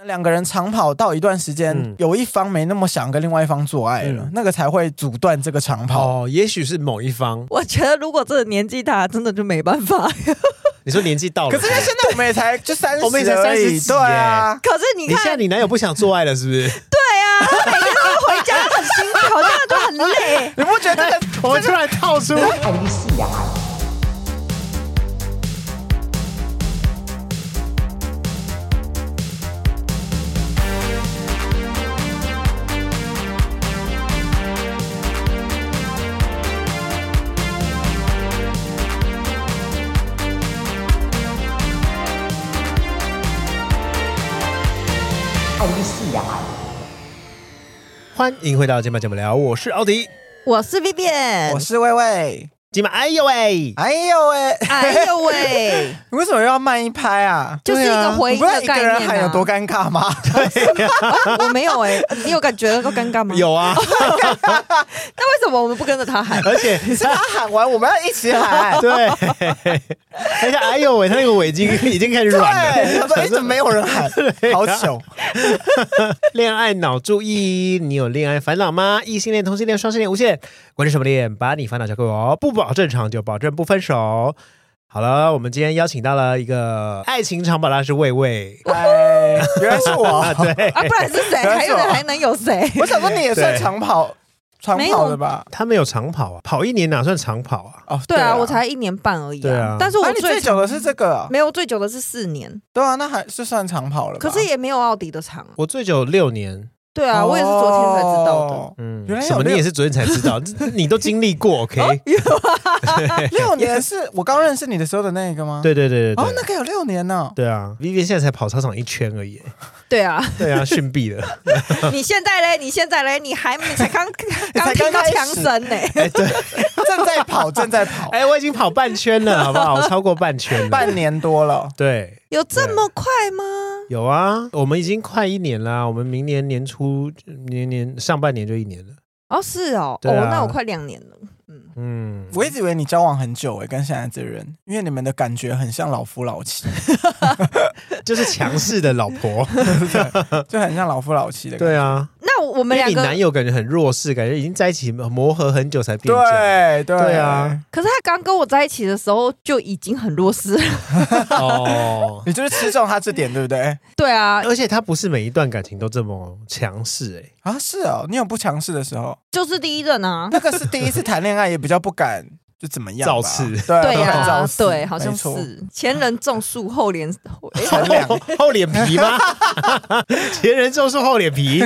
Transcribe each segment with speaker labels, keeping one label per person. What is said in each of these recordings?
Speaker 1: 那两个人长跑到一段时间，
Speaker 2: 嗯
Speaker 1: 有一方没那么想跟另外一方做爱了，
Speaker 2: 嗯
Speaker 1: 那个才会阻断这个长跑。
Speaker 2: 哦，也许是某一方，
Speaker 3: 我觉得如果这个年纪大，真的就没办法。
Speaker 2: 你说年纪到了，
Speaker 1: 可是因为现在我们也才就三十，
Speaker 2: 我们也才30几
Speaker 1: 对啊，
Speaker 3: 可是你
Speaker 2: 你现在
Speaker 3: 看，
Speaker 2: 你男友不想做爱了，是不是？
Speaker 3: 对啊，他每天都回家很辛苦，好像就很累。
Speaker 1: 你不觉得 这个
Speaker 2: 我们突然套出，欢迎回到今晚节目聊，我是奥迪。
Speaker 3: 我是 Vivian，
Speaker 1: 我是薇薇，
Speaker 2: 今晚，哎呦喂，
Speaker 1: 哎呦喂，
Speaker 3: 哎呦喂，
Speaker 1: 你为什么又要慢一拍啊？
Speaker 3: 就是一个回
Speaker 1: 你
Speaker 3: 应
Speaker 1: 不知道
Speaker 3: 的
Speaker 1: 一
Speaker 3: 概
Speaker 1: 个人
Speaker 3: 念、
Speaker 1: 喊有
Speaker 3: 啊。
Speaker 1: 多尴尬 吗？
Speaker 3: 啊我没有哎、你有感觉到尴尬吗？。
Speaker 2: 有 啊，
Speaker 3: 那为什么我们不跟着他喊？
Speaker 2: 而且。
Speaker 1: 是他喊完，我们要一起喊
Speaker 2: 对，而且哎呦喂，他那个尾巾已经开始
Speaker 1: 对，
Speaker 2: 软啊了。
Speaker 1: 他说：“哎，怎么没有人 喊？好糗。
Speaker 2: 恋爱脑注意，你有恋爱烦恼吗？异性恋、同性恋、双性恋、无性恋，管你什么恋，把你烦恼交给我，不保证长久，保证不分手。好了，我们今天邀请到了一个爱情长跑大师魏魏”，
Speaker 1: 哎，原来是 我。
Speaker 2: 对
Speaker 3: 啊，不然是谁？还有人还能有谁？
Speaker 1: 我想说你也算长跑，长
Speaker 3: 没
Speaker 1: 跑
Speaker 3: 有
Speaker 1: 的吧？
Speaker 2: 他们有长跑啊，跑一年哪算长跑啊？
Speaker 1: 哦，
Speaker 3: 对啊，我才一年半而已、
Speaker 2: 对啊
Speaker 3: 但是
Speaker 1: 啊
Speaker 3: 我
Speaker 1: 你
Speaker 3: 最
Speaker 1: 最久的是这个哦，
Speaker 3: 没有最久的是四年，
Speaker 1: 对啊，那还是算长跑了吧。
Speaker 3: 可是也没有奥迪的长。
Speaker 2: 我最久六年，
Speaker 3: 对啊，我也是昨天才知道的。
Speaker 1: 哦
Speaker 2: 嗯
Speaker 1: 原来有
Speaker 2: 什么你
Speaker 1: 六
Speaker 2: 也是昨天才知道，这你都经历过，OK？
Speaker 1: 六年是我刚认识你的时候的那个吗？
Speaker 2: 对对对对对，
Speaker 1: 哦，那个有六年呢。
Speaker 2: 对啊，Vivian 现在才跑操场一圈而已，
Speaker 3: 对啊，
Speaker 2: 对啊，逊毙了，
Speaker 3: 你现在嘞？你现在嘞？你还你才刚刚
Speaker 1: 才
Speaker 3: 听
Speaker 1: 刚
Speaker 3: 到
Speaker 1: 开始
Speaker 3: 枪声呢、
Speaker 2: 哎对，
Speaker 1: 正在跑，正在跑，
Speaker 2: 哎我已经跑半圈 了，好不好？我超过 半圈了，
Speaker 1: 半年多了。
Speaker 2: 对。
Speaker 3: 有这么快吗？
Speaker 2: 有啊，我们已经快一年啊啦，我们明年年初、年年上半年就一年了。
Speaker 3: 哦，是哦，
Speaker 2: 对啊
Speaker 3: 哦，那我快两年了。嗯，
Speaker 2: 嗯，
Speaker 1: 我一直以为你交往很久诶、跟现在这人，因为你们的感觉很像老夫老妻，
Speaker 2: 就是强势的老 婆。
Speaker 1: 就很像老夫老妻的感
Speaker 2: 对啊，
Speaker 3: 那我
Speaker 2: 我
Speaker 3: 们两
Speaker 2: 你男
Speaker 3: 个，
Speaker 2: 友感觉很弱势，感觉已经在一起磨合很久才变这
Speaker 1: 觉。
Speaker 2: 样。
Speaker 1: 对对
Speaker 2: 对啊，
Speaker 3: 可是他刚跟我在一起的时候就已经很弱 势了。
Speaker 2: 哦，
Speaker 1: 你就是吃中他这点，对不对？
Speaker 3: 对啊，
Speaker 2: 而且他不是每一段感情都这么强势 哎、
Speaker 1: 啊，是哦，你有不强势的时候，
Speaker 3: 就是第一任啊。
Speaker 1: 那个是第一次谈恋爱，也比较不敢就怎么样吧
Speaker 2: 造次
Speaker 1: 对
Speaker 3: 对
Speaker 1: 呀、
Speaker 3: 啊
Speaker 1: 造，次
Speaker 3: 对，好像
Speaker 1: 没错
Speaker 3: 是前人种树，后 人哎
Speaker 1: 乘凉
Speaker 2: 厚厚脸皮吗？ 前人种树厚脸 皮，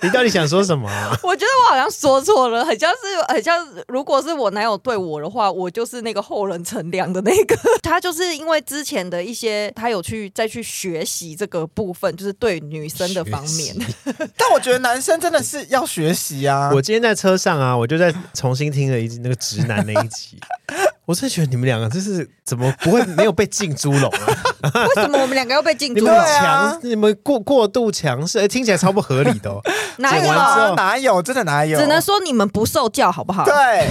Speaker 2: 你到底想说什么啊、
Speaker 3: 我觉得我好像说错了，很像是很像是，如果是我男友对我的话，我就是那个后人乘凉的那个。 他就是因为之前的一些，他有去再去学习这个部分，就是对女生的方面
Speaker 2: 学。
Speaker 1: 但我觉得男生真的是要学习啊。
Speaker 2: 我今天在车上啊，我就在重新听了一集那个直男那一集， 我真的觉得你们两个就是怎么不会没有被进猪笼啊？
Speaker 3: 为什么我们两个要被 禁
Speaker 2: 你
Speaker 3: 足
Speaker 2: 们
Speaker 1: 对
Speaker 2: 很
Speaker 3: 了？
Speaker 1: 啊
Speaker 2: 强，你们过过度强势，哎听起来超不合理 的、哦。
Speaker 3: 哪
Speaker 2: 剪
Speaker 1: 有
Speaker 2: 完之
Speaker 3: 有？
Speaker 2: 后
Speaker 1: 啊，哪有？真的哪有？
Speaker 3: 只能说你们不受教，好不好？
Speaker 1: 对，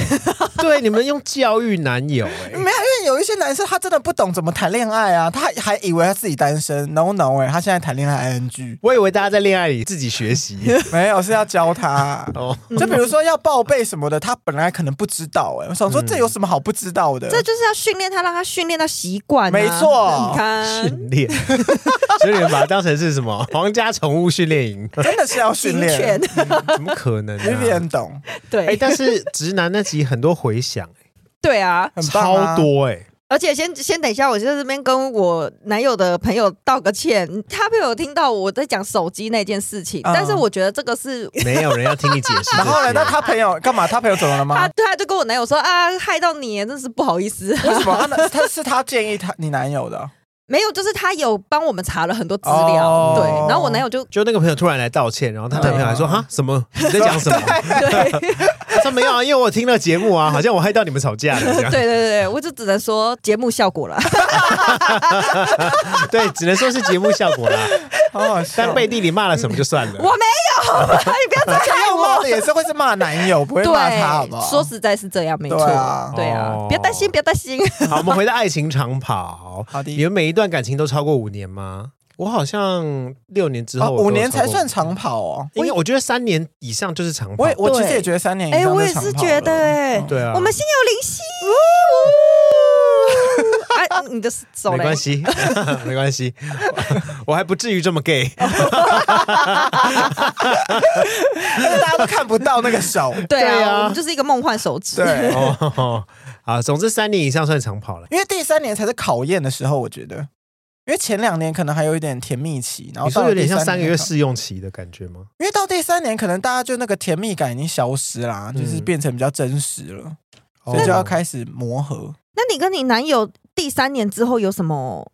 Speaker 2: 对，你们用教育男友、
Speaker 1: 没有，因
Speaker 2: 哎，
Speaker 1: 为有一些男生他真的不懂怎么谈恋爱啊，他还以为他自己单身，no no 哎、他现在谈恋爱 ing，
Speaker 2: 我以为大家在恋爱里自己学 习
Speaker 1: 没有是要教 他。
Speaker 2: 哦。
Speaker 1: 就比如说要报备什么的，他本来可能不知道哎、我想说
Speaker 2: 嗯
Speaker 1: 这有什么好不知道的？
Speaker 3: 这就是要训练他，让他训练到习惯啊、
Speaker 1: 没错嗯
Speaker 3: 你看，
Speaker 2: 训练， 所以你们把它当成是 什么皇家宠物训练营？
Speaker 1: 真的是要训练哎
Speaker 3: 警，
Speaker 2: 怎么可能、啊？
Speaker 1: Vivian 懂，
Speaker 3: 对、
Speaker 2: 哎、但是直男那集很多回响、
Speaker 3: 对啊，
Speaker 1: 很棒、啊、
Speaker 2: 超。多哎、
Speaker 3: 而且先先等一下，我在这边跟我男友的朋友道个歉，他朋友听到我在讲手机那件事情，
Speaker 1: 嗯
Speaker 3: 但是我觉得这个是
Speaker 2: 没有人要听你解释这些。
Speaker 1: 然后呢？那他朋友干嘛？他朋友怎么了
Speaker 3: 他
Speaker 1: 吗？
Speaker 3: 他就跟我男友说啊，害到你耶，真是不好意思。
Speaker 1: 为什么？他那他是他建议他你男友的，
Speaker 3: 没有，就是他有帮我们查了很多资料，
Speaker 1: 哦
Speaker 3: 对，然后我男友就
Speaker 2: 就那个朋友突然来道歉，然后他男朋友还说：“
Speaker 1: 对
Speaker 2: 哈，什么？你在 讲 什么？”
Speaker 3: 对
Speaker 2: 他说：“没有啊，因为我听了节目啊，好像我害到你们吵架了。”这
Speaker 3: 对
Speaker 2: 样
Speaker 3: 对对，我就只能说节目效果了。
Speaker 2: 对，只能说是节目效果 啦。
Speaker 1: 好好笑。
Speaker 2: 但背地里骂了什么就算了。
Speaker 3: 我没有， 你不要再
Speaker 1: 这
Speaker 3: 害
Speaker 1: 样骂
Speaker 3: 我
Speaker 1: 的。也是会是骂男友，不会骂他，好不
Speaker 3: 对，
Speaker 1: 好？
Speaker 3: 说实在是这样，没错，
Speaker 1: 对啊哎
Speaker 3: 对
Speaker 2: 哦
Speaker 3: 啊，别担心，别担心。
Speaker 2: 好，我们回到爱情长跑。
Speaker 1: 好的
Speaker 2: 你们每一段感情都超过五年吗？我好像六年之后
Speaker 1: 哦，
Speaker 2: 我都
Speaker 1: 五年
Speaker 2: 超过
Speaker 1: 才算，长跑哦。
Speaker 2: 因为我觉得三年以上就是长跑
Speaker 1: 我。也我其实
Speaker 3: 对
Speaker 1: 也觉得三年以上
Speaker 3: 哎，
Speaker 1: 就
Speaker 3: 我也
Speaker 1: 长
Speaker 3: 是
Speaker 1: 跑
Speaker 3: 觉得，
Speaker 1: 了
Speaker 3: 哎，
Speaker 2: 对啊，
Speaker 3: 我们心有灵犀。呜 哎，你的手嘞
Speaker 2: 没关系， 没 关系，我还不至于这么 gay。
Speaker 1: 但是大家都看不到那个 手。
Speaker 3: 对
Speaker 2: 对啊
Speaker 3: 啊，我们就是一个梦幻手指。
Speaker 1: 对，
Speaker 2: 哦，啊，总之三年以上算长跑了。
Speaker 1: 因为第三年才是考验的时候，我觉得。因为前两年可能还有一点甜蜜期，然后
Speaker 2: 你说
Speaker 1: 到
Speaker 2: 有
Speaker 1: 了第
Speaker 2: 点像三
Speaker 1: 年
Speaker 2: 个月
Speaker 1: 可
Speaker 2: 试用期的感觉吗？
Speaker 1: 因为到第三年，可能大家就那个甜蜜感已经消失啦，就是
Speaker 3: 嗯
Speaker 1: 变成比较真实了，所以就要开始磨合。
Speaker 3: 那你跟你男友第三年之后有什么？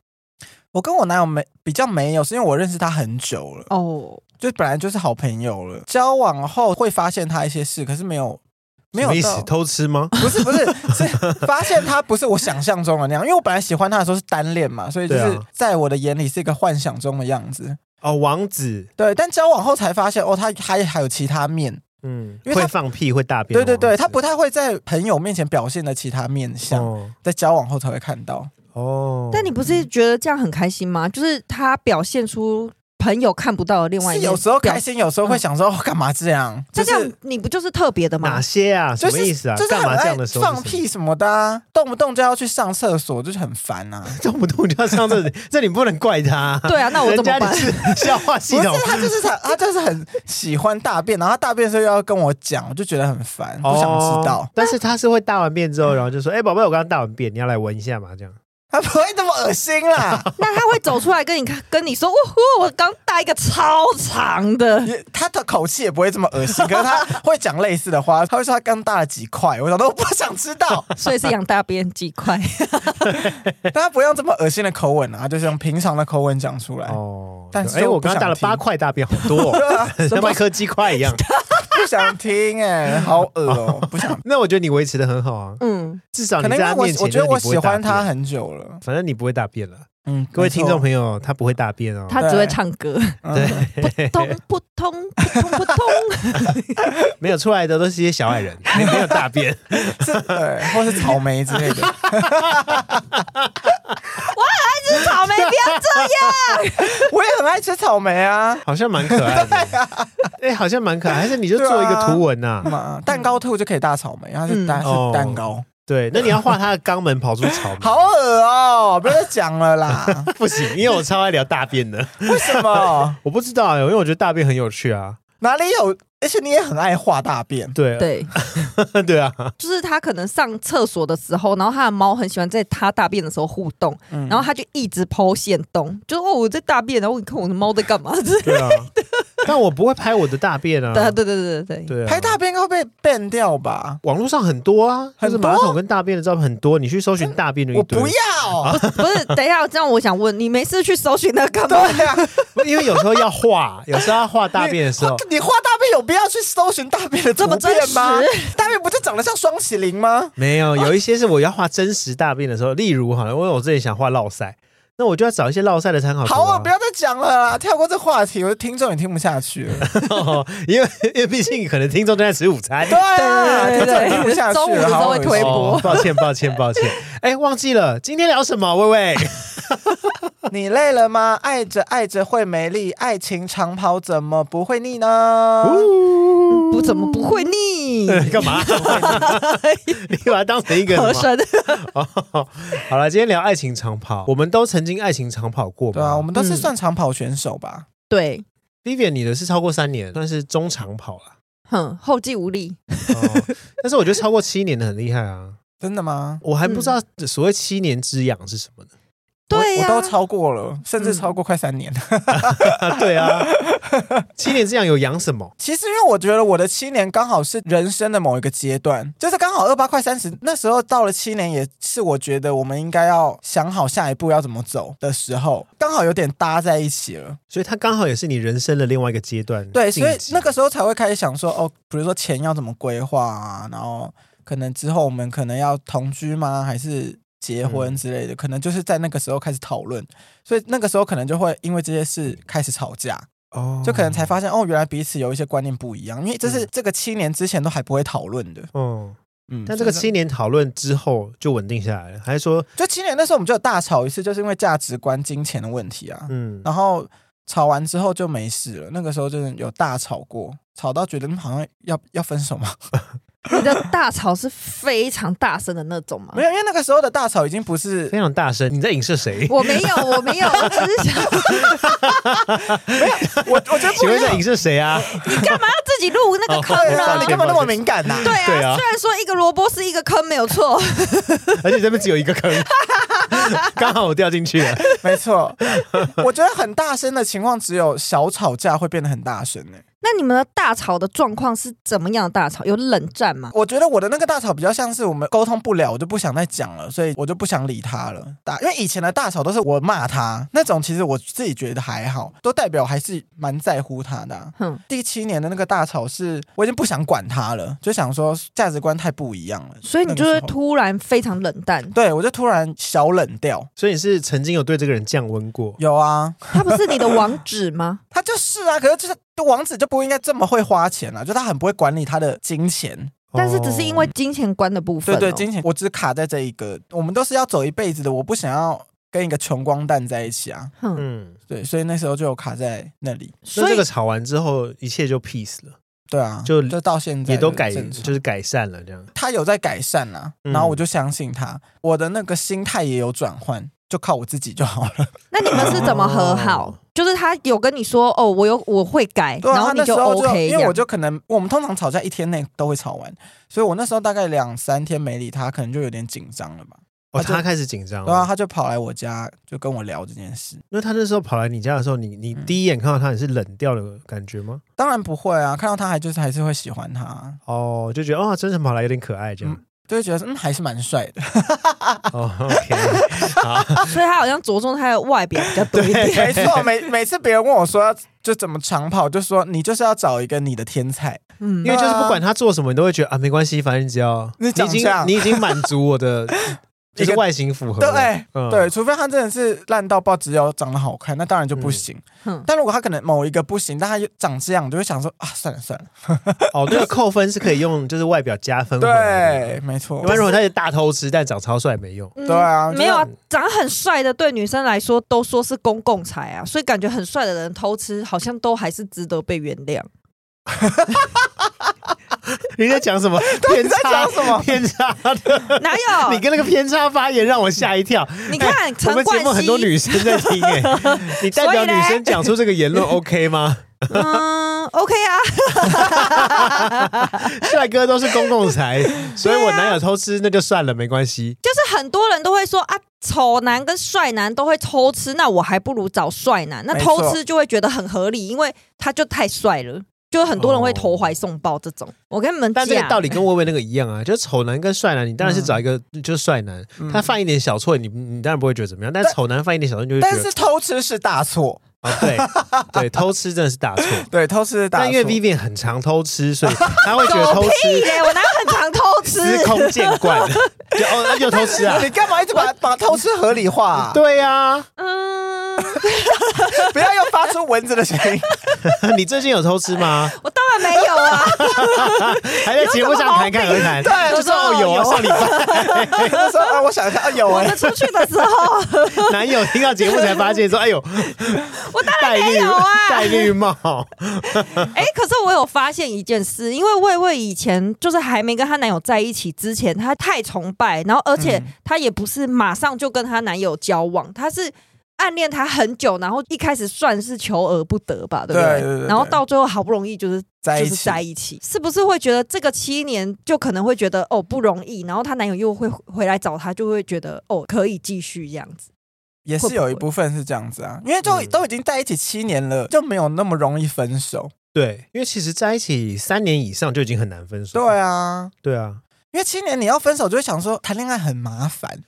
Speaker 1: 我跟我男友没比较没有，是因为我认识他很久了，
Speaker 3: 哦，
Speaker 1: 就本来就是好朋友了。交往后会发现他一些事，可是没有没
Speaker 2: 什
Speaker 1: 有
Speaker 2: 么意
Speaker 1: 到
Speaker 2: 思？偷吃 吗？
Speaker 1: 不是不是，是发现他不是我想象中的那样，因为我本来喜欢他的时候是单恋嘛，所以就
Speaker 2: 对
Speaker 1: 是
Speaker 2: 啊
Speaker 1: 在我的眼里是一个幻想中的样子。
Speaker 2: 哦，王子，
Speaker 1: 对，但交往后才发现，哦，他还还有其他面。
Speaker 2: 嗯，
Speaker 1: 因为他
Speaker 2: 会放屁会大便的
Speaker 1: 对
Speaker 2: 王子。
Speaker 1: 对对，他不太会在朋友面前表现的其他面相，
Speaker 2: 哦
Speaker 1: 在交往后才会看到。
Speaker 2: 哦，
Speaker 3: 但你不是觉得这样很开心吗？就是他表现出朋友看不到的另外一
Speaker 1: 是
Speaker 3: 面，嗯
Speaker 1: 有时候开。心，有时候会想说，哦，干嘛这样？就
Speaker 3: 那这样
Speaker 1: 是
Speaker 3: 你不就是特别的
Speaker 2: 哪
Speaker 3: 吗？
Speaker 2: 些啊？
Speaker 1: 就
Speaker 2: 什么
Speaker 1: 是
Speaker 2: 意思啊
Speaker 1: 就？是
Speaker 2: 干
Speaker 1: 很
Speaker 2: 嘛这
Speaker 1: 爱
Speaker 2: 样的时候是
Speaker 1: 放
Speaker 2: 什么？
Speaker 1: 屁什么的啊，动不动就要去上厕所，就是很烦啊。
Speaker 2: 动不动就要上 厕所，这你不能怪他。
Speaker 3: 对啊，那我
Speaker 2: 人
Speaker 3: 怎
Speaker 2: 家
Speaker 3: 么办
Speaker 2: 你？是消化系
Speaker 1: 不是
Speaker 2: 统，
Speaker 1: 他就是 他，他就是很喜欢大便，然后他大便的时候又要跟我讲，我就觉得很烦，不想知道。
Speaker 2: 哦但是他是会大完便之后，然后 就说：“哎，宝贝，我刚刚大完便，你要来闻一下嘛？”这样。
Speaker 1: 他不会那么恶心啦，
Speaker 3: 那他会走出来跟你看， 跟你说，哦呼，我刚带一个超长的，
Speaker 1: 也他的口气也不会这么恶心，可是他会讲类似的话，他会说他刚大了几块，我想说我不想知 道，
Speaker 3: 所以是养大便几块。
Speaker 1: 但他不用这么恶心的口吻啊，他就是用平常的口吻讲出来。
Speaker 2: 哦，
Speaker 1: 但
Speaker 2: 就是哎，
Speaker 1: 我
Speaker 2: 我
Speaker 1: 不
Speaker 2: 刚
Speaker 1: 想
Speaker 2: 刚大了
Speaker 1: 听啊
Speaker 2: 八块大便，好 多，哦， 像麦克鸡块一样。
Speaker 1: 不想听哎、好恶哦、 不想。
Speaker 2: 那我觉得你维持的很好啊，
Speaker 3: 嗯，
Speaker 2: 至少
Speaker 1: 可
Speaker 2: 你
Speaker 1: 能
Speaker 2: 在
Speaker 1: 因为
Speaker 2: 他
Speaker 1: 我
Speaker 2: 面前，
Speaker 1: 我觉得我喜欢他
Speaker 2: 很，
Speaker 1: 很久了，
Speaker 2: 反正你不会大便了。
Speaker 1: 嗯，
Speaker 2: 各位听众
Speaker 1: 友，
Speaker 2: 朋友，他不会大便哦。
Speaker 3: 他只会唱歌，
Speaker 1: 对，
Speaker 3: 扑通扑通扑通扑通。
Speaker 2: 没有出来的都是一些小矮人， 没有没有大便。
Speaker 1: 是，对，或是草莓之类 的，
Speaker 3: 吃草莓，不要这样。
Speaker 1: 我也很爱吃草莓啊。
Speaker 2: 好像蛮可爱的，哎、好像蛮可爱，还是你就做一个图文啊呐、
Speaker 1: 嘛，蛋糕兔就可以大草莓，它是
Speaker 3: 嗯
Speaker 1: 它
Speaker 2: 哦
Speaker 1: 是蛋糕，
Speaker 2: 对，那你要画他的肛门跑出草莓，
Speaker 1: 啊 好啊恶哦！不要再讲了 啦，
Speaker 2: 不行，因为我超爱聊大 便的，
Speaker 1: 为什么？
Speaker 2: 我不知道、啊因为我觉得大便很有趣啊，
Speaker 1: 哪里有？而且你也很爱画大便，
Speaker 2: 对，啊
Speaker 3: 对，
Speaker 2: 对，啊，
Speaker 3: 就是他可能上厕所的时候，然后他的猫很喜欢在他大便的时候互动，然后他就一直剖线洞，就哦我在大便，然后你看我的猫在干嘛？就是
Speaker 2: 对啊，但我不会拍我的大便啊，
Speaker 3: 对对对对对对，
Speaker 2: 对啊，
Speaker 1: 拍大便应该会被 ban 掉吧？
Speaker 2: 网络上很多啊，就是
Speaker 1: 很多
Speaker 2: 马桶跟大便的照片很多，你去搜寻大便的一
Speaker 1: 我
Speaker 2: 堆啊
Speaker 1: 不，要，
Speaker 3: 不是，等一下，这样我想问你，没事去搜寻那个干嘛？
Speaker 1: 对呀，
Speaker 2: 因为有时候要画，有时候要画大便的时候，
Speaker 1: 你画大便有必要去搜寻大便的
Speaker 3: 这
Speaker 1: 图
Speaker 3: 么真
Speaker 1: 片
Speaker 3: 实
Speaker 1: 吗？大便不就长得像双麒麟吗？
Speaker 2: 没有，有一些是我要画真实大便的时候，例如好了，因为我自己想画落塞，那我就要找一些落塞的参考图、
Speaker 1: 好啊，不要再讲了啦，跳过这话题，我的听众也听不下去 了。
Speaker 2: 哦，因为因为毕竟可能听众正在吃午 餐。
Speaker 1: 对啊，听
Speaker 3: 对对
Speaker 1: 众也听不
Speaker 3: 对
Speaker 1: 下去了，
Speaker 3: 中午的时候
Speaker 1: 好
Speaker 3: 会
Speaker 1: 恶
Speaker 3: 推
Speaker 1: 心
Speaker 3: 播
Speaker 2: 哦，抱歉，抱歉，抱歉。哎，忘记了，今天聊什么？薇薇，
Speaker 1: 你累了吗？爱着爱着会没力，爱情长跑怎么不会腻呢？
Speaker 3: 不怎么不会腻？
Speaker 2: 干嘛？ 你把它当成一个
Speaker 3: 和
Speaker 2: 什么？
Speaker 3: 声，
Speaker 2: 哦，好了，今天聊爱情长跑，我们都曾经爱情长跑过嘛。
Speaker 1: 对啊，我们都是
Speaker 3: 嗯
Speaker 1: 算长跑选手吧？
Speaker 3: 对，
Speaker 2: Vivian，你的是超过三年，算是中长跑了。
Speaker 3: 哼，后继无力。
Speaker 2: 哦，但是我觉得超过七年的很厉害啊。
Speaker 1: 真的吗？
Speaker 2: 我还不知道
Speaker 1: 嗯
Speaker 2: 所谓七年之痒是什么呢？
Speaker 3: 对呀、
Speaker 1: 我我都超过了，甚至超过快三年了。
Speaker 2: 啊，对啊，七年之痒有痒什么？
Speaker 1: 其实，因为我觉得我的七年刚好是人生的某一个阶段，就是刚好二八快三十，那时候到了七年，也是我觉得我们应该要想好下一步要怎么走的时候，刚好有点搭在一起了。
Speaker 2: 所以它刚好也是你人生的另外一个阶段。
Speaker 1: 对，所以
Speaker 2: 晋级
Speaker 1: 那个时候才会开始想说，哦，比如说钱要怎么规划啊，然后可能之后我们可能要同居吗，还是结
Speaker 2: 嗯
Speaker 1: 婚之类的，可能就是在那个时候开始讨论，所以那个时候可能就会因为这些事开始吵架，
Speaker 2: 哦嗯
Speaker 1: 就可能才发现哦，原来彼此有一些观念不一样，因为这是这个七年之前都还不会讨论的，
Speaker 2: 哦，
Speaker 1: 嗯，
Speaker 2: 但这个
Speaker 1: 所以
Speaker 2: 七年讨论之后就稳定下来了，还是说，
Speaker 1: 就七年那时候我们就有大吵一次，就是因为价值观、金钱的问题啊，
Speaker 2: 嗯，
Speaker 1: 然后吵完之后就没事了，那个时候就是有大吵过，吵到觉得嗯好像要要分手嘛。
Speaker 3: 你的大吵是非常大声的那种吗
Speaker 2: 啊
Speaker 1: 没？有，因为那个时候的大吵已经不是
Speaker 2: 非常大声，你在影射谁？
Speaker 3: 我 没有，我没有，我只是想，
Speaker 1: 我，我觉得不
Speaker 2: 请
Speaker 1: 一
Speaker 2: 问在
Speaker 1: 样
Speaker 2: 影。射谁啊？
Speaker 3: 你干嘛要自己录那个坑
Speaker 1: 对
Speaker 3: 啊
Speaker 1: 啊，？你干嘛那么敏感呐、
Speaker 3: 对啊，
Speaker 2: 对啊
Speaker 3: 虽然说一个萝卜是一个坑，没有错，
Speaker 2: 而且这边只有一个坑， 刚好我掉进去了。
Speaker 1: 没错，我觉得很大声的情况只有小吵架会变得很大声呢、欸
Speaker 3: 那你们的大吵的状况是怎么样的大吵？有冷战吗？
Speaker 1: 我觉得我的那个大吵比较像是我们沟通不了，我就不想再讲了，所以我就不想理他了。大，因为以前的大吵都是我骂他那种，其实我自己觉得还好，都代表还是蛮在乎他的啊、
Speaker 3: 哼，
Speaker 1: 第七年的那个大吵是，我已经不想管他了，就想说价值观太不一样了，
Speaker 3: 所以你就
Speaker 1: 那
Speaker 3: 会
Speaker 1: 个时候
Speaker 3: 突然非常冷淡。
Speaker 1: 对我就突然小冷掉。
Speaker 2: 所以你是曾经有对这个人降温过？
Speaker 1: 有啊，
Speaker 3: 他不是你的网 址吗？
Speaker 1: 他就是啊，可是就是王子就不应该这么会花钱啊，就他很不会管理他的金钱。
Speaker 3: 但是只是因为金钱观的部分、
Speaker 1: 对哦
Speaker 3: 哦，
Speaker 1: 对，金钱我只卡在这一个，我们都是要走一辈子的，我不想要跟一个穷光蛋在一起啊。
Speaker 2: 哦，
Speaker 3: 哼，
Speaker 2: 嗯，
Speaker 1: 对，所以那时候就有卡在那里。
Speaker 2: 所以
Speaker 3: 所
Speaker 2: 这
Speaker 3: 以
Speaker 2: 个吵完之后，一切就 peace 了，
Speaker 1: 对啊，
Speaker 2: 就
Speaker 1: 就到现在
Speaker 2: 也都改，
Speaker 1: 正常
Speaker 2: 就是改善了这样。
Speaker 1: 他有在改善啦、
Speaker 2: 嗯
Speaker 1: 然后我就相信他，我的那个心态也有转换，就靠我自己就好了。
Speaker 3: 那你们是怎么和好？就是他有跟你说哦，我有我会改，
Speaker 1: 哦对啊，
Speaker 3: 然后
Speaker 1: 他
Speaker 3: 你
Speaker 1: 那时候就
Speaker 3: OK，
Speaker 1: 因
Speaker 3: 这
Speaker 1: 为
Speaker 3: 样
Speaker 1: 我就可能我们通常吵架一天内都会吵完，所以我那时候大概两三天没理他，可能就有点紧张了吧。
Speaker 2: 哦，
Speaker 1: 他就
Speaker 2: 他开始紧张
Speaker 1: 对啊，
Speaker 2: 了，
Speaker 1: 他就跑来我家就跟我聊这件事。
Speaker 2: 因为他那时候跑来你家的时候，你你
Speaker 1: 嗯
Speaker 2: 第一眼看到他，你是冷掉的感觉吗？
Speaker 1: 当然不会啊，看到他还就是还是会喜欢他，啊
Speaker 2: 哦，就觉得哦，真诚跑来有点可爱这样。
Speaker 1: 就会觉得嗯还是蛮帅的。
Speaker 2: 哦，OK，好，
Speaker 3: 所以他好像着重他的外表比较多 一点。
Speaker 1: 没错，每每次别人问我说要就怎么长跑，就说你就是要找一个你的天才。
Speaker 3: 嗯
Speaker 2: 因，为就是不管他做什么，你都会觉得啊，没关系，反正只要
Speaker 1: 你长
Speaker 2: 已经
Speaker 1: 这样
Speaker 2: 你已经满足我的，就
Speaker 1: 一
Speaker 2: 是
Speaker 1: 个
Speaker 2: 外形符合
Speaker 1: 对
Speaker 2: 了，
Speaker 1: 哎
Speaker 2: 嗯
Speaker 1: 对，除非他真的是烂到爆，只有长得好看，那当然就不行。
Speaker 3: 哼
Speaker 1: 但如果他可能某一个不行，但他又长这样，我就会想说啊，算了算了。
Speaker 2: 哦，那个扣分是可以用，就是外表加
Speaker 1: 嗯
Speaker 2: 分回来的。
Speaker 1: 对，没错
Speaker 2: 要不。然如果他是大偷吃，但长超帅没用。
Speaker 3: 嗯
Speaker 1: 对啊
Speaker 3: 没有啊，长得很帅的对女生来说都说是公共财啊，所以感觉很帅的人偷吃好像都还是值得被原 谅。
Speaker 2: 你在 讲什么偏
Speaker 1: 你在
Speaker 2: 差？
Speaker 1: 讲什么
Speaker 2: 偏差的？
Speaker 3: 哪有？
Speaker 2: 你跟那个偏差发言让我吓一跳。
Speaker 3: 你看
Speaker 2: 我
Speaker 3: 陈
Speaker 2: 们节
Speaker 3: 冠
Speaker 2: 目很多
Speaker 3: 希，
Speaker 2: 女生在听哎、你代表女生讲出这个言论 OK 吗？
Speaker 3: 嗯，OK 啊，
Speaker 2: 帅哥都是公共财，所以我男友偷吃那就算了，没关系。
Speaker 3: 就是很多人都会说啊，丑男跟帅男都会偷吃，那我还不如找帅男。那
Speaker 1: 没错
Speaker 3: 偷吃就会觉得很合理，因为他就太帅了，就很多人会投怀送抱这种。我跟你们
Speaker 2: 哦但
Speaker 3: 讲，
Speaker 2: 这个道理跟薇薇那个一样啊，就是丑男跟帅男，你当然是找一个就是帅男，
Speaker 1: 嗯
Speaker 2: 他犯一点小错，你你当然不会觉得怎么样，但丑男犯一点小错，你就会觉
Speaker 1: 但
Speaker 2: 得
Speaker 1: 是偷吃是大错，
Speaker 2: 哦，对对，偷吃真的是大错。
Speaker 1: 对，偷吃是大错。
Speaker 2: 但因为 Vivian 很常偷吃，所以他会觉得偷
Speaker 3: 狗屁
Speaker 2: 吃
Speaker 3: 嘞，我哪有很常偷
Speaker 2: 司
Speaker 3: 吃？
Speaker 2: 空见惯，就哦又
Speaker 1: 。
Speaker 2: 偷吃啊
Speaker 1: 你干嘛一直把把偷吃合理化、啊？
Speaker 2: 对呀、
Speaker 3: 嗯，
Speaker 1: 不要又发出蚊子的声 音。
Speaker 2: 你最近有偷吃吗？
Speaker 3: 我当然没有啊，
Speaker 2: 还在节目上侃侃而谈，
Speaker 1: 对
Speaker 2: 就说哦有啊，
Speaker 3: 有啊
Speaker 2: 上礼拜
Speaker 1: 他说啊，我想一 下，啊有
Speaker 3: 我
Speaker 1: 哎、
Speaker 3: 们出去的时 候，
Speaker 2: 男友听到节目才发现说，哎呦，
Speaker 3: 我当然
Speaker 2: 戴
Speaker 3: 没
Speaker 2: 绿
Speaker 3: 有啊。
Speaker 2: 戴绿帽，
Speaker 3: 哎、可是我有发现一件事，因为魏魏以前就是还没跟她男友在一起之前，
Speaker 1: 嗯
Speaker 3: 她太崇拜，然后而且她也不是马上就跟她男友交往，她是暗恋他很久，然后一开始算是求而不得吧，对不
Speaker 1: 对对对
Speaker 3: 然后到最后好不容易就是
Speaker 1: 在
Speaker 3: 就
Speaker 1: 一
Speaker 3: 是
Speaker 1: 起，
Speaker 3: 在一起，是不是会觉得这个七年就可能会觉得哦不容易，然后她男友又会回来找她，就会觉得哦可以继续这样子。
Speaker 1: 也是有一部分是这样子啊，因为就
Speaker 2: 嗯
Speaker 1: 都已经在一起七年了，就没有那么容易分手。
Speaker 2: 对，因为其实在一起三年以上就已经很难分手。
Speaker 1: 对，啊，
Speaker 2: 对啊，
Speaker 1: 因为七年你要分手，就会想说谈恋爱很麻烦。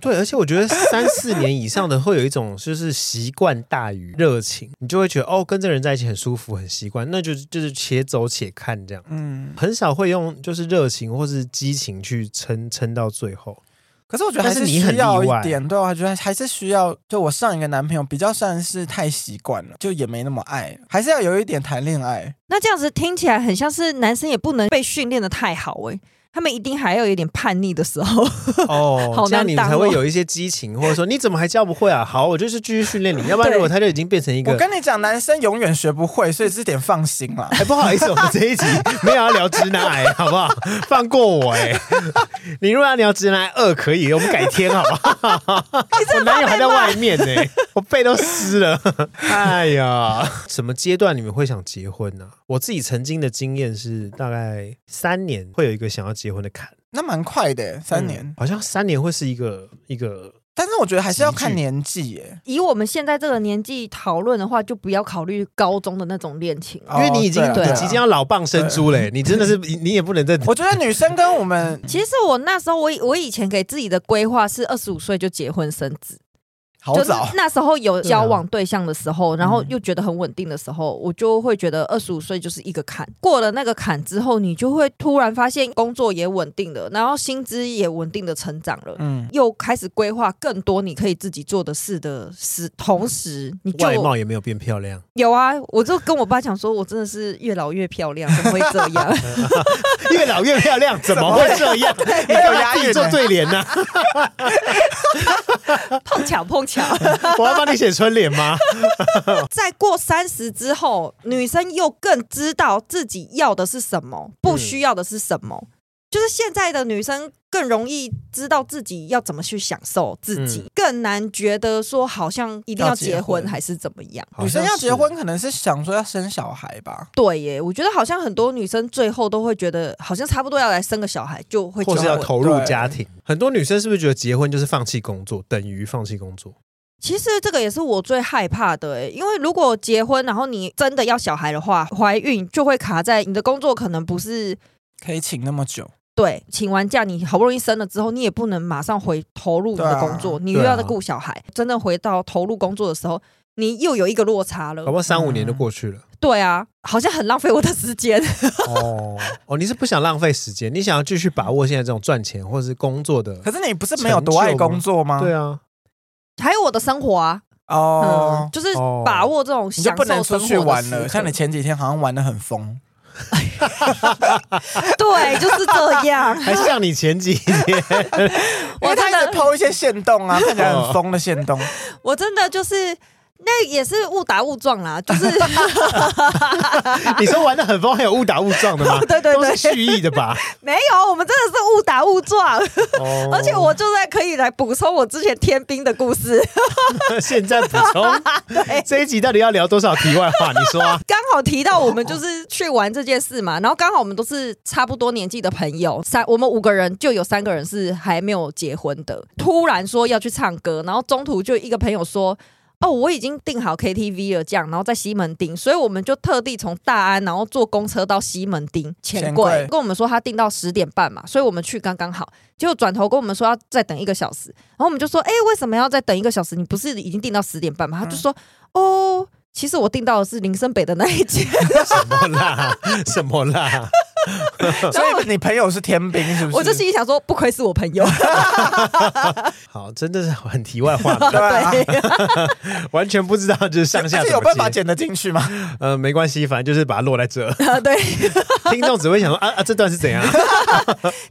Speaker 2: 对，而且我觉得三四年以上的会有一种就是习惯大于热情，你就会觉得哦，跟这个人在一起很舒服，很习惯，那就就是且走且看这样，
Speaker 1: 嗯，
Speaker 2: 很少会用就是热情或是激情去撑撑到最后。
Speaker 1: 可是我觉得还
Speaker 2: 但是你很
Speaker 1: 需要
Speaker 2: 例外
Speaker 1: 一点，对啊，我觉得还是需要。就我上一个男朋友比较算是太习惯了，就也没那么爱，还是要有一点谈恋爱。
Speaker 3: 那这样子听起来很像是男生也不能被训练的太好诶、他们一定还要有一点叛逆的时候。
Speaker 2: 哦，
Speaker 3: 好
Speaker 2: 这样
Speaker 3: 难
Speaker 2: 你
Speaker 3: 当
Speaker 2: 才会
Speaker 3: 哦
Speaker 2: 有一些激情，或者说你怎么还教不会啊？好，我就是继续训练你，要不然如果他就已经变成一
Speaker 1: 我
Speaker 2: 个。
Speaker 1: 跟你讲，男生永远学不会，所以这点放心啦。
Speaker 2: 哎、不好意思，我们这一集没有要聊直男癌，好不好？ 放过我哎、 你如果要聊直男癌二可以，我们改天好不 好？我男友还在外面呢、我背都湿 了。哎呀，什么阶段你们会想结婚呢、我自己曾经的经验是，大概三年会有一个想要结婚的坎，
Speaker 1: 那蛮快的，三年。
Speaker 2: 嗯好像三年会是一个一个
Speaker 1: 但是我觉得还是要
Speaker 2: 集
Speaker 1: 看
Speaker 2: 聚
Speaker 1: 年纪耶，
Speaker 3: 以我们现在这个年纪讨论的话，就不要考虑高中的那种恋情了。
Speaker 1: 哦
Speaker 2: 因为你已经、
Speaker 1: 对啊
Speaker 3: 对啊
Speaker 2: 你即将要老蚌生珠嘞，你真的是你你也不能再
Speaker 1: 我觉得女生跟我们
Speaker 3: 其实我那时候，我以我以前给自己的规划是二十五岁就结婚生子，
Speaker 1: 好
Speaker 3: 就是
Speaker 1: 早，
Speaker 3: 那时候有
Speaker 2: 对啊
Speaker 3: 交往对象的时候，然后又觉得很稳定的时候，我就会觉得二十五岁就是一个坎。过了那个坎之后，你就会突然发现工作也稳定了，然后薪资也稳定的成长了。
Speaker 1: 嗯，
Speaker 3: 又开始规划更多你可以自己做的事的时，同时你就
Speaker 2: 外貌也没有变漂亮，
Speaker 3: 有啊！我就跟我爸讲说，我真的是越老越漂亮，怎么会这样？
Speaker 2: 越老越漂亮，怎么会这 样？
Speaker 1: 没有押
Speaker 2: 自己
Speaker 1: 韵
Speaker 2: 做
Speaker 1: 的，
Speaker 2: 对联呢、啊
Speaker 3: 碰巧碰巧，
Speaker 2: 我要帮你写春联吗？
Speaker 3: 在过三十之后，女生又更知道自己要的是什么，不需要的是什么。就是现在的女生更容易知道自己要怎么去享受自己，
Speaker 2: 嗯
Speaker 3: 更难觉得说好像一定要
Speaker 1: 要结
Speaker 3: 结婚
Speaker 1: 婚
Speaker 3: 还是怎么样。
Speaker 1: 嗯女生要结婚可能是想说要生小孩吧，
Speaker 3: 对耶，我觉得好像很多女生最后都会觉得，好像差不多要来生个小孩就会结
Speaker 2: 或是要
Speaker 3: 婚。
Speaker 2: 投入家庭。很多女生是不是觉得结婚就是放弃工作，等于放弃工作？
Speaker 3: 其实这个也是我最害怕的耶，因为如果结婚，然后你真的要小孩的话，怀孕就会卡在你的工作可能不是
Speaker 1: 可以请那么久，
Speaker 3: 对，请完假你好不容易生了之后，你也不能马上回投入你
Speaker 1: 对
Speaker 3: 的
Speaker 1: 啊啊
Speaker 3: 工作，你又
Speaker 2: 对啊
Speaker 3: 要再顾小孩。真的回到投入工作的时候，你又有一个落差
Speaker 2: 搞不
Speaker 3: 了。
Speaker 2: 好三五年就过去了。
Speaker 3: 对啊，好像很浪费我的时间。
Speaker 2: 哦哦，你是不想浪费时间，你想要继续把握现在这种赚钱或者是工作的
Speaker 1: 可。是你不是没有多爱工作吗？
Speaker 2: 对啊，
Speaker 3: 还有我的生活啊，嗯
Speaker 1: 哦，，
Speaker 3: 就是
Speaker 2: 哦。
Speaker 3: 把握这种
Speaker 1: 你
Speaker 3: 享
Speaker 1: 就
Speaker 3: 受
Speaker 1: 不能出
Speaker 3: 生活
Speaker 1: 去
Speaker 3: 的
Speaker 1: 玩
Speaker 3: 时
Speaker 1: 了，
Speaker 3: 刻
Speaker 1: 像你前几天好像玩的很疯，
Speaker 3: 对，就是这样
Speaker 2: 还像你前几天
Speaker 1: 因为他
Speaker 3: 我真
Speaker 1: 一直
Speaker 3: 的，
Speaker 1: 抛一些线动 啊，看起来很疯的线动，
Speaker 3: 我真的就是。那也是误打误撞啦，就是
Speaker 2: 你说玩的很疯，还有误打误撞的吗？
Speaker 3: 对对对
Speaker 2: 都是蓄意的吧？
Speaker 3: 没有，我们真的是误打误撞，
Speaker 2: 哦
Speaker 3: 而且我就在可以来补充我之前天兵的故事。
Speaker 2: 现在补 充这一集到底要聊多少题外话？你说啊，
Speaker 3: 刚好提到我们就是去玩这件事嘛，然 后刚好我们都是差不多年纪的朋友，三我们五个人就有三个人是还没有结婚的，突然说要去唱歌，然后中途就一个朋友说。哦，我已经订好 KTV 了，这样，然后在西门町，所以我们就特地从大安，然后坐公车到西门町钱
Speaker 1: 钱
Speaker 3: 柜
Speaker 1: 柜，
Speaker 3: 跟我们说他订到十点半嘛，所以我们去刚刚好。结果转头跟我们说要再等一个小时，然后我们就说，哎、为什么要再等一个小时？你不是已经订到十点半吗？他就说，哦，其实我订到的是林森北的那 一间。
Speaker 2: 什么啦？什么啦？
Speaker 1: 所以你朋友是天兵是不是？
Speaker 3: 我就心里想说，不愧是我朋 友，。
Speaker 2: 好，真的是很题外 话，
Speaker 1: 对啊，
Speaker 2: 完全不知道就是上下
Speaker 1: 而
Speaker 2: 怎
Speaker 1: 且
Speaker 2: 么
Speaker 1: 有办法
Speaker 2: 接
Speaker 1: 剪得进去吗？
Speaker 2: 呃，没关系，反正就是把它落在 这
Speaker 3: 啊 对，
Speaker 2: 听众只会想说啊啊，这段是怎样？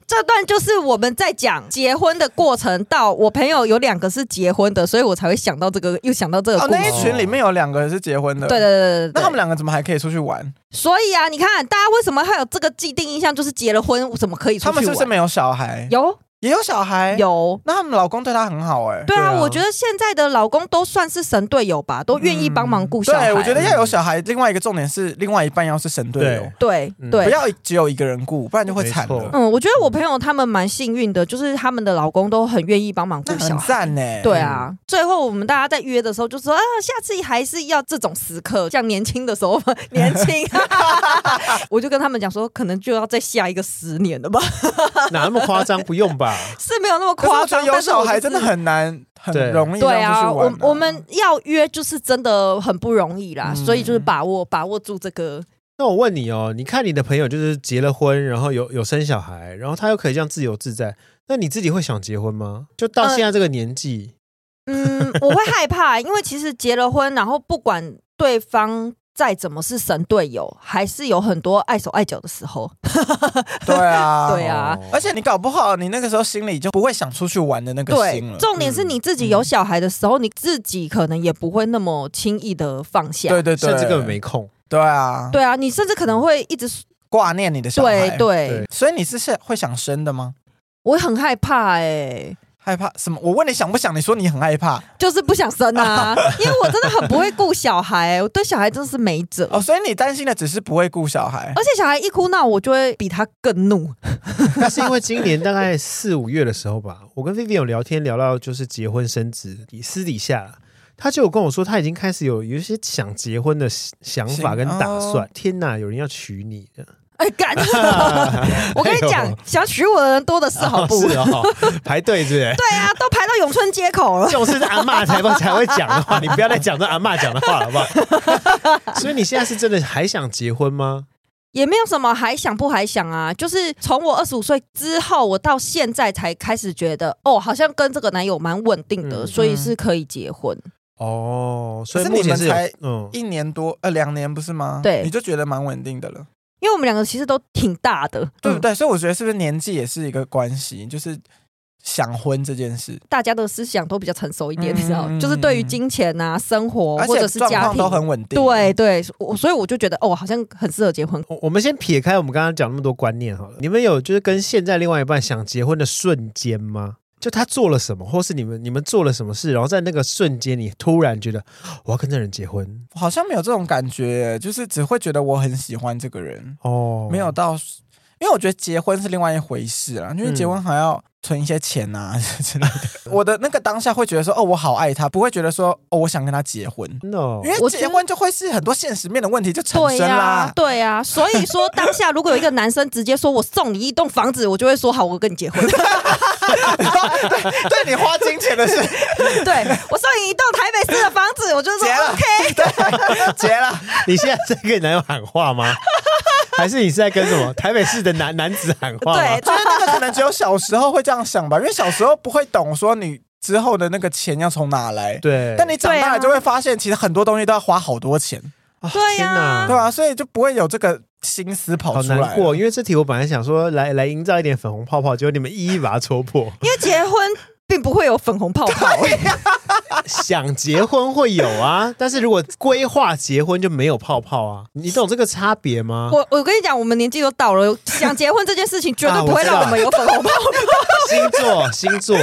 Speaker 3: 这段就是我们在讲结婚的过程，到我朋友有两个是结婚的，所以我才会想到这个，又想到这个
Speaker 1: 哦，
Speaker 3: 故
Speaker 1: 那
Speaker 3: 事。
Speaker 1: 一群里面有两个人是结婚的，
Speaker 3: 对对对对
Speaker 1: 那
Speaker 3: 对
Speaker 1: 他们
Speaker 3: 对，
Speaker 1: 两个怎么还可以出去玩？
Speaker 3: 所以啊，你看大家为什么还有这个既定印象，就是结了婚怎么可以出
Speaker 1: 他
Speaker 3: 去玩？
Speaker 1: 们是不是没有小孩？
Speaker 3: 有
Speaker 1: 也有小孩，
Speaker 3: 有。
Speaker 1: 那他们老公对她很好哎、
Speaker 3: 对
Speaker 2: 对
Speaker 3: 啊，
Speaker 2: 啊
Speaker 3: 我觉得现在的老公都算是神队友吧，都哦愿意帮忙顾小
Speaker 1: 嗯
Speaker 3: 孩。
Speaker 1: 对，我觉得要有小孩，另外一个重点是，另外一半要是神队友，
Speaker 3: 对
Speaker 2: 嗯
Speaker 3: 对
Speaker 1: 不要只有一个人顾，不然就会惨
Speaker 2: 没
Speaker 1: 了
Speaker 2: 错。
Speaker 3: 嗯，我觉得我朋友他们蛮幸运的，就是他们的老公都很愿意帮忙顾
Speaker 1: 那
Speaker 3: 小
Speaker 1: 很
Speaker 3: 孩。
Speaker 1: 赞呢、
Speaker 3: 对啊，最后我们大家在约的时候就说啊，下次还是要这种时刻，像年轻的时候嘛，年轻，啊 我就跟他们讲说，可能就要再下一个十年了吧，
Speaker 2: 哪那么夸张？不用吧？
Speaker 3: 是没有那么
Speaker 1: 可是
Speaker 3: 夸
Speaker 1: 我觉
Speaker 3: 张
Speaker 1: 得，有
Speaker 3: 但是
Speaker 1: 小
Speaker 3: 我
Speaker 1: 孩
Speaker 3: 就
Speaker 1: 真的
Speaker 3: 是
Speaker 1: 很难，
Speaker 2: 对
Speaker 1: 很容易
Speaker 3: 对啊，
Speaker 1: 让出去玩
Speaker 3: 我我们要约就是真的很不容易啦，
Speaker 1: 嗯
Speaker 3: 所以就是把握把握住这个，
Speaker 2: 那我问你哦，你看你的朋友就是结了婚，然后有有生小孩，然后他又可以这样自由自在，那你自己会想结婚吗？就
Speaker 1: 呃
Speaker 2: 到现在这个年纪，
Speaker 3: 嗯，我会害怕，因为其实结了婚，然后不管对方。再怎么是神队友，还是有很多碍手碍脚的时候。
Speaker 1: 对啊，
Speaker 3: 对啊
Speaker 2: 哦
Speaker 1: 而且你搞不好，你那个时候心里就不会想出去玩的那个
Speaker 3: 对
Speaker 1: 心了，。嗯
Speaker 3: 重点是你自己有小孩的时候，你自己可能也不会那么轻易的放下。
Speaker 1: 嗯对啊对对，
Speaker 2: 甚至根本没空。
Speaker 1: 对啊，
Speaker 3: 对啊，你甚至可能会一直
Speaker 1: 挂念你的小孩。
Speaker 3: 对，对
Speaker 2: 对，
Speaker 1: 所以你是是会想生的吗？
Speaker 3: 我很害怕哎、
Speaker 1: 害怕什么？我问你想不想？你说你很害怕
Speaker 3: 就是不想生 啊，因为我真的很不会顾小孩、我对小孩真的是没辙。
Speaker 1: 哦，所以你担心的只是不会顾小孩。
Speaker 3: 而且小孩一哭闹，我就会比他更怒。
Speaker 2: 那是因为今年大概四五月的时候吧，我跟 Vivian 有聊天聊到就是结婚生子，私底下他就有跟我说，他已经开始有有一些想结婚的想法哦跟打算。天哪，有人要娶你的！
Speaker 3: 哎，干！ 我跟你
Speaker 2: 哎
Speaker 3: 讲
Speaker 2: 呦，
Speaker 3: 想娶我的人多的是，好 不？
Speaker 2: 哦是哦， 排队是不 是？
Speaker 3: 对啊，都排到永春街口了。
Speaker 2: 这种是阿嬷才会才会讲的话，你不要再讲这阿嬷讲的话，好不好？ 所以你现在是真的还想结婚吗？
Speaker 3: 也没有什么还想不还想啊，就是从我二十五岁之后，我到现在才开始觉得，哦，好像跟这个男友蛮稳定的，
Speaker 2: 嗯
Speaker 3: 所以是可以结婚。
Speaker 2: 哦，所以
Speaker 1: 可是你
Speaker 2: 目前
Speaker 1: 们
Speaker 2: 是有
Speaker 1: 才
Speaker 2: 嗯，
Speaker 1: 一年多呃两年不是吗？
Speaker 3: 对
Speaker 1: 你就觉得蛮稳定的了，
Speaker 3: 因为我们两个其实都挺大的，
Speaker 1: 对不
Speaker 3: 嗯
Speaker 1: 对？所以我觉得是不是年纪也是一个关系，就是想婚这件事，
Speaker 3: 大家的思想都比较成熟一点，
Speaker 1: 嗯
Speaker 3: 你知道，就是对于金钱啊、生活
Speaker 1: 而
Speaker 3: 或者
Speaker 1: 且
Speaker 3: 是
Speaker 1: 状
Speaker 3: 家
Speaker 1: 况都
Speaker 3: 庭，
Speaker 1: 很稳定。
Speaker 3: 对，对，我所以我就觉得，哦，好像很适合结婚。
Speaker 2: 我我们先撇开我们刚刚讲那么多观念好了，你们有就是跟现在另外一半想结婚的瞬间吗？就他做了什么，或是你们你们做了什么事，然后在那个瞬间，你突然觉得哦我要跟这人结婚
Speaker 1: 好像没有这种感觉，就是只会觉得我很喜欢这个人，
Speaker 2: 哦，
Speaker 1: 没有到。因为我觉得结婚是另外一回事啦，因为结婚
Speaker 3: 嗯
Speaker 1: 还要存一些钱啊 之类的。我的那个当下会觉得说，哦，我好爱他，不会觉得说，哦，我想跟他结婚，
Speaker 2: no，
Speaker 1: 因为
Speaker 3: 哦我觉得
Speaker 1: 结婚就会是很多现实面的问题就产
Speaker 3: 对
Speaker 1: 生
Speaker 3: 呀、
Speaker 1: 啦。
Speaker 3: 对呀、所以说当下如果有一个男生直接说我送你一栋房子，我就会说好，我跟你结婚。
Speaker 1: 对， 对你花金钱的事
Speaker 3: 对我送你一栋台北市的房子，我就说
Speaker 1: 结了
Speaker 3: OK。
Speaker 1: 结了，
Speaker 2: 你现在在跟你男友喊话吗？ 还是你是在跟什么台北市的男男子喊话吗？
Speaker 3: 对，
Speaker 1: 就是那个可能只有小时候会这样想吧，因为小时候不会懂说你之后的那个钱要从哪来。
Speaker 2: 对，
Speaker 1: 但你长大
Speaker 3: 对啊
Speaker 1: 了就会发现，其实很多东西都要花好多钱，
Speaker 2: 啊
Speaker 3: 对呀
Speaker 2: 天哪
Speaker 1: 对啊，所以就不会有这个心思跑
Speaker 2: 好
Speaker 1: 出来。
Speaker 2: 难过，因为这题我本来想说来来营造一点粉红泡泡，结果你们一一把它戳破。
Speaker 3: 因为结婚并不会有粉红泡泡，
Speaker 2: 想结婚会有啊，但是如果规划结婚就没有泡泡啊，你懂这个差别吗？
Speaker 3: 我我跟你讲，我们年纪都到了，想结婚这件事情绝对不会让我们有粉红泡泡。
Speaker 2: 星座，星座，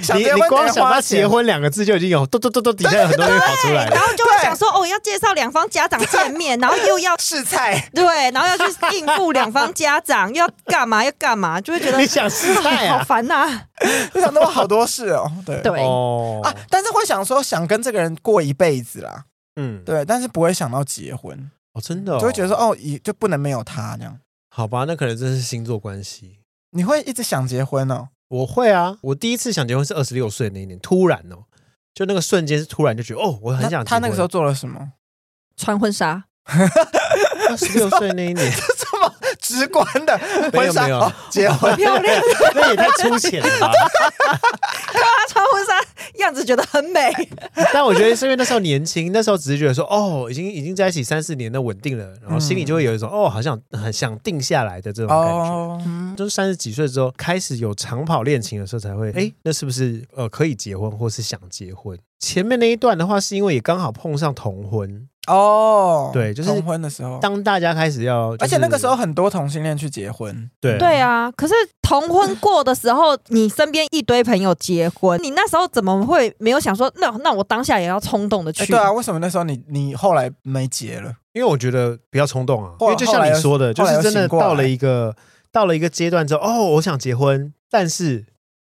Speaker 1: 想
Speaker 2: 你
Speaker 1: 结婚
Speaker 2: 你光想到
Speaker 1: 花钱
Speaker 2: 结婚两个字就已经有咚咚咚咚底下有很多东西跑出来
Speaker 3: 然
Speaker 2: 了。
Speaker 3: 后就会想说，哦，要介绍两方家长见面，然后又要
Speaker 1: 试菜，
Speaker 3: 对，然后要去应付两方家长，又要干嘛要干嘛，就会觉得 哎
Speaker 2: 你想失败
Speaker 3: 好
Speaker 2: 啊？
Speaker 3: 烦呐。
Speaker 1: 就想到好多事哦。对
Speaker 3: 对，
Speaker 2: 哦，
Speaker 1: 啊，但是会想说想跟这个人过一辈子啦，
Speaker 2: 嗯，
Speaker 1: 对，但是不会想到结婚，
Speaker 2: 哦，真的哦，
Speaker 1: 就会觉得说哦，一就不能没有他这样。
Speaker 2: 好吧，那可能真是星座关系。
Speaker 1: 你会一直想结婚哦？
Speaker 2: 我会啊，我第一次想结婚是二十六岁那一年，突然哦，就那个瞬间是突然就觉得哦，我很
Speaker 1: 那
Speaker 2: 想结婚。
Speaker 1: 他那个时候做了什么？
Speaker 3: 穿婚纱，
Speaker 2: 二十六岁那一年，
Speaker 1: 这么直观的
Speaker 2: 没
Speaker 1: 婚
Speaker 2: 有
Speaker 1: 纱
Speaker 2: 没有
Speaker 1: 哦，结婚
Speaker 3: 漂亮，
Speaker 2: 那也太粗浅了吧？
Speaker 1: 啊
Speaker 3: 她穿婚纱样子觉得很 美，
Speaker 2: 但我觉得是因为那时候年轻，那时候只是觉得说，哦，已经已经在一起三四年的稳定了，然后心里就会有一种、哦，好像很想定下来的这种感觉。
Speaker 1: 哦，
Speaker 2: 就是三十几岁之后开始有长跑恋情的时候，才会哎，那是不是呃可以结婚，或是想结婚？前面那一段的话，是因为也刚好碰上同婚，
Speaker 1: 哦，
Speaker 2: 对就是
Speaker 1: 同婚的时候，
Speaker 2: 当大家开始要，
Speaker 1: 哦而且那个时候
Speaker 2: 候。
Speaker 1: 很多同性恋去结婚，
Speaker 2: 对
Speaker 3: 对啊，可是同婚过的时候，你身边一堆朋友结婚，你那时候怎么会没有想说，那那我当下也要冲动的
Speaker 1: 哎
Speaker 3: 去？
Speaker 1: 对啊，为什么那时候你你后来没结了？
Speaker 2: 因为我觉得不要冲动啊，因
Speaker 1: 后
Speaker 2: 为就像
Speaker 1: 后来
Speaker 2: 你
Speaker 1: 有
Speaker 2: 说的，就
Speaker 1: 后来
Speaker 2: 是
Speaker 1: 有
Speaker 2: 真的
Speaker 1: 醒过来
Speaker 2: 到了一个到了一个阶段之后，哦，我想结婚，但是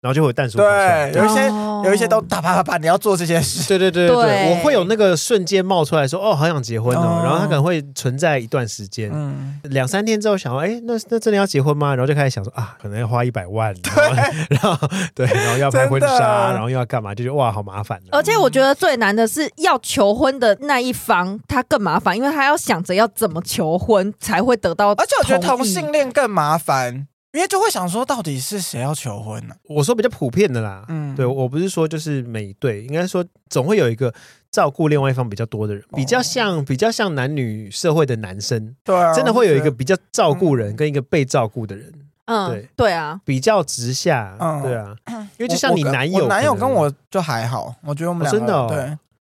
Speaker 2: 然后就会有淡出
Speaker 1: 对，啊有一些
Speaker 3: 哦
Speaker 1: 有一些都打啪啪啪，你要做这些 事，
Speaker 2: 对对对对对，
Speaker 3: 对
Speaker 2: 我会有那个瞬间冒出来说，哦，好想结婚哦
Speaker 1: 哦，
Speaker 2: 然后它可能会存在一段时间，
Speaker 1: 嗯，
Speaker 2: 两三天之后想说，哎，那那真的要结婚吗？然后就开始想说啊，可能要花一百万，然后 然后对，然后要拍婚
Speaker 1: 真
Speaker 2: 纱，
Speaker 1: 的
Speaker 2: 然后又要干嘛，就觉得哇，好麻烦哦。
Speaker 3: 而且我觉得最难的是要求婚的那一方，他更麻烦，因为他要想着要怎么求婚才会得到同
Speaker 1: 而
Speaker 3: 意。
Speaker 1: 且我觉得同性恋更麻烦，因为就会想说到底是谁要求婚呢？
Speaker 2: 我说比较普遍的啦，
Speaker 1: 嗯
Speaker 2: 对我不是说就是每一对，应该说总会有一个照顾另外一方比较多的
Speaker 1: 哦
Speaker 2: 人，比较像比较像男女社会的男生，
Speaker 1: 对啊，
Speaker 2: 真的会有一个
Speaker 1: 我就觉
Speaker 2: 比较照
Speaker 1: 嗯
Speaker 2: 顾人跟一个被照顾的人，
Speaker 3: 嗯，
Speaker 2: 对
Speaker 3: 啊，
Speaker 2: 比较直下，
Speaker 1: 嗯
Speaker 2: 对啊，
Speaker 1: 得，因
Speaker 2: 因为就像你男友，
Speaker 1: 男友跟
Speaker 2: 可能，
Speaker 1: 我就还好，我觉得我们
Speaker 2: 哦
Speaker 1: 两个
Speaker 2: 真的哦
Speaker 1: 对，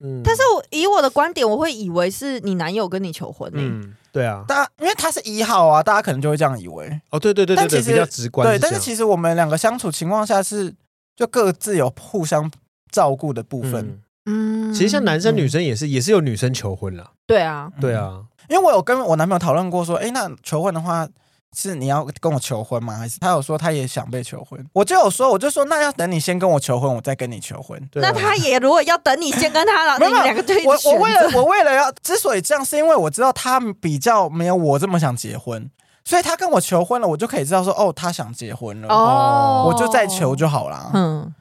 Speaker 2: 嗯，
Speaker 3: 但是我以我的观点，我会以为是你男友跟你求婚、欸，
Speaker 2: 嗯，对啊，
Speaker 1: 大家因为他是一号啊，大家可能就会这样以为，
Speaker 2: 哦，对对对对
Speaker 1: 但
Speaker 2: 对，
Speaker 1: 其实
Speaker 2: 比较直观，
Speaker 1: 对。但是
Speaker 2: 实
Speaker 1: 其实我们两个相处情况下是就各自有互相照顾的部分，
Speaker 3: 嗯，
Speaker 2: 其实像男生
Speaker 1: 嗯
Speaker 2: 女生也是也是有女生求婚啦，
Speaker 3: 对啊，
Speaker 2: 对啊，
Speaker 1: 因为我有跟我男朋友讨论过，说，哎，那求婚的话是你要跟我求婚吗？还是他有说他也想被求婚？我就有说，我就说那要等你先跟我求婚，我再跟你求婚。
Speaker 2: 对啊
Speaker 3: 那他也如果要等你先跟他，然后
Speaker 1: 没
Speaker 3: 你
Speaker 1: 有
Speaker 3: 们两个就一
Speaker 1: 我
Speaker 3: 起
Speaker 1: 我
Speaker 3: 选
Speaker 1: 为
Speaker 3: 择。
Speaker 1: 了我为了要之所以这样，是因为我知道他比较没有我这么想结婚，所以他跟我求婚了，我就可以知道说，哦，他想结婚了，
Speaker 3: 哦，
Speaker 1: 我就再求就好啦。
Speaker 3: 嗯，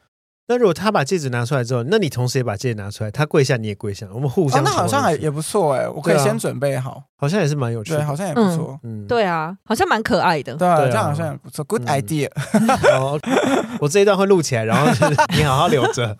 Speaker 2: 那如果他把戒指拿出来之后，那你同时也把戒指拿出来，他跪下你也跪下，我们互
Speaker 1: 哦
Speaker 2: 相，求
Speaker 1: 那
Speaker 2: 婚一次、
Speaker 1: 好像还也不错哎、我可以
Speaker 2: 对啊
Speaker 1: 先准备好，
Speaker 2: 好像也是蛮有趣
Speaker 1: 对，
Speaker 2: 的，
Speaker 1: 好像也不错，
Speaker 2: 嗯，
Speaker 3: 对啊，好像蛮可爱的。
Speaker 1: 对，
Speaker 2: 对啊
Speaker 1: 这样好像也不错，good
Speaker 2: 嗯
Speaker 1: idea。
Speaker 2: 哦， 我 这一段会录起来，然后就是你好好留着。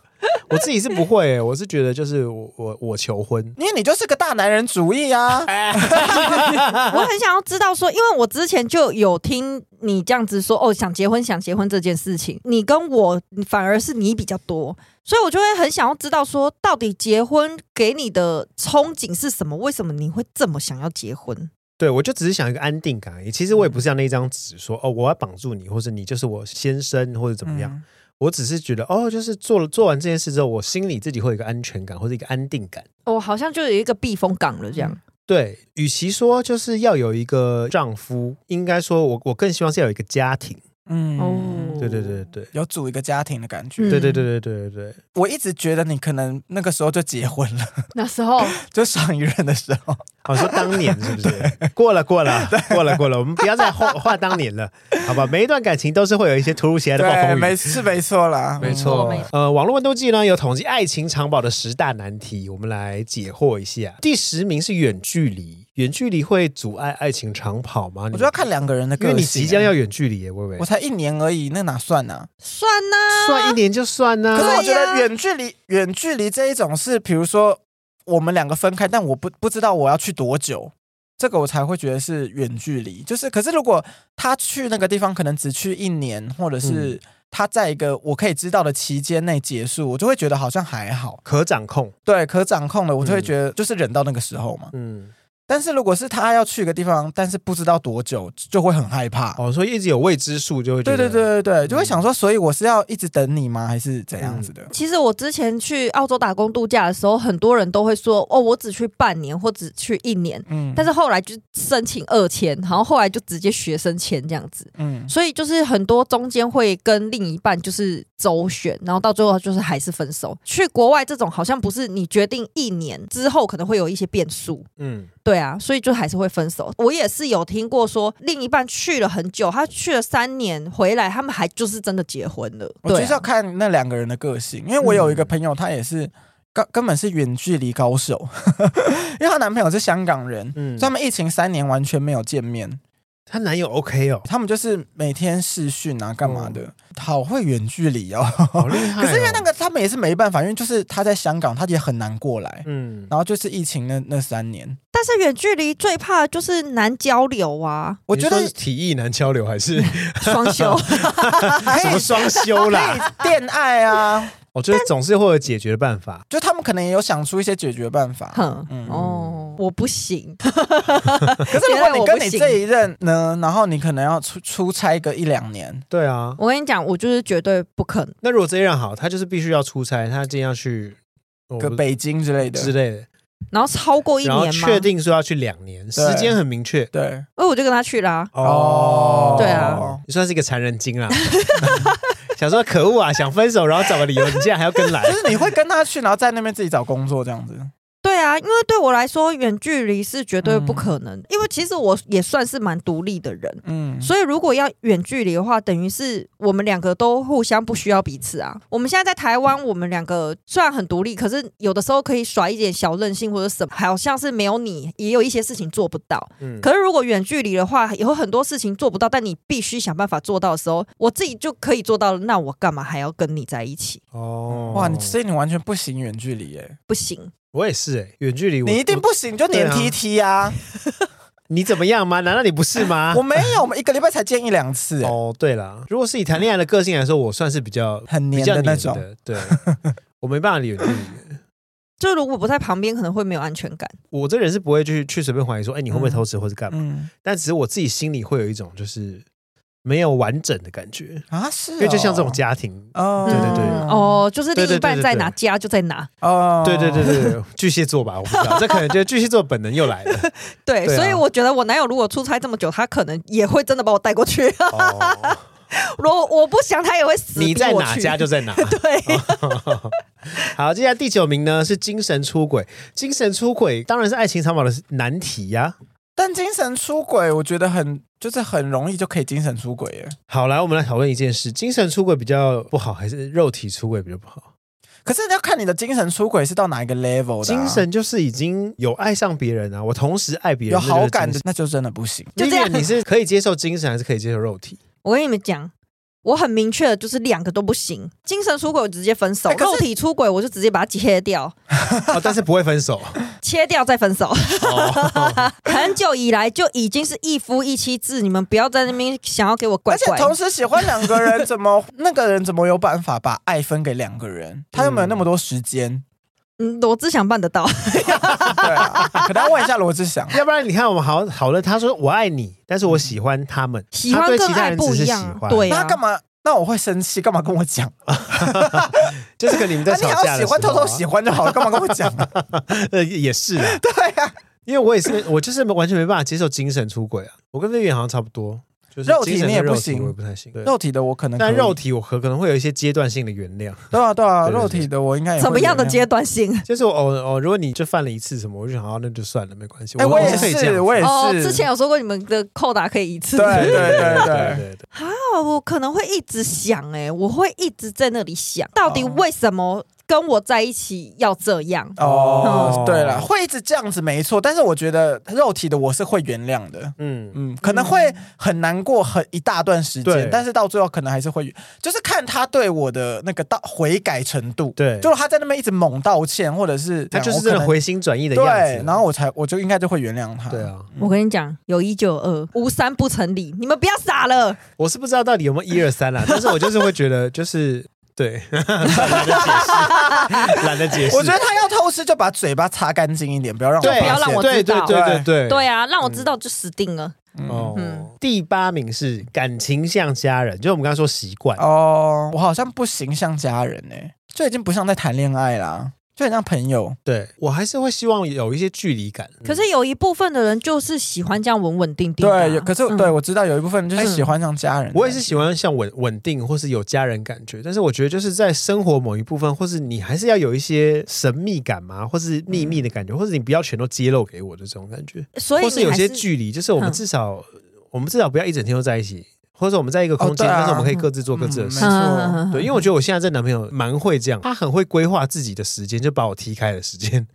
Speaker 2: 我自己是不会欸、我是觉得就是我我我求婚，
Speaker 1: 因为你就是个大男人主义啊，
Speaker 2: 哎
Speaker 3: 我很想要知道说，因为我之前就有听你这样子说，哦，想结婚想结婚这件事情，你跟我反而是你比较多，所以我就会很想要知道说，到底结婚给你的憧憬是什么？为什么你会这么想要结婚？
Speaker 2: 对我就只是想一个安定感而已。其实
Speaker 1: 嗯
Speaker 2: 我也不是像那张纸说哦，我要绑住你，或是你就是我先生，或者怎么样。
Speaker 1: 嗯？
Speaker 2: 我只是觉得哦，就是做了做完这件事之后，我心里自己会有一个安全感或者一个安定感。
Speaker 3: 哦，好像就有一个避风港了，这样。
Speaker 2: 对，与其说就是要有一个丈夫，应该说我我更希望是要有一个家庭。
Speaker 1: 嗯，
Speaker 3: 哦
Speaker 2: 对对对对对。
Speaker 1: 有组一个家庭的感觉。
Speaker 3: 嗯
Speaker 2: 对对对对对对对，
Speaker 1: 我一直觉得你可能那个时候就结婚了，
Speaker 3: 那时候，
Speaker 1: 就上一任的时候。
Speaker 2: 好、说当年是不是？过了 过了过了过了，我们不要再画画当年了，好吧？每一段感情都是会有一些突如其哎来的暴
Speaker 1: 对，
Speaker 2: 风
Speaker 1: 没
Speaker 2: 雨。
Speaker 1: 是没错啦，嗯
Speaker 2: 没错
Speaker 3: 哦没错，
Speaker 2: 呃，网络温度计呢有统计爱情长跑的十大难题，我们来解惑一下。第十名是远距离，远距离会阻碍爱情长跑吗？
Speaker 1: 我
Speaker 2: 你
Speaker 1: 觉得要看两个人的
Speaker 2: 因
Speaker 1: 个性。
Speaker 2: 为
Speaker 1: 欸
Speaker 2: 你即将要，远距离耶，薇薇
Speaker 1: 我，才一年而已，那哪算啊呢？
Speaker 3: 算呐、
Speaker 2: 算一年就算啊呢、
Speaker 1: 可是我觉
Speaker 3: 对呀
Speaker 1: 得远距离，远距离这一种是，比如说我们两个分开，但我不不知道我要去多久。这个我才会觉得是远距离，就是可是如果他去那个地方，可能只去一年，或者是他在一个我可以知道的期间内结束，我就会觉得好像还好。
Speaker 2: 可掌控，
Speaker 1: 对可掌控的，我就会
Speaker 2: 嗯
Speaker 1: 觉得就是忍到那个时候嘛。
Speaker 2: 嗯，
Speaker 1: 但是如果是他要去一个地方，但是不知道多久，就会很害怕。
Speaker 2: 哦，所以一直有未知数就会觉
Speaker 1: 对
Speaker 2: 得，
Speaker 1: 对对对对，就会
Speaker 2: 嗯
Speaker 1: 想说，所以我是要一直等你吗？还是怎样子的？
Speaker 3: 其实我之前去澳洲打工度假的时候，很多人都会说，哦，我只去半年或只去一年，
Speaker 1: 嗯，
Speaker 3: 但
Speaker 1: 是
Speaker 3: 是后来就申请二签，然后后来就直接学生签这样子，
Speaker 1: 嗯，
Speaker 3: 所以就是很多中间会跟另一半就是周旋，然后到最后就是还是分手。去国外这种好像不是你决定一年之后可能会有一些变数。
Speaker 2: 嗯，
Speaker 3: 对啊，所以就还是会分手。我也是有听过说，另一半去了很久，他去了三年回来，他们还就是真的结婚了。
Speaker 1: 我觉
Speaker 3: 对
Speaker 1: 得是要
Speaker 3: 啊、
Speaker 1: 看那两个人的个性，因为我有一个
Speaker 2: 嗯
Speaker 1: 朋友，他也是根根本是远距离高手， 因为她男朋友是香港人，
Speaker 2: 嗯
Speaker 1: 所以他们疫情三年完全没有见面，
Speaker 2: 她男友 OK 哦，
Speaker 1: 他们就是每天视讯啊，干嘛的，好会远距离哦。
Speaker 2: 好厉哦害、哦。
Speaker 1: 可是因为那个他们也是没办法，因为就是他在香港，他也很难过来。
Speaker 2: 嗯，
Speaker 1: 然后就是疫情那那三年，
Speaker 3: 但是远距离最怕的就是难交 流啊，
Speaker 1: 我觉得
Speaker 2: 你说是体意难交 流还是
Speaker 3: 双休。
Speaker 1: 可
Speaker 2: 什么
Speaker 1: 以 哎
Speaker 2: 双休啦？
Speaker 1: 恋爱啊，
Speaker 2: 我觉得总是会有解决的办法。
Speaker 1: 就他们可能也有想出一些解决办法。
Speaker 3: 哼，
Speaker 1: 嗯
Speaker 3: 哦，我不行。
Speaker 1: 可是如果你跟你这一任呢，然后你可能要出出差个一两年，
Speaker 2: 对啊，
Speaker 3: 我跟你讲，我就是绝对不可能。
Speaker 2: 那如果这一任好，他就是必须要出差，他今天要去我
Speaker 1: 个
Speaker 2: 不
Speaker 1: 北京之类
Speaker 2: 之
Speaker 1: 的，
Speaker 2: 类的，
Speaker 3: 然后超过一
Speaker 2: 然
Speaker 3: 年
Speaker 2: 后
Speaker 3: 嘛，
Speaker 2: 确定说要去两年，时
Speaker 1: 对
Speaker 2: 间很明确。
Speaker 1: 对，
Speaker 3: 哎，我就跟他去啦。
Speaker 1: 哦
Speaker 3: 对啊
Speaker 2: 你算是一个残忍精啦。 想说可恶啊，想分手，然后找个理由，你竟然还要跟 来
Speaker 1: 就，是你会跟他去，然后在那边自己找工作这样子。
Speaker 3: 对啊，因为对我来说，远距离是绝对不可
Speaker 2: 嗯
Speaker 3: 能，因为其实我也算是蛮独立的人。
Speaker 1: 嗯，
Speaker 3: 所以，如果要远距离的话，等于是我们两个都互相不需要彼此啊。我们现在在台湾，我们两个虽然很独立，可是有的时候可以耍一点小任性或者什么，好像是没有你，也有一些事情做不到。
Speaker 2: 嗯，
Speaker 3: 可是如果远距离的话，有很多事情做不到，但你必须想办法做到的时候，我自己就可以做到了，那我干嘛还要跟你在一起？
Speaker 2: 哦
Speaker 1: 哇，你所以你完全不行远距离耶，
Speaker 3: 不行，
Speaker 2: 我也是哎，远距离我
Speaker 1: 你一定
Speaker 2: 我
Speaker 1: 不行，就黏
Speaker 2: 对啊
Speaker 1: T T 啊！
Speaker 2: 你怎么样吗？难道你不是吗
Speaker 1: 我？没有，我们一欸个礼拜才见一两次耶，
Speaker 2: 啊哦，对啦，如果是以谈恋爱的个性来说，我算是比较
Speaker 1: 很
Speaker 2: 比
Speaker 1: 黏
Speaker 2: 较
Speaker 1: 的那
Speaker 2: 黏
Speaker 1: 种。
Speaker 2: 的，对，我没办法远距离。
Speaker 3: 就如果不在旁边，可能会没有安全感。
Speaker 2: 我这人是不会去去随便怀疑说，哎、你会不会偷吃或是干嘛？
Speaker 1: 嗯
Speaker 2: 但只是我自己心里会有一种就是没有完整的感觉，
Speaker 1: 啊，是哦，
Speaker 2: 因为就像这种家庭，
Speaker 1: 哦，
Speaker 2: 对对对
Speaker 3: 嗯哦，就是另
Speaker 2: 对
Speaker 3: 一
Speaker 2: 对对
Speaker 3: 半
Speaker 2: 对
Speaker 3: 在哪，
Speaker 2: 对
Speaker 3: 家就在哪。
Speaker 1: 哦，
Speaker 2: 对对对对，对巨蟹座吧，我不知道，这可能就是巨蟹座本能又 来了。
Speaker 3: 对，
Speaker 2: 对啊
Speaker 3: 所以我觉得我男友如果出差这么久，他可能也会真的把我带过去。
Speaker 2: 哦，
Speaker 3: 如果我不想，他也会死
Speaker 2: 你
Speaker 3: 逼我去。
Speaker 2: 在哪家就在哦哪。
Speaker 3: 对，
Speaker 2: 好，接下来第九名呢是精神出轨，精神出轨当然是爱情长跑的难题呀、
Speaker 1: 但精神出轨，我觉得很就是很容易就可以精神出轨耶。
Speaker 2: 好，来我们来讨论一件事：精神出轨比较不好，还是肉体出轨比较不好？
Speaker 1: 可是要看你的精神出轨是到哪一个 level 的啊、
Speaker 2: 精神就是已经有爱上别人啊，我同时爱别
Speaker 1: 有
Speaker 2: 人，这就是
Speaker 1: 好感
Speaker 2: 精
Speaker 1: 的，那就真的不行。
Speaker 3: 就这样
Speaker 2: Vivian，你是可以接受精神还是可以接受肉 体？
Speaker 3: 我跟你们讲。我很明确的就是两个都不行，精神出轨我直接分手，
Speaker 1: 哎可是
Speaker 3: 肉体出轨我就直接把它切掉，
Speaker 2: 哦，但是不会分手。
Speaker 3: 切掉再分手。
Speaker 2: 哦、
Speaker 3: 很久以来就已经是一夫一妻制，你们不要在那边想要给我怪
Speaker 1: 而且
Speaker 3: 怪。
Speaker 1: 同时喜欢两个人，怎么 那个人怎么有办法把爱分给两个人？他有没有那么多时 间？
Speaker 3: 嗯，罗志祥办得到，
Speaker 1: 对啊，可能要问一下罗志祥。
Speaker 2: 要不然你看我们好讨论，他说我爱你，但是我喜欢他们，
Speaker 3: 嗯喜
Speaker 2: 他
Speaker 3: 欢
Speaker 2: 对
Speaker 3: 跟
Speaker 2: 其他
Speaker 3: 爱
Speaker 2: 人
Speaker 3: 不
Speaker 2: 只
Speaker 3: 一
Speaker 2: 是喜
Speaker 3: 样啊，
Speaker 2: 欢，
Speaker 3: 对
Speaker 1: 那
Speaker 3: 啊。
Speaker 1: 干嘛？那我会生气，干嘛跟我 讲？
Speaker 2: 就是跟你们
Speaker 1: 那
Speaker 2: 在
Speaker 1: 你
Speaker 2: 吵
Speaker 1: 要
Speaker 2: 架
Speaker 1: 喜
Speaker 2: 的时候啊
Speaker 1: 欢偷偷喜欢就好了，干嘛跟我讲 啊？
Speaker 2: 呃，也是啊，
Speaker 1: 对呀、啊，
Speaker 2: 因为我也是，我就是完全没办法接受精神出轨啊。我跟魏远好像差不多，就是
Speaker 1: 肉体
Speaker 2: 精神
Speaker 1: 你也
Speaker 2: 跟肉
Speaker 1: 不行
Speaker 2: 我也不太行。对
Speaker 1: 肉体的我可能可以
Speaker 2: 但肉体我可可能会有一些阶段性的原谅，
Speaker 1: 对啊对啊，
Speaker 2: 对对对
Speaker 1: 肉体的我应该也会
Speaker 3: 怎么样的
Speaker 1: 原谅
Speaker 3: 阶段性？
Speaker 2: 就是我哦哦，如果你就犯了一次什么，我就想哦，那就算了，没关系。
Speaker 1: 哎、我也
Speaker 2: 是可以这
Speaker 1: 是，
Speaker 2: 样。
Speaker 1: 我也是。
Speaker 3: 哦，之前有说过你们的扣打可以一次。
Speaker 1: 对对
Speaker 2: 对
Speaker 1: 对
Speaker 2: 对
Speaker 1: 对，
Speaker 2: 对对，
Speaker 3: 哦，我可能会一直想、哎，我会一直在那里想，到底为什么跟我在一起要这样？
Speaker 1: 哦，对了，会一直这样子没错，但是我觉得肉体的我是会原谅的。
Speaker 2: 嗯，
Speaker 1: 嗯，可能会很难过很一大段时间
Speaker 2: 对，
Speaker 1: 但是到最后可能还是会，就是看他对我的那个到悔改程度。
Speaker 2: 对
Speaker 1: 就是他在那边一直猛道歉，或者是
Speaker 2: 他就是
Speaker 1: 这
Speaker 2: 真
Speaker 1: 样
Speaker 2: 的
Speaker 1: 我可
Speaker 2: 回心转意的
Speaker 1: 能
Speaker 2: 样子。
Speaker 1: 对，然后我才我就应该就会原谅他。
Speaker 2: 对，啊，
Speaker 3: 我跟你讲，有一就有二，无三不成理。你们不要傻了，
Speaker 2: 我是不知道到底有没有一二三 啦，但是我就是会觉得就是对，懒得解释，懒得解释。
Speaker 1: 我觉得他要偷吃就把嘴巴擦干净一点，不要让我
Speaker 2: 对，
Speaker 1: 发
Speaker 3: 不要让我
Speaker 2: 对
Speaker 3: 知道
Speaker 2: 对对对对
Speaker 3: 对啊，让我知道就死定了。
Speaker 2: 哦
Speaker 3: 嗯，
Speaker 2: 第八名是感情像家人，就我们刚刚说习惯，
Speaker 1: 哦，我好像不行像家人呢、就已经不像在谈恋爱啦，就很像朋友。
Speaker 2: 对我还是会希望有一些距离感。嗯
Speaker 3: 可是有一部分的人就是喜欢这样稳稳定定的啊、
Speaker 1: 对，有可是、
Speaker 3: 嗯
Speaker 1: 对我知道有一部分人就是
Speaker 3: 嗯
Speaker 1: 喜欢上家人的、
Speaker 2: 我也是喜欢像稳稳定或是有家人感觉，但是我觉得就是在生活某一部分，或是你还是要有一些神秘感嘛，或是秘密的感觉，或是你不要全都揭露给我的这种感觉，
Speaker 3: 所以
Speaker 2: 或
Speaker 3: 你
Speaker 2: 是有
Speaker 3: 还
Speaker 2: 些距离，就是我们
Speaker 3: 嗯
Speaker 2: 至少、我们至少不要一整天都在一起，或者我们在一个空间，
Speaker 1: 哦对啊
Speaker 2: 但是我们可以各自做各自的事。
Speaker 1: 没嗯错
Speaker 2: 对，因为我觉得我现在这男朋友蛮会这样，他很会规划自己的时间，就把我踢开的时间。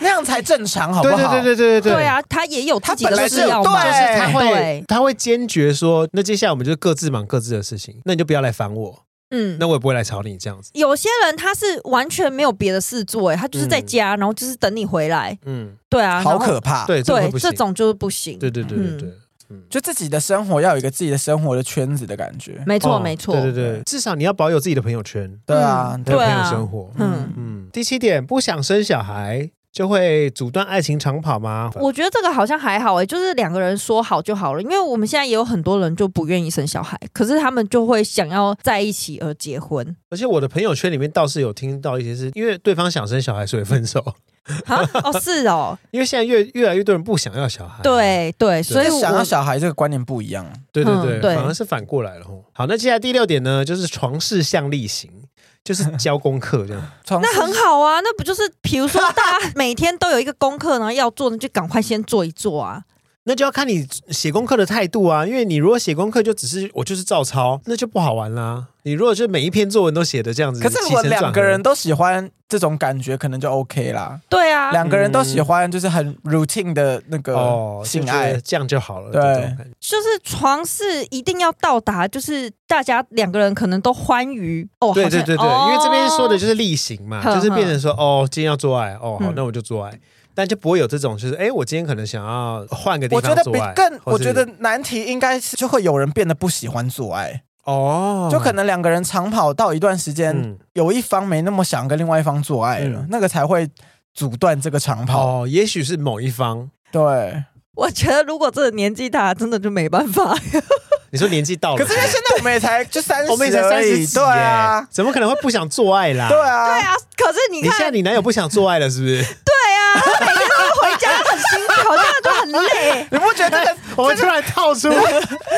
Speaker 1: 那样才正常，好不
Speaker 2: 对
Speaker 1: 好？
Speaker 2: 对对对对对
Speaker 3: 对，啊，他也有自己
Speaker 1: 他本
Speaker 3: 的
Speaker 1: 来就
Speaker 3: 事要忙，
Speaker 1: 对
Speaker 2: 就是他会
Speaker 3: 对，
Speaker 2: 他会坚决说，那接下来我们就各自忙各自的事情，那你就不要来烦我，
Speaker 3: 嗯
Speaker 2: 那。我也不会来吵你这样子。
Speaker 3: 有些人他是完全没有别的事做、哎，他就是在家，然后就是等你回来，
Speaker 2: 嗯，
Speaker 3: 对啊，
Speaker 1: 好
Speaker 3: 然后
Speaker 1: 可怕。
Speaker 2: 对，这个会
Speaker 3: 对
Speaker 2: 不，行
Speaker 3: 这，种就是不行。
Speaker 2: 对对对对对，
Speaker 1: 就自己的生活要有一个自己的生活的圈子的感觉。
Speaker 3: 嗯没错
Speaker 2: 哦
Speaker 3: 没错，
Speaker 2: 对对对，至少你要保有自己的朋友圈，
Speaker 1: 对啊
Speaker 3: 嗯，
Speaker 2: 还有
Speaker 3: 对
Speaker 2: 朋友
Speaker 3: 啊
Speaker 2: 生活。
Speaker 3: 嗯。
Speaker 2: 嗯，第七点，不想生小孩就会阻断爱情长跑吗？
Speaker 3: 我觉得这个好像还好诶、就是两个人说好就好了，因为我们现在也有很多人就不愿意生小孩，可是他们就会想要在一起而结婚。
Speaker 2: 而且我的朋友圈里面倒是有听到一些是因为对方想生小孩，所以分手。
Speaker 3: 哈，哦，是哦，
Speaker 2: 因为现在越越来越多人不想要小孩，
Speaker 3: 对对，所以
Speaker 1: 就
Speaker 3: 我
Speaker 1: 想要小孩这个观念不一样，
Speaker 2: 对对对，
Speaker 3: 嗯对
Speaker 2: 反而是反过来了吼。好，那接下来第六点呢，就是床事向力行，就是交功课这 样。
Speaker 1: 从
Speaker 3: 那很好啊，那不就是比 如说大家每天都有一个功课，然后要做，那就赶快先做一做啊。
Speaker 2: 那就要看你写功课的态度啊，因为你如果写功课就只是我就是照抄，那就不好玩啦。你如果就每一篇作文都写的这样子，
Speaker 1: 可是
Speaker 2: 起
Speaker 1: 我
Speaker 2: 承转
Speaker 1: 两个
Speaker 2: 合
Speaker 1: 人都喜欢这种感觉，可能就 OK 啦。
Speaker 3: 对啊，
Speaker 1: 两个人都喜欢就是很 routine 的那
Speaker 2: 哦
Speaker 1: 个，
Speaker 2: 就
Speaker 1: 性
Speaker 2: 觉得
Speaker 1: 爱，
Speaker 2: 这样就好了，
Speaker 1: 对
Speaker 2: 这种感觉
Speaker 3: 就是床是一定要到达，就是大家两个人可能都欢愉哦。
Speaker 2: 对
Speaker 3: 好
Speaker 2: 对
Speaker 3: 像
Speaker 2: 对对，
Speaker 3: 哦
Speaker 2: 因为这边说的就是例行嘛，
Speaker 3: 哼
Speaker 2: 就是变成说哦，今天要做爱，哦好，
Speaker 3: 嗯
Speaker 2: 那我就做爱，但就不会有这种就是哎，我今天可能想要换个地
Speaker 1: 我觉
Speaker 2: 方
Speaker 1: 得
Speaker 2: 做
Speaker 1: 比
Speaker 2: 爱，
Speaker 1: 更，
Speaker 2: 或
Speaker 1: 我
Speaker 2: 是
Speaker 1: 觉得难题应该是就会有人变得不喜欢做爱，
Speaker 2: 哦，
Speaker 1: 就可能两个人长跑到一段时间，
Speaker 2: 嗯
Speaker 1: 有一方没那么想跟另外一方做爱了，
Speaker 2: 嗯
Speaker 1: 那个才会阻断这个长跑。
Speaker 2: 哦，也许是某一方，
Speaker 1: 对，
Speaker 3: 我觉得如果这个年纪大，真的就没办
Speaker 2: 啊
Speaker 3: 法。
Speaker 2: 你说年纪到了，
Speaker 1: 可是因为现在我们也才就三十，
Speaker 2: 我们也才三十几，
Speaker 1: 对啊
Speaker 2: 耶，，怎么可能会不想做爱啦？
Speaker 1: 对。啊，
Speaker 3: 对啊，可是你
Speaker 2: 你现在
Speaker 3: 看，
Speaker 2: 你男友不想做爱了，是不是？
Speaker 3: 对啊，他每天都回家很辛苦，好像就很 累。
Speaker 1: 你不觉得这个哦
Speaker 2: 我们突然套出，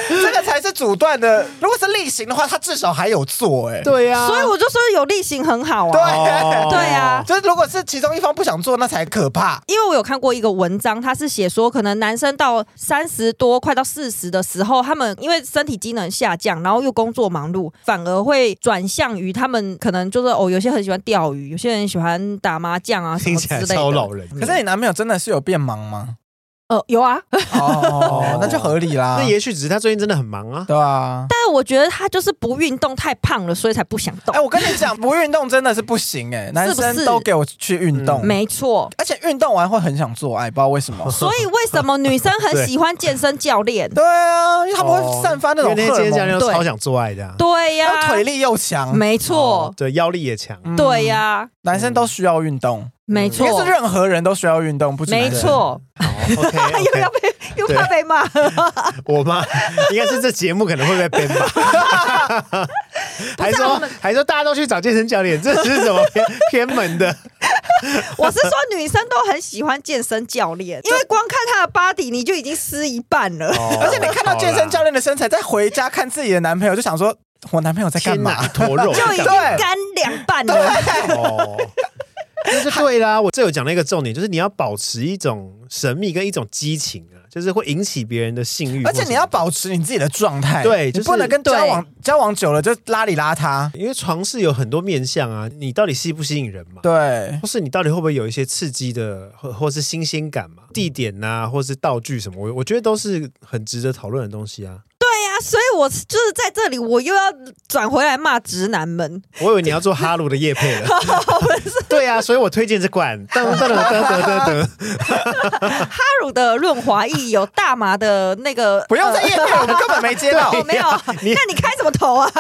Speaker 1: 这个才是阻断的？如果是例行的话，他至少还有做、哎，，
Speaker 2: 对呀、啊，哦
Speaker 3: 所以我就说有例行很好啊。
Speaker 1: 对
Speaker 3: 对啊
Speaker 1: 就是如果是其中一方不想做，那才可怕。
Speaker 3: 因为我有看过一个文章，他是写说，可能男生到三十多、快到四十的时候，他们因为身体机能下降，然后又工作忙碌，反而会转向于他们可能就是哦，有些很喜欢钓鱼，有些人喜欢打麻将啊什
Speaker 2: 听
Speaker 3: 么
Speaker 2: 起
Speaker 3: 之
Speaker 2: 来
Speaker 3: 类
Speaker 2: 超老
Speaker 3: 的。
Speaker 2: 人。
Speaker 1: 可是你男朋友真的是有变忙吗？
Speaker 3: 呃，有啊，
Speaker 1: 哦，那就合理啦。
Speaker 2: 那也许只是他最近真的很忙啊。
Speaker 1: 对啊。
Speaker 3: 但是我觉得他就是不运动太胖了，所以才不想动。
Speaker 1: 哎、我跟你讲，不运动真的是不行哎、男生都给我去运动，
Speaker 2: 嗯
Speaker 3: 没错，
Speaker 1: 而且运动完会很想做爱，不知道为什么。
Speaker 3: 所以为什么女生很喜欢健身 教练？
Speaker 1: 对啊，因为他们会散发那种
Speaker 2: 哦因为
Speaker 1: 荷
Speaker 2: 那
Speaker 1: 尔
Speaker 2: 些教练
Speaker 1: 蒙，
Speaker 2: 都超想做爱的、啊，
Speaker 3: 对
Speaker 1: 然后
Speaker 3: 呀、
Speaker 1: 腿力又强，
Speaker 3: 没错
Speaker 2: 哦，对，腰力 也强。
Speaker 1: 嗯
Speaker 3: 对呀、
Speaker 1: 男生都需要运动，
Speaker 3: 没
Speaker 1: 应该
Speaker 3: 错
Speaker 1: 是，任何人都需要运动，不止男
Speaker 3: 没
Speaker 1: 生。
Speaker 3: 错，
Speaker 2: 好，OK，, o
Speaker 3: 又
Speaker 2: k
Speaker 3: 要被又怕被骂。
Speaker 2: 我妈应该是这节目可能会被 编吧，
Speaker 1: 啊
Speaker 2: 还说还说大家都去找健身教练，这是 什么偏偏门的？
Speaker 3: 我是说，女生都很喜欢健身教练，因为光看她的 body，你就已经湿一半了。
Speaker 1: 而且你看到健身教练的身材，再回家看自己的男朋友，就想说，我男朋友在干
Speaker 2: 天哪，
Speaker 1: 嘛
Speaker 2: 一？坨肉，
Speaker 3: 就已经干两半了，
Speaker 2: 哦，那就对啦。我这有讲了一个重点，就是你要保持一种神秘跟一种激情啊，就是会引起别人的性欲，
Speaker 1: 而且你要。保持你自己的状态，
Speaker 2: 对
Speaker 1: 你
Speaker 2: 就是
Speaker 1: 不能跟交往交往久了就邋里邋遢。
Speaker 2: 因为床是有很多面向啊，你到底吸不吸引人嘛？
Speaker 1: 对，
Speaker 2: 或是你到底会不会有一些刺激的，或或是新鲜感嘛？地点呐、或是道具什么，我我觉得都是很值得讨论的东西啊。
Speaker 3: 对呀、所以我就是在这里，我又要转回来骂直男们。
Speaker 2: 我以为你要做哈鲁的叶配了，对啊，所以我推荐这款，噔噔噔噔噔噔噔，
Speaker 3: 哈鲁的润滑液有大麻的那个，呃
Speaker 1: 不用再夜配，我们根本没接到。
Speaker 3: 哦，没有，
Speaker 2: 你
Speaker 3: 那你开什么头啊？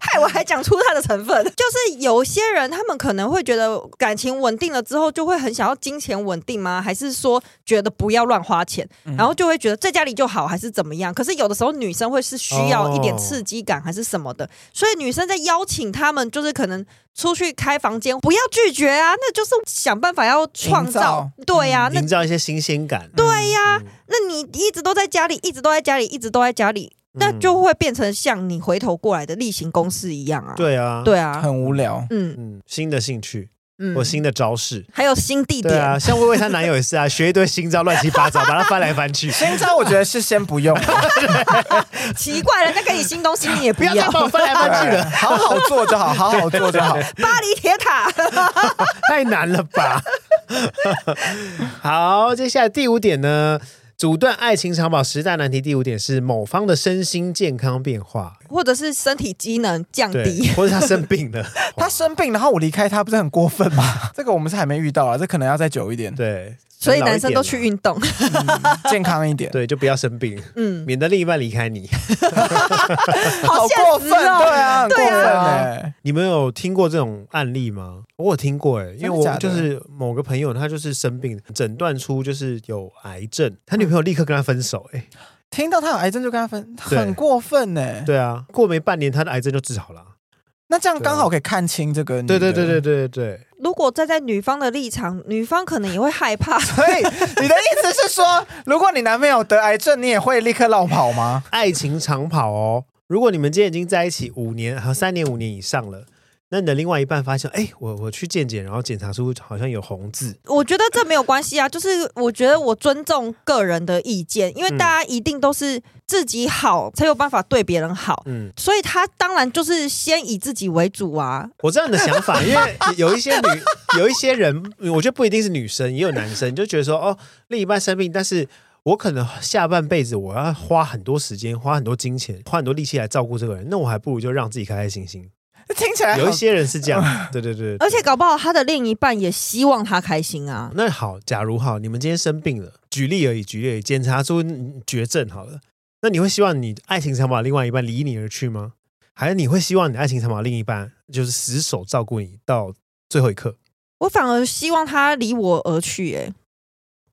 Speaker 3: 害我还讲出它的成分，就是有些人他们可能会觉得感情稳定了之后，就会很想要金钱稳定吗？还是说觉得不要乱花钱，然后就会觉得在家里就好，还是怎么样？可是有的时候女生会是需要一点刺激感还是什么的，所以女生在邀请他们，就是可能出去开房间，不要拒绝啊，那就是想办法要创
Speaker 1: 营
Speaker 3: 造
Speaker 1: 造，
Speaker 3: 对啊呀、那
Speaker 2: 营造一嗯些新鲜感。嗯
Speaker 3: 对啊呀、那你一直都在家里，一直都在家里，一直都在家里，
Speaker 2: 嗯
Speaker 3: 那就会变成像你回头过来的例行公事一样啊。
Speaker 2: 对啊，，
Speaker 3: 对啊，
Speaker 1: 很无聊。
Speaker 3: 嗯
Speaker 2: 嗯，新的兴趣
Speaker 3: 嗯
Speaker 2: 或，新的招式。
Speaker 3: 还有新地
Speaker 2: 对
Speaker 3: 点，
Speaker 2: 啊，像薇薇她男友也是啊，学一堆新招，乱七八糟，把它翻来翻去。
Speaker 1: 新招我觉得是先不 用，
Speaker 3: 奇怪，人家给你新东西你也不
Speaker 2: 不要再
Speaker 3: 要。
Speaker 2: 把我翻来翻去
Speaker 1: 对
Speaker 2: 了，
Speaker 1: 好好做就好，好好做就好。
Speaker 3: 巴黎铁塔，
Speaker 2: 太难了吧？好，接下来第五点呢，阻断爱情长跑十大难题。第五点是某方的身心健康变化，
Speaker 3: 或者是身体机能降低
Speaker 2: 对，。或者他生病了，
Speaker 1: 他生病，然后我离开他，不是很过分吗？这个我们是还没遇到啊，这可能要再久一点。
Speaker 2: 对，
Speaker 3: 所以男生都去
Speaker 2: 运，
Speaker 3: 运动。
Speaker 1: 嗯健康一点。
Speaker 2: 对，就不要生病，
Speaker 3: 嗯，
Speaker 2: 免得另一半离开你。
Speaker 1: 好
Speaker 3: 现
Speaker 1: 过分，
Speaker 3: 实哦
Speaker 1: 对啊，很过
Speaker 3: 对
Speaker 1: 分
Speaker 3: 啊
Speaker 1: 哎，
Speaker 2: 你们有听过这种案例吗？我有听过哎、因为
Speaker 1: 真的假
Speaker 2: 我
Speaker 1: 的
Speaker 2: 就是某个朋友，他就是生病，诊断出就是有癌症，他女朋友立刻跟他分手哎、
Speaker 1: 听到他有癌症就跟他分，
Speaker 2: 对
Speaker 1: 很过分哎。
Speaker 2: 对啊，过没半年他的癌症就治好了。
Speaker 1: 那这样刚好可以看清这个女的。
Speaker 2: 对对对对 对对对，
Speaker 3: 如果站在女方的立场，女方可能也会害怕。
Speaker 1: 所以你的意思是说，如果你男朋友得癌症，你也会立刻绕跑吗？
Speaker 2: 爱情长跑哦。如果你们今天已经在一起五年和三年五年以上了，那你的另外一半发现，哎，我我去健检，然后检查出好像有红字，
Speaker 3: 我觉得这没有关系啊，就是我觉得我尊重个人的意见，因为
Speaker 2: 嗯
Speaker 3: 大家一定都是自己好才有办法对别人好，
Speaker 2: 嗯，
Speaker 3: 所以他当然就是先以自己为主啊。
Speaker 2: 我知道你的想法，因为有一些女，有一些人，我觉得不一定是女生，也有男生，就觉得说，哦，另一半生病，但是我可能下半辈子我要花很多时间、花很多金钱、花很多力气来照顾这个人，那我还不如就让自己开开心心。
Speaker 1: 听起来
Speaker 2: 有一
Speaker 1: 好
Speaker 2: 些人是这样，对对对。对
Speaker 3: 而且，搞不好他的另一半也希望他开心啊。
Speaker 2: 那好，假如好，你们今天生病了，举例而已，举例而已，检查出嗯绝症好了，那你会希望你爱情长跑的另外一半离你而去吗？还是你会希望你的爱情长跑的另一半就是死守照顾你到最后一刻？
Speaker 3: 我反而希望他离我而去、欸，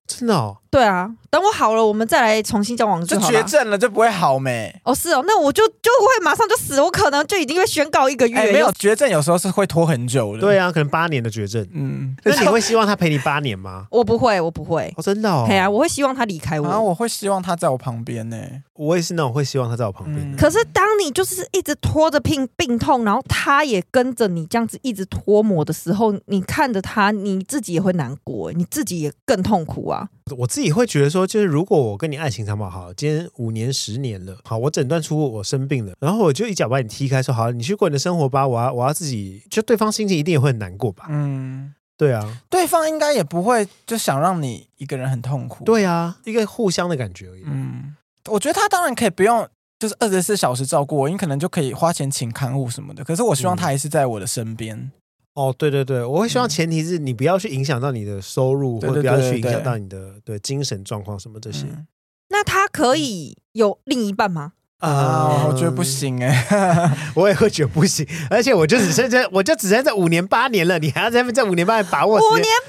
Speaker 2: 真的哦。
Speaker 3: 对啊，等我好了，我们再来重新交往就
Speaker 1: 就
Speaker 3: 好
Speaker 1: 绝
Speaker 3: 了。
Speaker 1: 症了，就不会好没？
Speaker 3: 哦，是哦，那我就就会马上就死，我可能就已经被宣告一个月。？
Speaker 1: 哎，没有，绝症有时候是会拖很久的。
Speaker 2: 对
Speaker 1: 啊，
Speaker 2: 啊，可能八年的绝症。
Speaker 1: 嗯，
Speaker 2: 那你会希望他陪你八年吗
Speaker 3: 我不会，我不会。
Speaker 2: 哦，真的 哦。
Speaker 3: 哎呀、我会希望他离开我。
Speaker 1: 然后啊我会希望他在我旁边呢、
Speaker 2: 我也是那种会希望他在我旁边的。
Speaker 3: 可是当你就是一直拖着病病痛，然后他也跟着你这样子一直拖磨的时候，你看着他，你自己也会难过，欸你自己也更痛苦啊。
Speaker 2: 我自己会觉得说，就是如果我跟你爱情长跑好，今天五年、十年了，好，我诊断出我生病了，然后我就一脚把你踢开，说好，你去过你的生活吧，我要我要自己，就对方心情一定也会很难过吧？
Speaker 1: 嗯，
Speaker 2: 对啊，
Speaker 1: 对方应该也不会就想让你一个人很痛苦。，
Speaker 2: 对啊，一个互相的感觉而已。
Speaker 1: 嗯，我觉得他当然可以不用，就是二十四小时照顾我，你可能就可以花钱请看护什么的。可是我希望他还是在我的身边。
Speaker 2: 哦，对对对，我会希望前提是你不要去影响到你的收入，或
Speaker 1: 对
Speaker 2: 者
Speaker 1: 对
Speaker 2: 不要
Speaker 1: 对
Speaker 2: 去影
Speaker 1: 对
Speaker 2: 响到你的对精神状况什么这些。
Speaker 1: 嗯
Speaker 3: 那他可以有另一半吗？
Speaker 1: 啊，
Speaker 2: 嗯
Speaker 1: 我觉得不行哎、
Speaker 2: 我也会觉得不行，而且我就只剩这，我就只剩这五年八年了，你还要在这五年八年把握
Speaker 3: 五
Speaker 2: 时
Speaker 3: 年
Speaker 2: 间，哦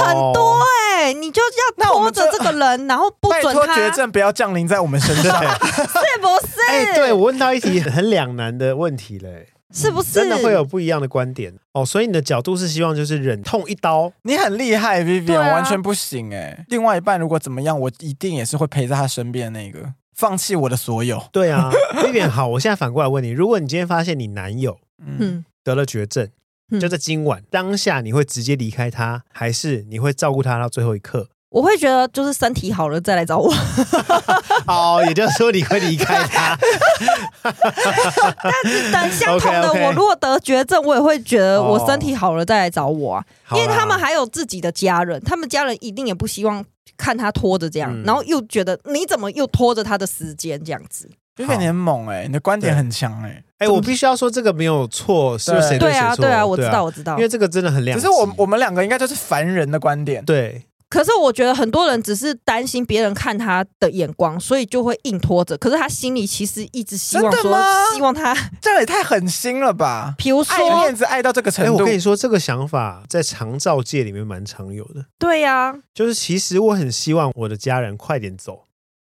Speaker 3: 八年很多哎、你就要
Speaker 1: 那我
Speaker 3: 拖
Speaker 1: 们
Speaker 3: 着
Speaker 1: 这
Speaker 3: 这个人， 然后不
Speaker 1: 拜
Speaker 3: 准
Speaker 1: 托
Speaker 3: 他，
Speaker 1: 绝症不要降临在我们身
Speaker 2: 对，
Speaker 1: 上。
Speaker 3: 是不是？
Speaker 2: 哎、对我问到一 题很两难的问题嘞，
Speaker 3: 是不是？
Speaker 2: 真的会有不一样的观点哦。所以你的角度是希望就是忍痛一刀，
Speaker 1: 你很厉害，Vivian，、
Speaker 3: 对啊
Speaker 1: 完全不行哎、另外一半如果怎么样，我一定也是会陪在他身边的那个，放弃我的所有。
Speaker 2: 对 啊。这点好，我现在反过来问你，如果你今天发现你男友
Speaker 1: 嗯，
Speaker 3: 嗯，
Speaker 2: 得了绝症，
Speaker 3: 嗯
Speaker 2: 就在今晚、当下，你会直接离开他，还是你会照顾他到最后一刻？
Speaker 3: 我会觉得就是身体好了再 来找我，
Speaker 2: 哦，也就是说你会离开 他，
Speaker 3: 但是等相同的
Speaker 2: OK，OK 哦
Speaker 3: 我如果得绝症，我也会觉得我身体好了再来找我啊，
Speaker 2: 好啦
Speaker 3: 因为他们还有自己的家人，他们家人一定也不希望看他拖着这样，
Speaker 2: 嗯
Speaker 3: 然后又觉得你怎么又拖着他的时间这样子？
Speaker 1: v i v i a 你很猛哎、你的观点
Speaker 2: 对
Speaker 1: 很强哎、
Speaker 2: 哎、我必须要说这个没有错，是不是谁
Speaker 1: 对
Speaker 2: 哎对
Speaker 3: 对
Speaker 2: 谁
Speaker 3: 啊，
Speaker 2: 错？
Speaker 3: 对啊，我知道，我知道
Speaker 2: 因。为这个真的很两
Speaker 1: 只是
Speaker 2: 极。
Speaker 1: 我我们两个应该就是凡人的观点。
Speaker 2: 对
Speaker 3: 可是我觉得很多人只是担心别人看他的眼光，所以就会硬拖着。可是他心里其实一直希望
Speaker 1: 真的
Speaker 3: 说
Speaker 1: 吗，
Speaker 3: 希望他，
Speaker 1: 这也太狠心了吧！
Speaker 3: 比如说，
Speaker 1: 爱面子爱到这个
Speaker 2: 哎、
Speaker 1: 程
Speaker 2: 我
Speaker 1: 度，
Speaker 2: 跟你说，这个想法在长照界里面蛮常有的，
Speaker 3: 对啊呀、
Speaker 2: 就是其实我很希望我的家人快点走，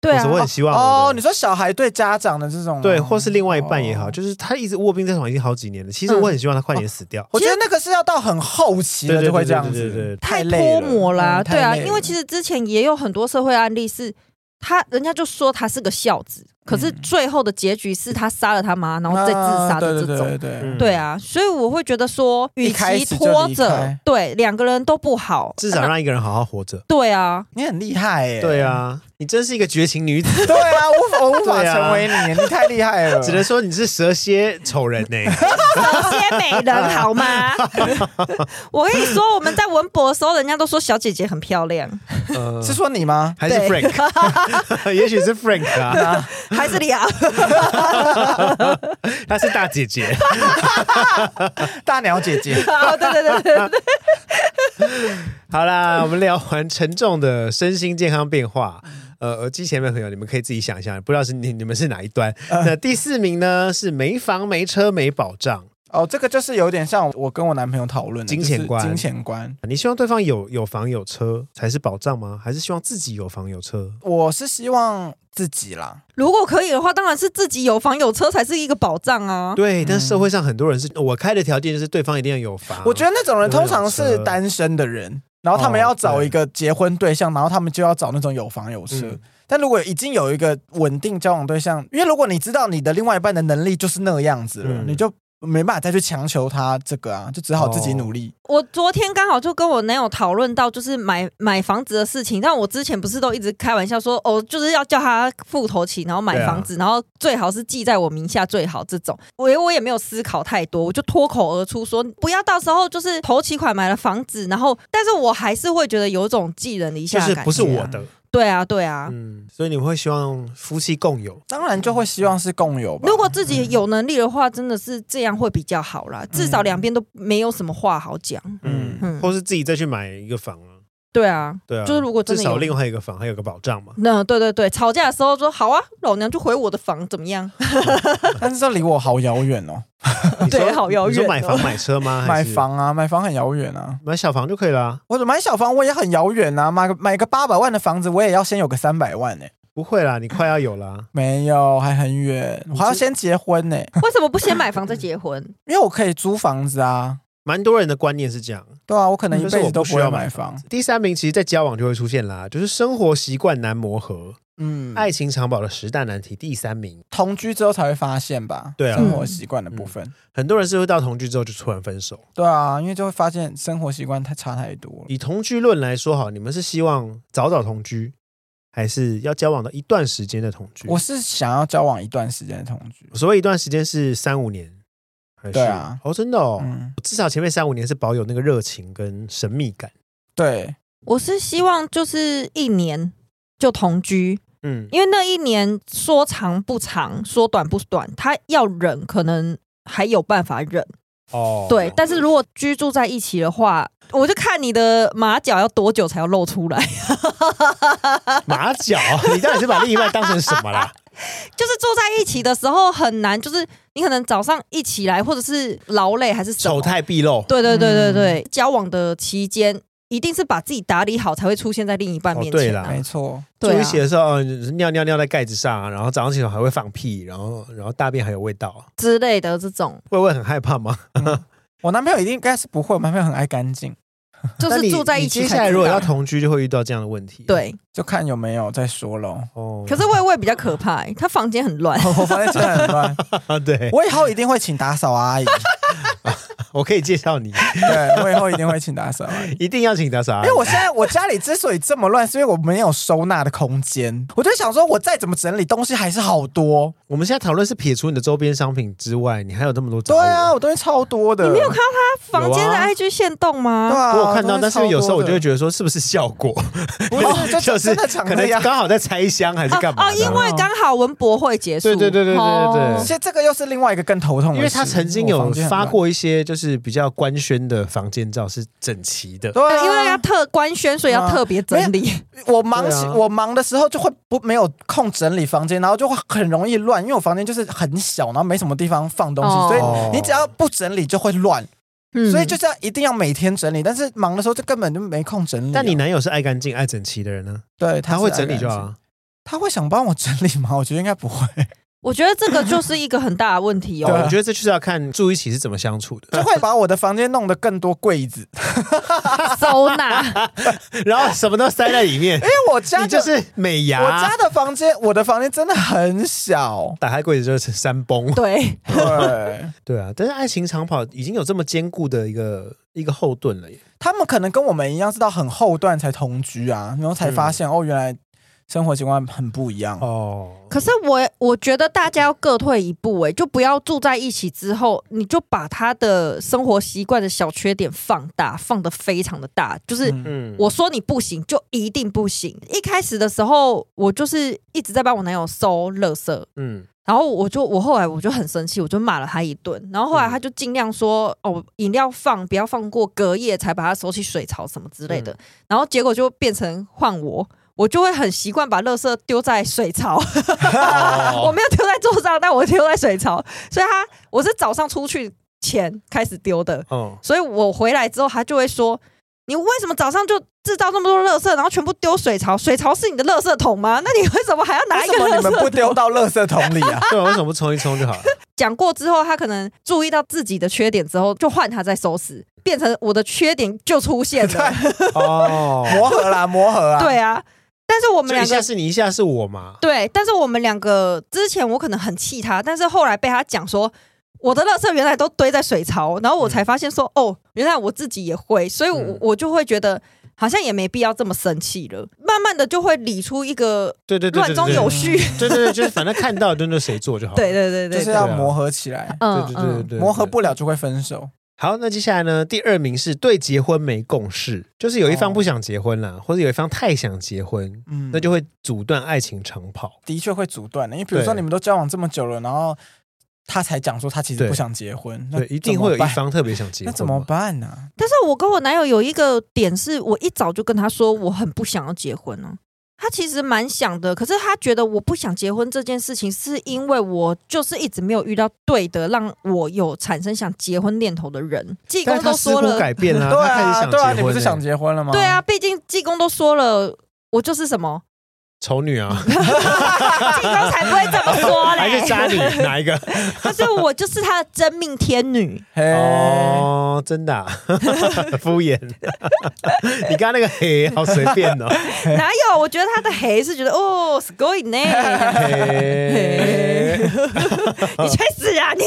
Speaker 3: 对
Speaker 2: 或者我
Speaker 3: 啊
Speaker 2: 很，希望我
Speaker 1: 哦，
Speaker 2: 的
Speaker 1: 你说小孩对家长的这种
Speaker 2: 对，或是另外一半也好，
Speaker 1: 哦
Speaker 2: 就是他一直卧病在床已经好几年了，其实我很希望他快点死掉。
Speaker 1: 我觉得那个是要到很后期
Speaker 2: 对
Speaker 1: 了
Speaker 2: 对
Speaker 1: 就会这样
Speaker 2: 对对对对
Speaker 1: 子，
Speaker 3: 太
Speaker 1: 累
Speaker 3: 脱
Speaker 1: 了
Speaker 3: 模啦、
Speaker 1: 嗯太
Speaker 3: 对啊，
Speaker 1: 累了
Speaker 3: 因为其实之前也有很多社会案例是，他人家就说他是个孝子，可是最后的结局是他杀了他妈，然后再自杀
Speaker 1: 嗯啊对
Speaker 3: 的
Speaker 1: 对
Speaker 3: 这种。
Speaker 1: 对对对
Speaker 2: 嗯
Speaker 3: 对啊，所以我会觉得说，
Speaker 1: 一
Speaker 3: 与
Speaker 1: 开
Speaker 3: 其
Speaker 1: 始就
Speaker 3: 拖
Speaker 1: 离
Speaker 3: 着
Speaker 1: 开，
Speaker 3: 对两个人都不好。
Speaker 2: 至少让一个人好好活着。
Speaker 3: 对啊，
Speaker 1: 你很厉害哎，
Speaker 2: 对，啊，你真是一个绝情女子，
Speaker 1: 对啊，无法我无法
Speaker 2: 对啊
Speaker 1: 成为你，你太厉 害了，
Speaker 2: 只能说你是蛇蝎丑人呢、
Speaker 3: 蛇蝎美人好吗？我跟你说，我们在文博的时候，人家都说小姐姐很漂亮，
Speaker 2: 呃
Speaker 1: 是说你吗？
Speaker 2: 还是
Speaker 3: 对
Speaker 2: Frank，也许是 Frank 啊，
Speaker 3: 还是你啊？
Speaker 2: 她是大姐姐。
Speaker 1: 大鸟姐姐，
Speaker 3: 哦对对对对对，
Speaker 2: 好啦，我们聊完沉重的身心健康变化，呃，耳机前面的朋友，你们可以自己想一想，不知道是你你们是哪一 端。
Speaker 3: 嗯
Speaker 2: 那第四名呢是没房没车没保障，
Speaker 1: 哦，这个就是有点像我跟我男朋友讨论的
Speaker 2: 金钱
Speaker 1: 就是
Speaker 2: 观
Speaker 1: 金钱观。
Speaker 2: 你希望对方有有房有车才是保障吗？还是希望自己有房有车？
Speaker 1: 我是希望自己啦，
Speaker 3: 如果可以的话，当然是自己有房有车才是一个保障啊。
Speaker 2: 对，但社会上很多人是我开的条件就是对方一定要有房，
Speaker 1: 我觉
Speaker 2: 得
Speaker 1: 得那种人
Speaker 2: 啊有有
Speaker 1: 通常是
Speaker 2: 车
Speaker 1: 单身的人，然后他们
Speaker 2: 哦
Speaker 1: 要找
Speaker 2: 对
Speaker 1: 一个结婚对象，然后他们就要找那种有房有车。
Speaker 2: 哦嗯
Speaker 1: 但如果已经有一个稳定交往对象，因为如果你知道你的另外一半的能力就是那样子了，
Speaker 2: 嗯
Speaker 1: 你就没办法再去强求他这个啊，就只好自己
Speaker 2: 哦
Speaker 1: 努力。
Speaker 3: 我昨天刚好就跟我男友讨论到，就是买买房子的事情。但我之前不是都一直开玩笑说，哦，就是要叫他付头期，然后
Speaker 2: 啊
Speaker 3: 买房子，然后最好是记在我名下最好这种。我也我也没有思考太多，我就脱口而出说，不要到时候就是头期款买了房子，然后，但是我还是会觉得有种寄人篱下
Speaker 2: 就
Speaker 3: 的
Speaker 2: 是
Speaker 3: 感觉、
Speaker 2: 不是我？的，
Speaker 3: 对啊，对啊。
Speaker 2: 嗯，所以你们会希望夫妻共有。
Speaker 1: 当然就会希望是共有吧。
Speaker 3: 如果自己有能力的话，真的是这样会比较好啦。至少两边都没有什么话好讲。
Speaker 1: 嗯
Speaker 2: 嗯，或是自己再去买一个房啊，
Speaker 3: 对啊，
Speaker 2: 对啊，
Speaker 3: 就是如果真
Speaker 2: 至
Speaker 3: 的
Speaker 2: 少
Speaker 3: 有
Speaker 2: 另外一个房还有个保障 嘛。
Speaker 3: 那对对对，吵架的时候说好啊，老娘就回我的房，怎么样？
Speaker 1: 但是这离我好遥远哦，
Speaker 2: 你说
Speaker 3: 对好遥
Speaker 2: 你说
Speaker 3: 远哦
Speaker 2: 买房买车 吗？还
Speaker 1: 买
Speaker 2: 哎是
Speaker 1: 房啊，买房很遥远啊。
Speaker 2: 买小房就可以啦、
Speaker 1: 我买小房我也很遥远啊，买个买个八百万的房子，我也要先有个三百万呢、欸
Speaker 2: 不会啦，你快要有啦。
Speaker 1: 没有，还很远，我还要先结婚呢、
Speaker 3: 为什么不先买房再结婚？
Speaker 1: 因为我可以租房子啊。
Speaker 2: 蛮多人的观念是这样。
Speaker 1: 对啊，我可能一
Speaker 2: 嗯就是
Speaker 1: 辈
Speaker 2: 我
Speaker 1: 子都
Speaker 2: 不需
Speaker 1: 不会
Speaker 2: 要
Speaker 1: 买
Speaker 2: 买
Speaker 1: 房。
Speaker 2: 第三名其实，在交往就会出现啦，就是生活习惯难磨合，
Speaker 1: 嗯，
Speaker 2: 爱情长跑的十大难题第三名。
Speaker 1: 同居之后才会发现吧。
Speaker 2: 对啊嗯
Speaker 1: 生活习惯的部分。
Speaker 2: 很多人是会到同居之后就突然分手。
Speaker 1: 对啊，因为就会发现生活习惯太差太多了。
Speaker 2: 以同居论来说，好，你们是希望早早同居，还是要交往到一段时间的同居？
Speaker 1: 我是想要交往一段时间的同居。
Speaker 2: 所谓一段时间是三五年，还是
Speaker 1: 对啊
Speaker 2: 哦，真的哦，
Speaker 1: 嗯，
Speaker 2: 至少前面三五年是保有那个热情跟神秘感。
Speaker 1: 对，
Speaker 3: 我是希望就是一年就同居，
Speaker 2: 嗯，
Speaker 3: 因为那一年说长不长，说短不短，他要忍可能还有办法忍。
Speaker 2: 哦，
Speaker 3: 对，但是如果居住在一起的话，我就看你的马脚要多久才要露出来，
Speaker 2: 马脚，你到底是把另一半当成什么啦？
Speaker 3: 就是住在一起的时候很难，就是你可能早上一起来，或者是劳累还是什么
Speaker 2: 丑态毕露。
Speaker 3: 对对对对
Speaker 1: 嗯
Speaker 3: 对，交往的期间一定是把自己打理好，才会出现在另一半
Speaker 2: 哦
Speaker 3: 面
Speaker 2: 对
Speaker 3: 前、
Speaker 2: 啦
Speaker 3: 啊
Speaker 1: 没错。
Speaker 2: 住
Speaker 3: 对
Speaker 2: 一
Speaker 3: 啊
Speaker 2: 起的时候，呃尿尿尿在盖子上，啊然后早上起床还会放屁，然后然后大便还有味道，
Speaker 3: 之类的这种，
Speaker 2: 会不会很害怕吗？
Speaker 1: 我男朋友一定应该是不会，我男朋友很爱干净，
Speaker 3: 就
Speaker 2: 那
Speaker 3: 是
Speaker 2: 你
Speaker 3: 住在一
Speaker 2: 你
Speaker 3: 起
Speaker 2: 接
Speaker 3: 才
Speaker 2: 下来
Speaker 3: 知
Speaker 2: 如果
Speaker 3: 道
Speaker 2: 要同居，就会遇到这样的问题。，
Speaker 3: 对。
Speaker 1: 就看有没有再说喽。
Speaker 2: 哦，
Speaker 3: 可是魏魏比较可怕、欸，他房间很 乱。
Speaker 1: 我发现真的很 乱，
Speaker 2: 啊， 对，
Speaker 1: 我以后一定会请打扫阿姨。
Speaker 2: 我可以介 绍你，
Speaker 1: 对，我以后一定会请打扫阿姨。
Speaker 2: 一定要请打扫阿
Speaker 1: 因
Speaker 3: 哎
Speaker 2: 姨。
Speaker 1: 为我现在我家里之所以这么乱，是因为我没有收纳的空间。我就想说，我再怎么整理，东西还是好多。
Speaker 2: 我们现在讨论是撇除你的周边商品之外，你还有这么多杂
Speaker 1: 对
Speaker 2: 物。
Speaker 1: 啊，我东西超多的。
Speaker 3: 你没有看到他房间的
Speaker 2: 有啊
Speaker 3: IG 限动吗？
Speaker 1: 对啊，
Speaker 2: 我有看到，
Speaker 1: 东
Speaker 2: 但
Speaker 1: 西超多
Speaker 2: 是
Speaker 1: 的
Speaker 2: 有时候我就会觉得说，是不是效果？
Speaker 1: 不是，就就
Speaker 2: 就
Speaker 1: 是真的长
Speaker 2: 可
Speaker 1: 那
Speaker 2: 能
Speaker 1: 样。
Speaker 2: 刚好在拆箱还是干嘛
Speaker 3: 哦，
Speaker 2: 的？
Speaker 3: 因为刚好文博会结束。
Speaker 2: 对对对对对对对
Speaker 1: 而且这个又是另外一个更头痛的事，
Speaker 2: 因为他曾经
Speaker 1: 我
Speaker 2: 有
Speaker 1: 房间很
Speaker 2: 发
Speaker 1: 乱。
Speaker 2: 过一些就是比较官宣的房间照，是整齐的。
Speaker 1: 对、啊，
Speaker 3: 呃因为要特官宣，所以要特别整理。
Speaker 1: 我忙
Speaker 2: 对
Speaker 1: 时、
Speaker 2: 啊
Speaker 1: 我忙的时候就会不没有空整理房间，然后就会很容易乱，因为我房间就是很小，然后没什么地方放东西，
Speaker 3: 哦
Speaker 1: 所以你只要不整理就会乱，
Speaker 3: 嗯
Speaker 1: 所以就是要一定要每天整理，但是忙的时候就根本就没空整理啊。
Speaker 2: 但你男友是爱干净、爱整齐的人呢、
Speaker 1: 对，
Speaker 2: 他
Speaker 1: 是
Speaker 2: 会
Speaker 1: 爱
Speaker 2: 整理
Speaker 1: 干
Speaker 2: 就好
Speaker 1: 净
Speaker 2: 啊。
Speaker 1: 他会想帮我整理吗？我觉得应该不 会，
Speaker 3: 我觉得这个就是一个很大的问题
Speaker 1: 对啊
Speaker 3: 哦。
Speaker 2: 我觉得这就是要看住一起是怎么相处的，
Speaker 1: 就会把我的房间弄得更多柜子，
Speaker 3: 收纳，
Speaker 2: 然后什么都塞在里面
Speaker 1: 因。为我哎家
Speaker 2: 你就
Speaker 1: 的
Speaker 2: 是美
Speaker 1: 我
Speaker 2: 牙，
Speaker 1: 家，的房间，我的房间真的很小
Speaker 2: 打开柜子就是山崩。
Speaker 3: 对，
Speaker 1: 对。
Speaker 2: 对啊，但是爱情长跑已经有这么坚固的一个一个后盾了耶。嗯
Speaker 1: 他们可能跟我们一样，是到很后段才同居啊，然后才发现、哦，原来生活习惯很不一样。
Speaker 2: 哦，
Speaker 3: 可是我我觉得大家要各退一步、欸，哎，就不要住在一起之后，你就把他的生活习惯的小缺点放大，放的非常的大，就是。
Speaker 1: 嗯
Speaker 2: 嗯，
Speaker 3: 我说你不行，就一定不行。一开始的时候，我就是一直在帮我男友收垃圾，
Speaker 2: 嗯
Speaker 3: 然后我就我后来我就很生气，我就骂了他一顿。然后后来他就尽量说、哦，饮料放不要放过隔夜才把它收起水槽什么之类的。然后结果就变成换我，我就会很习惯把垃圾丢在水槽，
Speaker 2: 哦
Speaker 3: 我没有丢在桌上，但我丢在水槽。所以他我是早上出去前开始丢的，
Speaker 2: 哦，
Speaker 3: 所以我回来之后他就会说。你为什么早上就制造那么多垃圾，然后全部丢水槽？水槽是你的垃圾桶吗？那你为什么还要拿
Speaker 1: 为
Speaker 3: 一
Speaker 1: 什
Speaker 3: 个
Speaker 1: 么
Speaker 3: 垃
Speaker 1: 你们
Speaker 3: 圾
Speaker 1: 不丢到垃圾桶里啊？
Speaker 2: 对啊，为什么不冲一冲就好了？
Speaker 3: 讲过之后，他可能注意到自己的缺点之后，就换他再收拾，变成我的缺点就出现了。
Speaker 2: 哦，
Speaker 1: 磨合啦，磨合啊。
Speaker 3: 对啊，但是我们
Speaker 2: 就一
Speaker 3: 两
Speaker 2: 下
Speaker 3: 个
Speaker 2: 是你，一下是我嘛。
Speaker 3: 对，但是我们两个之前我可能很气他，但是后来被他讲说。我的垃圾原来都堆在水槽，然后我才发现说，哦，原来我自己也会，所以我，
Speaker 2: 嗯
Speaker 3: 我就会觉得好像也没必要这么生气了。慢慢的就会理出一个
Speaker 2: 对对对，
Speaker 3: 乱中有序，
Speaker 2: 对对对，就是反正看到就那谁做就好。
Speaker 3: 对对 对
Speaker 1: 就
Speaker 3: 对
Speaker 1: 是
Speaker 3: 对，
Speaker 1: 要磨合起来，
Speaker 2: 对
Speaker 3: 嗯
Speaker 2: 对对
Speaker 3: 嗯，
Speaker 2: 对，
Speaker 1: 磨合不了就会分手。
Speaker 2: 好，那接下来呢？第二名是对结婚没共识，就是有一方不想结婚啦，或者有一方太想结婚，
Speaker 1: 哦嗯，
Speaker 2: 那就会阻断爱情长跑。
Speaker 1: 的确会阻断的，因为比如说
Speaker 2: 对
Speaker 1: 你们都交往这么久了，然后他才讲说他其实
Speaker 2: 对
Speaker 1: 不想结婚，那
Speaker 2: 对，一定
Speaker 1: 怎
Speaker 2: 会有
Speaker 1: 么
Speaker 2: 一
Speaker 1: 办
Speaker 2: 方特别想结婚
Speaker 1: 那
Speaker 2: 嘛。
Speaker 1: 怎 么办呢？
Speaker 3: 但是我跟我男友有一个点是，我一早就跟他说我很不想要结婚呢、他其实蛮想的，可是他觉得我不想结婚这件事情，是因为我就是一直没有遇到对的，让我有产生想结婚念头的人。济
Speaker 2: 但
Speaker 3: 公
Speaker 2: 是他
Speaker 3: 都
Speaker 2: 似
Speaker 3: 说
Speaker 2: 乎
Speaker 3: 了，
Speaker 2: 改变了，
Speaker 1: 对
Speaker 2: 他开始
Speaker 1: 啊，
Speaker 2: 想
Speaker 1: 对啊，
Speaker 2: 结
Speaker 1: 你不
Speaker 2: 婚
Speaker 1: 是
Speaker 2: 了
Speaker 1: 想结婚了吗？
Speaker 3: 对啊，，毕竟济公都说了，我就是什么，
Speaker 2: 丑女 啊，
Speaker 3: 济公才不会这么说
Speaker 2: 还是渣
Speaker 3: 嘞。
Speaker 2: 女 哪一个？
Speaker 3: 他说我就是他的真命天 女，
Speaker 1: 嘿，哎
Speaker 2: 哦，真的啊 敷衍。 你刚刚那个嘿，好随便 哦。
Speaker 3: 哪有？我觉得他的黑是觉得哦，す ごいね，
Speaker 2: 嘿
Speaker 3: 你去死啊你！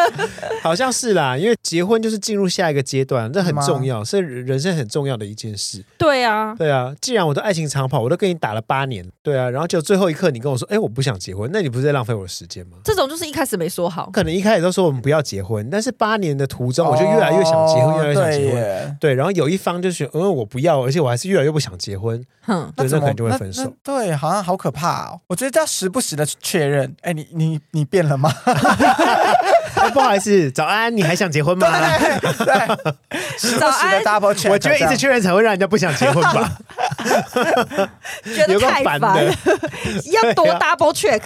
Speaker 2: 好像是啦，因为结婚就是进入下一个阶段，这很
Speaker 1: 吗
Speaker 2: 重要，是人生很重要的一件事。
Speaker 3: 对啊，
Speaker 2: 对啊，既然我的爱情长跑我都跟你打了八年，对啊，然后就最后一刻你跟我说，哎，我不想结婚，那你不是在浪费我的时间吗？
Speaker 3: 这种就是一开始没说好。
Speaker 2: 可能一开始都说我们不要结婚，但是八年的途中，我就越来越想结婚，
Speaker 1: 哦
Speaker 2: 越来越想
Speaker 1: 对
Speaker 2: 结婚。
Speaker 1: 耶
Speaker 2: 对，然后有一方就觉得，嗯，我不要，而且我还是越来越不想结婚，
Speaker 3: 哼，
Speaker 2: 对，那
Speaker 1: 怎
Speaker 2: 可
Speaker 1: 么
Speaker 2: 能就会分手。。
Speaker 1: 那那对，好像好可怕哦。我觉得要时不时的确认，哎，你你你变了吗？
Speaker 2: 哎，不好意思，早安，你还想结婚吗？
Speaker 1: 对，时不时的 double check，啊
Speaker 2: 我觉得一直
Speaker 1: 去
Speaker 2: 确认才会让人家不想结婚 吧，
Speaker 3: 觉
Speaker 2: 有个
Speaker 3: 得太
Speaker 2: 烦
Speaker 3: 烦，
Speaker 2: 的。啊
Speaker 3: 要多 double check。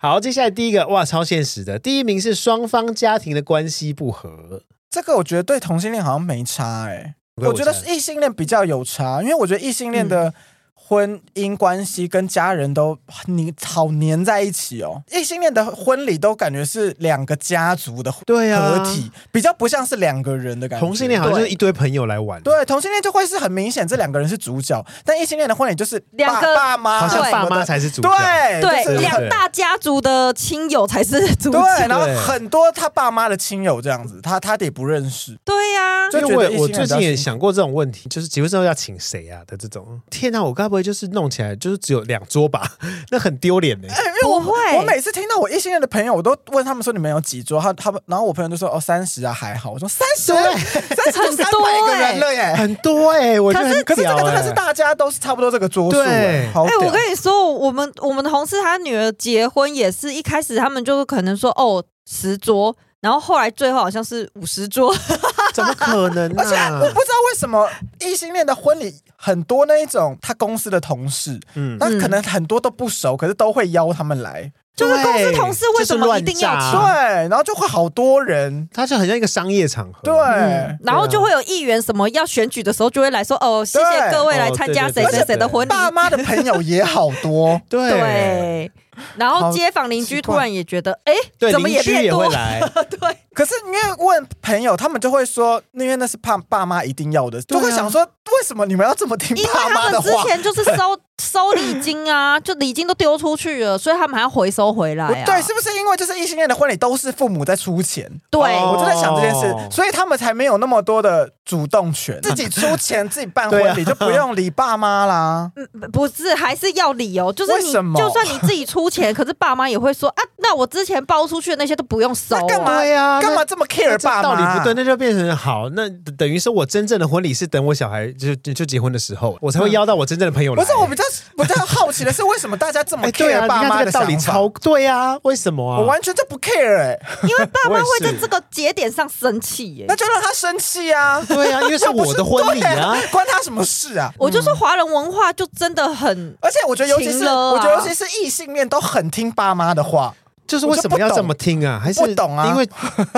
Speaker 2: 好，接下来第一个哇，超现实的，第一名是双方家庭的关系不和。
Speaker 1: 这个我觉得对同性恋好像没差哎，我觉得
Speaker 2: 猜
Speaker 1: 异性恋比较有差，因为我觉得异性恋
Speaker 2: 嗯
Speaker 1: 的婚姻关系跟家人都你好黏在一起哦。异性恋的婚礼都感觉是两个家族的
Speaker 2: 对啊，
Speaker 1: 合体，比较不像是两个人的感觉。
Speaker 2: 同性恋好像就是一堆朋友来玩，，
Speaker 1: 对同性恋就会是很明显这两个人是主角，但异性恋的婚礼就是爸
Speaker 3: 两个
Speaker 1: 爸妈
Speaker 2: 好像
Speaker 3: 对
Speaker 2: 爸妈
Speaker 1: 才
Speaker 2: 才哎是主角。
Speaker 1: 啊对
Speaker 3: 对，
Speaker 1: 就是
Speaker 3: 两大家族的亲友才是主角。
Speaker 1: 对，然后很多他爸妈的亲友这样子，他他得不认识。
Speaker 3: 对呀，
Speaker 1: 就
Speaker 2: 因
Speaker 1: 觉得
Speaker 2: 为
Speaker 1: 异
Speaker 2: 我我
Speaker 1: 性恋
Speaker 2: 最
Speaker 1: 比较
Speaker 2: 近也
Speaker 1: 辛苦
Speaker 2: 想过这种问题，就是结婚之后要请谁啊的这种。天哪，我该不会就是弄起来就是只有两桌吧？ 那很 丢脸呢。
Speaker 1: 因为我
Speaker 3: 不会
Speaker 1: 我每次听到我异性恋的朋友，我都问他们说你们有几桌，他他们，然后我朋友就说哦三十啊还好，我说三十， 三十就
Speaker 3: 很
Speaker 1: 三
Speaker 3: 多
Speaker 1: 百个
Speaker 3: 欸
Speaker 1: 人了耶。
Speaker 2: 很多哎，我觉得很
Speaker 1: 可是这
Speaker 2: 屌
Speaker 1: 个真的
Speaker 2: 哎
Speaker 1: 是。大家都是差不多这个桌数欸，
Speaker 2: 对啊
Speaker 1: 好
Speaker 3: 哎、
Speaker 1: 屌
Speaker 3: 我跟你说，我们我们同事他女儿结婚也是一开始他们就可能说哦十桌，然后后来最后好像是五十桌，
Speaker 2: 哎 怎么可能
Speaker 1: 而且我
Speaker 2: 啊？
Speaker 1: 不知道为什么异性恋的婚礼很多那一种他公司的同事，
Speaker 2: 嗯，
Speaker 1: 那可能很多都不熟，可是都会邀他们来，
Speaker 3: 就是公司
Speaker 2: 对
Speaker 3: 同事为
Speaker 2: 就
Speaker 3: 什
Speaker 2: 是
Speaker 3: 么一
Speaker 2: 乱
Speaker 3: 定要
Speaker 2: 炸
Speaker 3: 请？
Speaker 1: 对，然后就会好多人，
Speaker 2: 它就很像一个商业场合。
Speaker 1: 对，
Speaker 2: 啊
Speaker 3: 嗯，然后就会有议员什么要选举的时候就会来说哦，谢谢
Speaker 1: 对
Speaker 3: 各位来
Speaker 2: 哦
Speaker 3: 参
Speaker 2: 对
Speaker 3: 加
Speaker 2: 对
Speaker 3: 谁
Speaker 2: 对
Speaker 3: 谁谁的
Speaker 2: 对，
Speaker 3: 婚礼，
Speaker 1: 爸妈的朋友也好多
Speaker 2: 对
Speaker 3: 对，然后
Speaker 1: 好
Speaker 3: 街坊邻居
Speaker 1: 奇
Speaker 3: 突
Speaker 1: 怪
Speaker 3: 然也觉得，哎、
Speaker 2: 对，
Speaker 3: 怎么
Speaker 2: 邻居
Speaker 3: 变
Speaker 2: 也
Speaker 3: 多
Speaker 2: 会
Speaker 3: 了？
Speaker 2: 来。
Speaker 3: 对，
Speaker 1: 可是因为问朋友，他们就会说，因为那是怕爸妈一定要的，
Speaker 2: 对啊
Speaker 1: 就会想说，为什么你们要这么听
Speaker 3: 因为
Speaker 1: 爸妈
Speaker 3: 他
Speaker 1: 的
Speaker 3: 们之
Speaker 1: 话？
Speaker 3: 前就是 收收礼金啊，就礼金都丢出去了，所以他们还要回收回来
Speaker 1: 我
Speaker 3: 啊。
Speaker 2: 哎
Speaker 1: 对，是不是因为就是异性恋的婚礼都是父母在出钱？
Speaker 3: 对
Speaker 2: 哦
Speaker 1: 我就在想这件
Speaker 2: 哦
Speaker 1: 事，所以他们才没有那么多的主动 权，自己出钱自己办
Speaker 2: 啊
Speaker 1: 婚礼，就不用理爸妈啦。
Speaker 3: 嗯不是还是要理由，就是
Speaker 1: 为
Speaker 3: 你
Speaker 1: 什么
Speaker 3: 就算你自己出钱，可是爸妈也会说啊，那我之前包出去的那些都不用收、啊，
Speaker 1: 那干嘛
Speaker 2: 对呀
Speaker 1: 干嘛这么
Speaker 2: 那
Speaker 1: care
Speaker 2: 这
Speaker 1: 爸
Speaker 2: 道
Speaker 1: 妈？
Speaker 2: 理不对，那就变成好，那等等于是我真正的婚礼是等我小孩就就就结婚的时候，我才会邀到我真正的朋友来。
Speaker 1: 不是我比较比较好奇的是，为什么大家这么
Speaker 2: 哎，对
Speaker 1: care
Speaker 2: 啊，
Speaker 1: 爸
Speaker 2: 你
Speaker 1: 妈
Speaker 2: 看这
Speaker 1: 的
Speaker 2: 个道理
Speaker 1: 想法
Speaker 2: 超？对啊，为什么啊？
Speaker 1: 我完全就不 care 哎，
Speaker 3: 因为爸妈会
Speaker 2: 我也
Speaker 3: 在
Speaker 2: 是。
Speaker 3: 这个节点上生气耶、
Speaker 1: 那就让他生气啊
Speaker 2: 对啊，因为是我的婚礼 啊
Speaker 1: 对，关他什么事啊？
Speaker 3: 我就说华人文化就真的很
Speaker 1: 而且我觉得，尤其
Speaker 3: 情
Speaker 1: 是、
Speaker 3: 了啊
Speaker 1: 我觉得，尤其是异性恋都很听爸妈的话，
Speaker 2: 就是为什么要这么听啊？还是
Speaker 1: 不懂啊
Speaker 2: 因为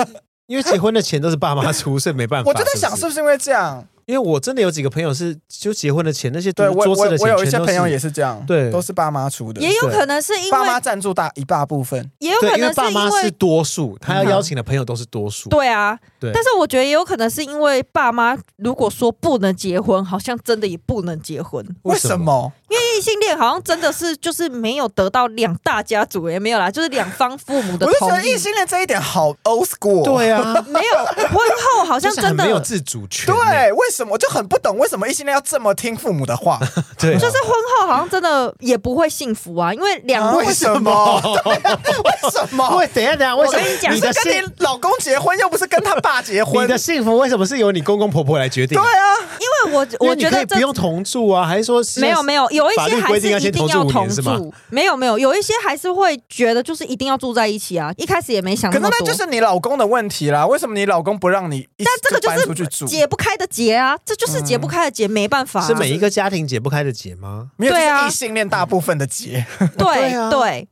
Speaker 2: 因为结婚的钱都是爸妈出，所以没办法。
Speaker 1: 我就在想是
Speaker 2: 是
Speaker 1: 不是因为这样？
Speaker 2: 因为我真的有几个朋友是就结婚的钱那些
Speaker 1: 对我
Speaker 2: 桌
Speaker 1: 我
Speaker 2: 子的钱，
Speaker 1: 我有一些朋友也
Speaker 2: 是
Speaker 1: 是这样，
Speaker 2: 对
Speaker 1: 都是爸妈出的，
Speaker 3: 也有可能是因
Speaker 1: 爸妈
Speaker 3: 为，
Speaker 1: 赞助大一大部分，
Speaker 3: 也有
Speaker 2: 对，
Speaker 3: 可
Speaker 2: 因
Speaker 3: 能
Speaker 2: 为爸妈
Speaker 3: 因
Speaker 2: 是
Speaker 3: 为
Speaker 2: 多数，他要邀请的朋友都是多数。
Speaker 3: 对啊，
Speaker 2: 对
Speaker 3: 但是我觉得也有可能是因为爸妈如果说不能结婚，好像真的也不能结婚。
Speaker 1: 为什？么？
Speaker 3: 异性恋好像真的是就是没有得到两大家族也没有啦，就是两方父母的
Speaker 1: 我就觉
Speaker 3: 同
Speaker 1: 得
Speaker 3: 意
Speaker 1: 异，性恋这一点好 old school，哦
Speaker 2: 对啊，
Speaker 3: 没有婚后好
Speaker 2: 好
Speaker 3: 像真的
Speaker 2: 没有自主权。
Speaker 1: 对，为什么我就很不懂为什么异性恋要这么听父母的话？
Speaker 2: 对，
Speaker 3: 就是婚后好像真的也不会幸福啊，因为两
Speaker 1: 为什么？对啊为什么
Speaker 2: 喂，？等一下等一下，为什么
Speaker 3: 哦我跟你讲
Speaker 2: 你的
Speaker 1: 是跟
Speaker 2: 幸
Speaker 1: 你老公结婚，又不是跟他爸结婚
Speaker 2: 你。的幸福为什么是由你公公婆婆来决定
Speaker 1: 对？啊，
Speaker 3: 因为我
Speaker 2: 因为
Speaker 3: 我
Speaker 2: 你
Speaker 3: 觉
Speaker 2: 可
Speaker 3: 得
Speaker 2: 以
Speaker 3: 这
Speaker 2: 不用同住啊，还是说是
Speaker 3: 没有没有，有一
Speaker 2: 法
Speaker 3: 些
Speaker 2: 律
Speaker 3: 还
Speaker 2: 规
Speaker 3: 是
Speaker 2: 定要
Speaker 3: 一
Speaker 2: 先
Speaker 3: 定
Speaker 2: 同
Speaker 3: 要
Speaker 2: 住五
Speaker 3: 同
Speaker 2: 年是吗
Speaker 3: 住，没有没有，有一些还是会觉得就是一定要住在一起啊，一开始也没想
Speaker 1: 可
Speaker 3: 那
Speaker 1: 是
Speaker 3: 么
Speaker 1: 那
Speaker 3: 多，
Speaker 1: 就是你老公的问题啦。为什么你老公不让你一起
Speaker 3: 但这个
Speaker 1: 搬出
Speaker 3: 就
Speaker 1: 去
Speaker 3: 是
Speaker 1: 住？
Speaker 3: 解不开的结啊，这就是解不开的结，没办法啊、
Speaker 2: 嗯是每一个家庭解不开的结吗？
Speaker 1: 没有，
Speaker 3: 对啊
Speaker 1: 就是异性恋大部分的 结，
Speaker 2: 对啊
Speaker 3: 对对，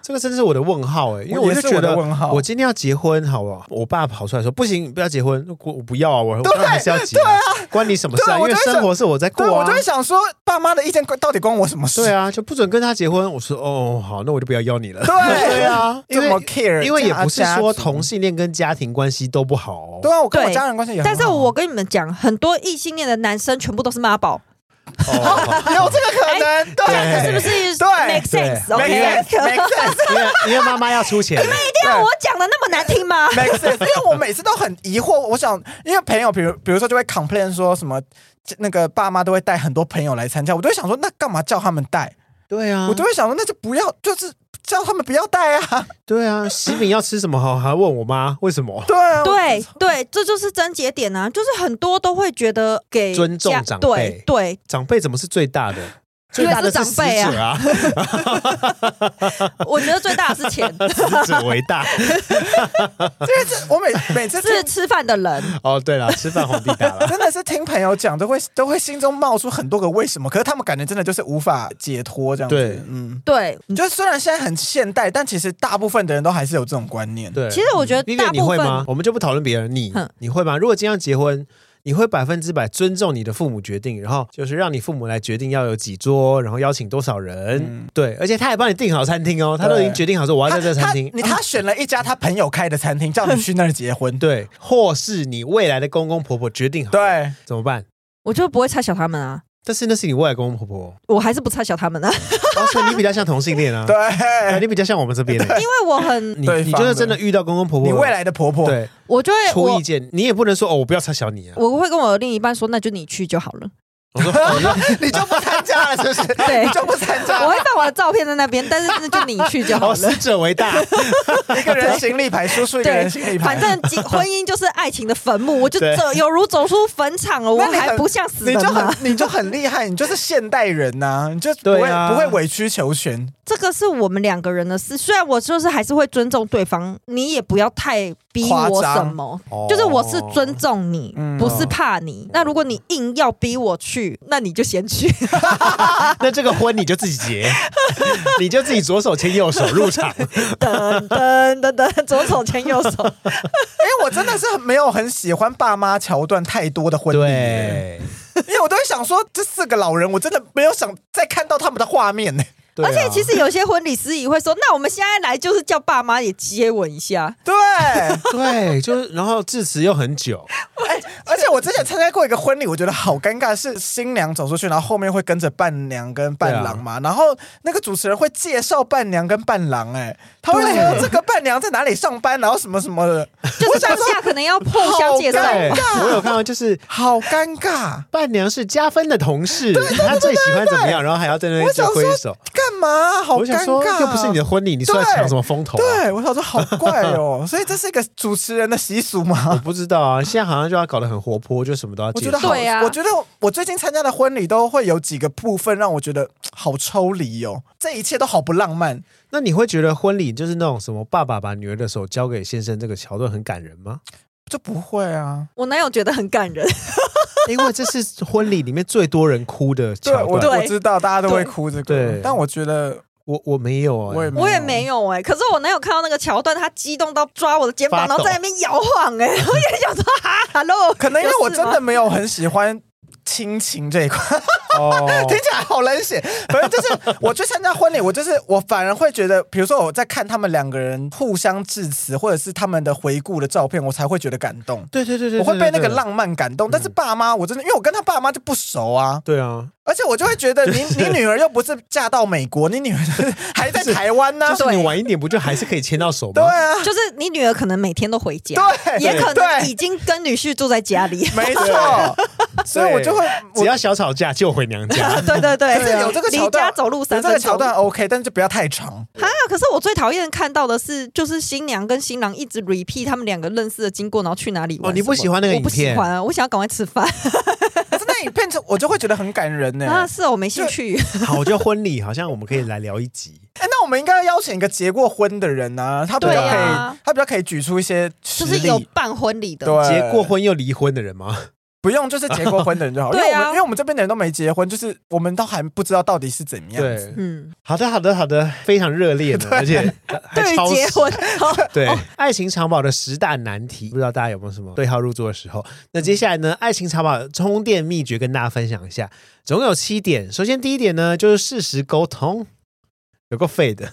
Speaker 2: 这个真的是我的问号哎、因为我
Speaker 1: 也
Speaker 2: 就是觉
Speaker 1: 我
Speaker 2: 得
Speaker 1: 的问号
Speaker 2: 我今天要结婚，好不好？我爸跑出来说不行，不要结婚，我我不要啊，我我
Speaker 1: 对
Speaker 2: 当然还是要结、关你什么事
Speaker 1: 对
Speaker 2: 啊？因
Speaker 1: 我
Speaker 2: 为
Speaker 1: 就会
Speaker 2: 生活是我在
Speaker 1: 对，
Speaker 2: 过
Speaker 1: 我
Speaker 2: 啊
Speaker 1: 就。会想说，爸妈的意见关到底关我什么事？
Speaker 2: 对啊，就不准跟他结婚。我说哦，好，那我就不要邀你了。
Speaker 1: 对
Speaker 2: 对啊，因
Speaker 1: 这
Speaker 2: 为
Speaker 1: 么 care，
Speaker 2: 因为也不是说
Speaker 1: 家族
Speaker 2: 同性恋跟家庭关系都不好、哦。
Speaker 1: 对啊，我跟我
Speaker 3: 对
Speaker 1: 家人关系也很好
Speaker 3: 但
Speaker 1: 啊，
Speaker 3: 是我跟你们讲，很多异性恋的男生全部都是妈宝，
Speaker 2: 哦
Speaker 1: 有哎这个可能，
Speaker 2: 哎
Speaker 3: 是
Speaker 1: 对
Speaker 3: 不是
Speaker 1: 对
Speaker 3: ？Make sense，OK？
Speaker 1: make sense，
Speaker 2: 因为因为妈妈要出钱，
Speaker 3: 对啊，我讲的那么难听吗？
Speaker 1: make sense，因为我每次都很疑惑，我想，因为朋友，比如比如说就会 complain 说什么。那个爸妈都会带很多朋友来参加，我都会想说，那干嘛叫他们带？
Speaker 2: 对啊，
Speaker 1: 我就会想说，那就不要，就是叫他们不要带啊。
Speaker 2: 对啊，喜饼要吃什么好，还问我妈为什么？
Speaker 1: 对啊，
Speaker 3: 对对，这就是症结点啊！就是很多都会觉得给
Speaker 2: 尊重
Speaker 3: 家
Speaker 2: 长辈
Speaker 3: 对对，
Speaker 2: 长辈怎么是最大的？
Speaker 3: 因
Speaker 2: 最
Speaker 3: 为
Speaker 2: 大的
Speaker 3: 是长
Speaker 2: 死
Speaker 3: 辈啊
Speaker 2: 者啊，
Speaker 3: 我觉得最大的是 钱，
Speaker 2: 死者为 大。
Speaker 1: 因为这我每每次听
Speaker 3: 是吃饭的人。
Speaker 2: 哦，对了，吃饭皇帝大了。
Speaker 1: 真的是听朋友讲，都会都会心中冒出很多个为什么，可是他们感觉真的就是无法解脱这样子。
Speaker 2: 对
Speaker 1: 嗯，
Speaker 3: 对，
Speaker 1: 就是虽然现在很现代，但其实大部分的人都还是有这种观念。
Speaker 2: 对，
Speaker 3: 其实我觉得
Speaker 2: 因
Speaker 3: 大
Speaker 2: 为你
Speaker 3: 部
Speaker 2: 会吗
Speaker 3: 分？
Speaker 2: 我们就不讨论别人，你
Speaker 3: 哼
Speaker 2: 你会吗？如果今天要结婚，你会百分之百尊重你的父母决定，然后就是让你父母来决定要有几桌，然后邀请多少人。
Speaker 3: 嗯
Speaker 2: 对，而且他也帮你订好餐厅哦，他都已经决定好说我
Speaker 1: 他，
Speaker 2: 要在这个餐厅
Speaker 1: 他。你他选了一家他朋友开的餐厅，叫你去那儿结婚。
Speaker 2: 对，或是你未来的公公婆婆决定好，，
Speaker 1: 对，
Speaker 2: 怎么办？
Speaker 3: 我就不会插小他们啊，
Speaker 2: 但是那是你未来公公婆婆，
Speaker 3: 我还是不插小他 们啊，
Speaker 2: 哦，所以你比较像同性恋啊，哎
Speaker 1: 对，
Speaker 2: 你比较像我们这边的，
Speaker 3: 因为我很，
Speaker 2: 你
Speaker 1: 对
Speaker 2: 你
Speaker 1: 方
Speaker 2: 就是
Speaker 1: 的
Speaker 2: 真的遇到公公婆婆，
Speaker 1: 你未来的婆婆，
Speaker 2: 对
Speaker 3: 我就会
Speaker 2: 出意
Speaker 3: 我
Speaker 2: 见，你也不能说哦，我不要插小你啊。
Speaker 3: 我会跟我另一半说，那就你去就好了。
Speaker 2: 我说哦那
Speaker 1: 你就不参加了，是不是？
Speaker 3: 对
Speaker 1: 你就不参加
Speaker 3: 我
Speaker 1: 了，
Speaker 3: 会放我的照片在那边，但是那就你去就
Speaker 1: 哦
Speaker 3: 好
Speaker 2: 好，
Speaker 3: 了。
Speaker 2: 哦死者 为大，
Speaker 1: 一个人行李牌，输出一个人行李
Speaker 3: 对，
Speaker 1: 牌。
Speaker 3: 反正结婚姻就是爱情的坟墓，我就
Speaker 2: 对
Speaker 3: 走有如走出坟场了，我
Speaker 1: 那你很
Speaker 3: 还不像死
Speaker 1: 你
Speaker 3: 人啊
Speaker 1: 就
Speaker 3: 吗？
Speaker 1: 很你就很厉害，你就是现代人呐、你就不会、
Speaker 2: 对啊
Speaker 1: 不会委曲求全。
Speaker 3: 这个是我们两个人的事，虽然我就是还是会尊重对方，你也不要太逼我什么
Speaker 2: 张，
Speaker 3: 就是我是尊重你，
Speaker 1: 嗯
Speaker 3: 不是怕你。那如果你硬要逼我去，那你就 先去。
Speaker 2: 那这个婚你就自己结，你就自己左手牵右手入场。
Speaker 3: 噔噔噔噔，左手牵右手。
Speaker 1: 因为我真的是很没有很喜欢爸妈桥段太多的婚礼耶，
Speaker 2: 对，
Speaker 1: 因为我都会想说，这四个老人，我真的没有想再看到他们的画面呢。
Speaker 2: 对啊
Speaker 3: 而且其实有些婚礼司仪会说，那我们现在来就是叫爸妈也接吻一下。
Speaker 1: 对，
Speaker 2: 对，就是然后致辞又很久，
Speaker 1: 而且我之前参加过一个婚礼，我觉得好尴尬，是新娘走出去，然后后面会跟着伴娘跟伴郎嘛，
Speaker 2: 啊
Speaker 1: 然后那个主持人会介绍伴娘跟伴郎、哎，他会说
Speaker 2: 对啊
Speaker 1: 这个伴娘在哪里上班，然后什么什么的，
Speaker 3: 就是当下可能要互相介绍，
Speaker 2: 对，我有看到就是。
Speaker 1: 好尴尬，
Speaker 2: 伴娘是加分的同事，她最喜欢怎么样，然后还要 在那
Speaker 1: 我
Speaker 2: 边
Speaker 1: 想
Speaker 2: 挥
Speaker 1: 说
Speaker 2: 手。
Speaker 1: 干嘛？好
Speaker 2: 我
Speaker 1: 尴
Speaker 2: 想说，
Speaker 1: 尬，啊
Speaker 2: 又不是你的婚礼，你是在
Speaker 1: 对
Speaker 2: 抢什么风头啊？
Speaker 1: 对，我想说好怪 哦，所以这是一个主持人的习俗
Speaker 2: 我
Speaker 1: 吗？
Speaker 2: 不知道啊，现在好像就要搞得很活泼，就什么都要
Speaker 1: 我觉
Speaker 2: 介
Speaker 1: 得
Speaker 2: 绍。
Speaker 1: 好，
Speaker 3: 对啊
Speaker 1: 我觉得我最近参加的婚礼都会有几个部分让我觉得好抽离哦，这一切都好不浪漫。
Speaker 2: 那你会觉得婚礼就是那种什么爸爸把女儿的手交给先生这个桥段很感人吗？
Speaker 1: 这不会啊，
Speaker 3: 我男友觉得很感人，
Speaker 2: 因为这是婚礼里面最多人哭的
Speaker 1: 对啊
Speaker 2: 桥
Speaker 1: 我
Speaker 2: 段。
Speaker 1: 我知道大家都会哭这个
Speaker 2: 对，
Speaker 1: 但我觉得
Speaker 2: 我我没有、欸，
Speaker 1: 我也
Speaker 3: 我也没有哎、可是我男友看到那个桥段，他激动到抓我的肩膀，
Speaker 2: 发抖
Speaker 3: 然后在那边摇晃 哎、我也想说哈，hello，
Speaker 1: 可能因为我真
Speaker 3: 有
Speaker 1: 的
Speaker 3: 事吗
Speaker 1: 没有很喜欢亲情这一块，
Speaker 2: 哦，
Speaker 1: 听起来好冷血。反正就是我去参加婚礼，我就是我反而会觉得，比如说我在看他们两个人互相致辞，或者是他们的回顾的照片，我才会觉得感动。
Speaker 2: 对对对对，
Speaker 1: 我会被那
Speaker 2: 对
Speaker 1: 个，浪漫感动，
Speaker 2: 嗯
Speaker 1: 但是爸妈我真的，因为我跟他爸妈就不熟啊，
Speaker 2: 对对啊，
Speaker 1: 而且我就会觉得你你女儿又不是嫁到美国，你女儿就是还在台湾呢、
Speaker 2: 就是你晚一点不就还是可以牵到手吗？
Speaker 1: 啊对啊，
Speaker 3: 就是你女儿可能每天都回家，
Speaker 1: 对，啊
Speaker 3: 也可能
Speaker 1: 对
Speaker 3: 已，经跟女婿住在家 里。
Speaker 1: 没错，所以我就会
Speaker 2: 只
Speaker 1: 我。
Speaker 2: 要小吵架就回娘 家。
Speaker 3: 对对对，
Speaker 1: 可是有这个桥
Speaker 3: 离
Speaker 1: 段
Speaker 3: 家走路
Speaker 1: 有
Speaker 3: 三
Speaker 1: 这
Speaker 3: 分
Speaker 1: 个
Speaker 3: 钟。
Speaker 1: 桥段 OK，但是就不要太长。
Speaker 3: 哈，可是我最讨厌看到的是，就是新娘跟新郎一直 repeat 他们两个认识的经过，然后去哪里玩什么。
Speaker 2: 哦你不喜欢那个
Speaker 3: 我不
Speaker 2: 影
Speaker 3: 喜
Speaker 2: 片
Speaker 3: 欢啊，我想要赶快吃饭。
Speaker 1: 可是那影片就我就会觉得很感人呢、
Speaker 3: 啊，是哦，我没兴趣。
Speaker 2: 好，我觉得婚礼好像我们可以来聊一集。
Speaker 1: 哎，那我们应该要邀请一个结过婚的人啊，他比较可
Speaker 3: 对
Speaker 1: 以
Speaker 3: 啊，
Speaker 1: 他比较可以举出一些实
Speaker 3: 就
Speaker 1: 例
Speaker 3: 是有办婚礼的，
Speaker 1: 对
Speaker 2: 结过婚又离婚的人吗？
Speaker 1: 不用，就是结过婚的人 就好，因
Speaker 3: 对
Speaker 1: 为
Speaker 3: 啊
Speaker 1: 我们因为我们这边的人都没结婚，就是我们都还不知道到底是怎么样子。
Speaker 2: 对，
Speaker 3: 嗯，
Speaker 2: 好的，好的，好的，非常热烈 呢，而且还
Speaker 3: 对
Speaker 2: 超时
Speaker 3: 于结婚，哦好
Speaker 2: 对，哦爱情长跑的十大难题，不知道大家有没有什么对号入座的时候？那接下来呢，爱情长跑充电秘诀跟大家分享一下，总共有七点。首先第一点呢，就是适时沟通。有够废的，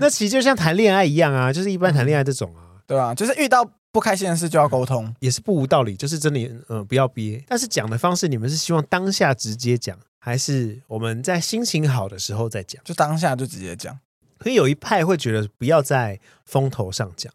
Speaker 2: 那其实就像谈恋爱一样啊，就是一般谈恋爱这种啊，
Speaker 1: 对啊，就是遇到不开心的事就要沟通。
Speaker 2: 也是不无道理，就是真的，嗯、不要憋。但是讲的方式，你们是希望当下直接讲，还是我们在心情好的时候再讲？
Speaker 1: 就当下就直接讲
Speaker 2: 可以有一派会觉得不要在风头上讲。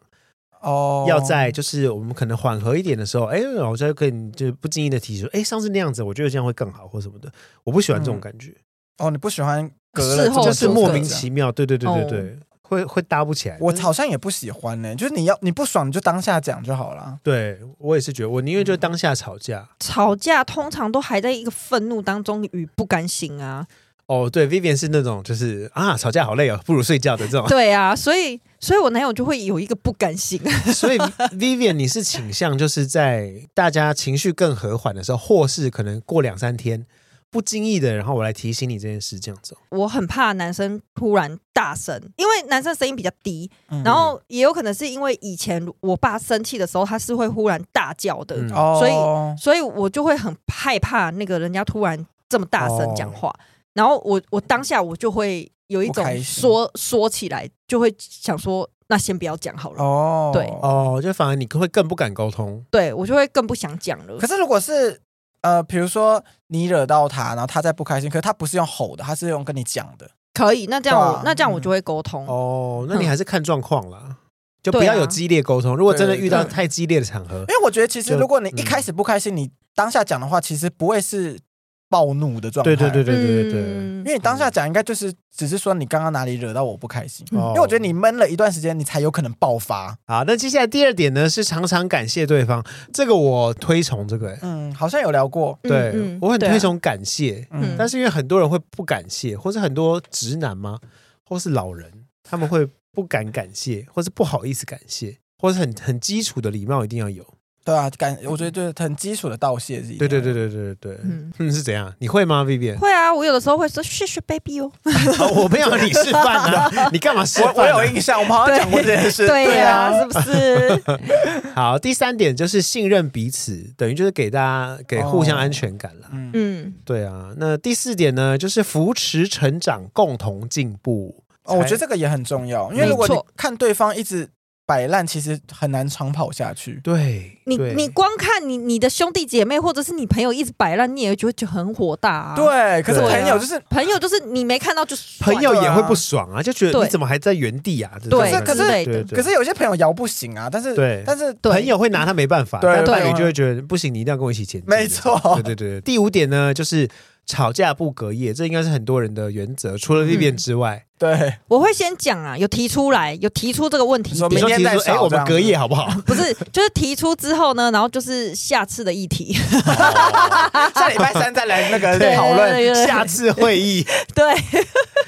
Speaker 1: 哦
Speaker 2: 要在就是我们可能缓和一点的时候，哎、我再跟你就不经意的提出，哎、上次那样子，我觉得这样会更好或什么的，我不喜欢这种感觉，
Speaker 1: 哦，你不喜欢隔了
Speaker 3: 事后
Speaker 1: 这
Speaker 2: 就
Speaker 1: 么
Speaker 2: 是
Speaker 1: 久
Speaker 2: 莫
Speaker 1: 再
Speaker 2: 名
Speaker 1: 讲
Speaker 2: 其妙，对对对对
Speaker 3: 哦
Speaker 2: 对，会会搭不起来。
Speaker 1: 我好像也不喜欢呢、就是你要你不爽你就当下讲就好了。
Speaker 2: 对我也是觉得，我宁愿就当下吵
Speaker 1: 嗯
Speaker 2: 架。
Speaker 3: 吵架通常都还在一个愤怒当中与不甘心啊。
Speaker 2: 哦，对，Vivian 是那种就是啊，吵架好累哦，不如睡觉的这种。
Speaker 3: 对啊，所以所以我男友就会有一个不甘心。
Speaker 2: 所以 Vivian 你是倾向就是在大家情绪更和缓的时候，或是可能过两三天不经意的，然后我来提醒你这件事，这样子哦。
Speaker 3: 我很怕男生突然大声，因为男生声音比较低，
Speaker 1: 嗯
Speaker 3: 然后也有可能是因为以前我爸生气的时候，他是会忽然大叫的，
Speaker 2: 嗯
Speaker 1: 哦，
Speaker 3: 所以所以我就会很害怕那个人家突然这么大声讲话，然后我我当下我就会有一
Speaker 1: 哦不开
Speaker 3: 种
Speaker 1: 心
Speaker 3: 说说起来就会想说，那先不要讲好了，
Speaker 1: 哦
Speaker 3: 对
Speaker 2: 哦，就反而你会更不敢沟通。
Speaker 3: 对我就会更不想讲了
Speaker 1: 可。是如果是呃，比如说你惹到他，然后他再不开心，可是他不是用吼的，他是用跟你讲的。
Speaker 3: 可以，那这样
Speaker 1: 对
Speaker 3: 我
Speaker 1: 啊
Speaker 3: 那这样我就会沟通。
Speaker 2: 嗯哦，那你
Speaker 3: 嗯
Speaker 2: 还是看状况啦，就不
Speaker 3: 对
Speaker 2: 要
Speaker 3: 啊
Speaker 2: 有激烈沟通。如果真的遇到
Speaker 1: 对对哎
Speaker 2: 太激烈的场合
Speaker 1: 因，为我觉得其实
Speaker 2: 就
Speaker 1: 如果你
Speaker 2: 嗯
Speaker 1: 一开始不开心，你当下讲的话，其实不会是暴怒的状态。
Speaker 2: 对对对对对对对，
Speaker 3: 嗯
Speaker 1: 因为你当下讲应该就是只是说你刚刚哪里惹到我不开心，
Speaker 2: 哦
Speaker 1: 因为我觉得你闷了一段时间，你才有可能爆发。
Speaker 2: 好，那接下来第二点呢是常常感谢对方，这个我推崇这个、欸，
Speaker 1: 嗯，好像有聊过，
Speaker 3: 嗯
Speaker 2: 对、
Speaker 3: 嗯
Speaker 2: 我很
Speaker 3: 对啊
Speaker 2: 推崇感谢，
Speaker 1: 嗯，
Speaker 2: 但是因为很多人会不感谢，或是很多直男吗，或是老人，他们会不敢感谢，或是不好意思感谢，或是很很基础的礼貌一定要有。
Speaker 1: 对啊，感我觉得就是很基础的道谢是一定
Speaker 2: 对对
Speaker 1: 的
Speaker 2: 对对对对，嗯
Speaker 3: 嗯
Speaker 2: 是怎样？你会吗，Vivian？
Speaker 3: 会啊，我有的时候会说谢谢 baby 哦，
Speaker 2: 哦 我没有让你示范啊，你干嘛示范啊？
Speaker 1: 我我有印象，我们好像讲过这件 事。
Speaker 3: 对呀、
Speaker 1: 啊，
Speaker 3: 是不是？
Speaker 2: 好，第三点就是信任彼此，等于就是给大家给互相
Speaker 1: 哦
Speaker 2: 安全感啦。
Speaker 1: 嗯，
Speaker 3: 嗯，
Speaker 2: 对啊，那第四点呢，就是扶持成长，共同进步。
Speaker 1: 哦，我觉得
Speaker 2: 才
Speaker 1: 这个也很重要，因为如果你
Speaker 3: 没错
Speaker 1: 看对方一直摆烂，其实很难长跑下去。
Speaker 2: 对，
Speaker 3: 你
Speaker 2: 对
Speaker 3: 你光看你你的兄弟姐妹或者是你朋友一直摆烂，你也觉得就很火大啊。，
Speaker 1: 对，可是
Speaker 2: 对啊
Speaker 1: 朋友就是，
Speaker 3: 朋友就是你没看到就算
Speaker 2: 朋友也
Speaker 1: 对啊
Speaker 2: 会不爽啊，就觉得
Speaker 3: 对
Speaker 2: 你怎么还在原地啊？这
Speaker 3: 对
Speaker 2: 种
Speaker 1: 可是
Speaker 3: 之类
Speaker 2: 对
Speaker 3: 的，
Speaker 2: 对，啊
Speaker 1: 可是有些朋友摇不醒啊，但是
Speaker 2: 对
Speaker 1: 但是
Speaker 3: 对
Speaker 2: 朋友会拿他没办法，
Speaker 1: 对
Speaker 2: 但
Speaker 3: 对
Speaker 2: 伴侣就会觉得不行，你一定要跟我一起前进。
Speaker 1: 没错
Speaker 2: 对对对。对第五点呢，就是吵架不隔夜，这应该是很多人的原则，除了 Vivian 之
Speaker 1: 嗯
Speaker 2: 外，
Speaker 1: 对
Speaker 3: 我会先讲啊，有提出来，有提出这个问题
Speaker 1: 你说
Speaker 2: 比
Speaker 1: 明
Speaker 2: 如
Speaker 3: 点
Speaker 2: 说
Speaker 1: 天
Speaker 2: 提出
Speaker 1: 再
Speaker 2: 说，哎，
Speaker 1: 吵
Speaker 2: 我
Speaker 1: 这
Speaker 2: 们
Speaker 1: 样
Speaker 2: 隔夜好不好？
Speaker 3: 不是，就是提出之后呢，然后就是下次的议题，
Speaker 1: 下礼拜三再来那个
Speaker 3: 对
Speaker 1: 讨论。
Speaker 3: 对对对
Speaker 2: 下次会 议。
Speaker 3: 对，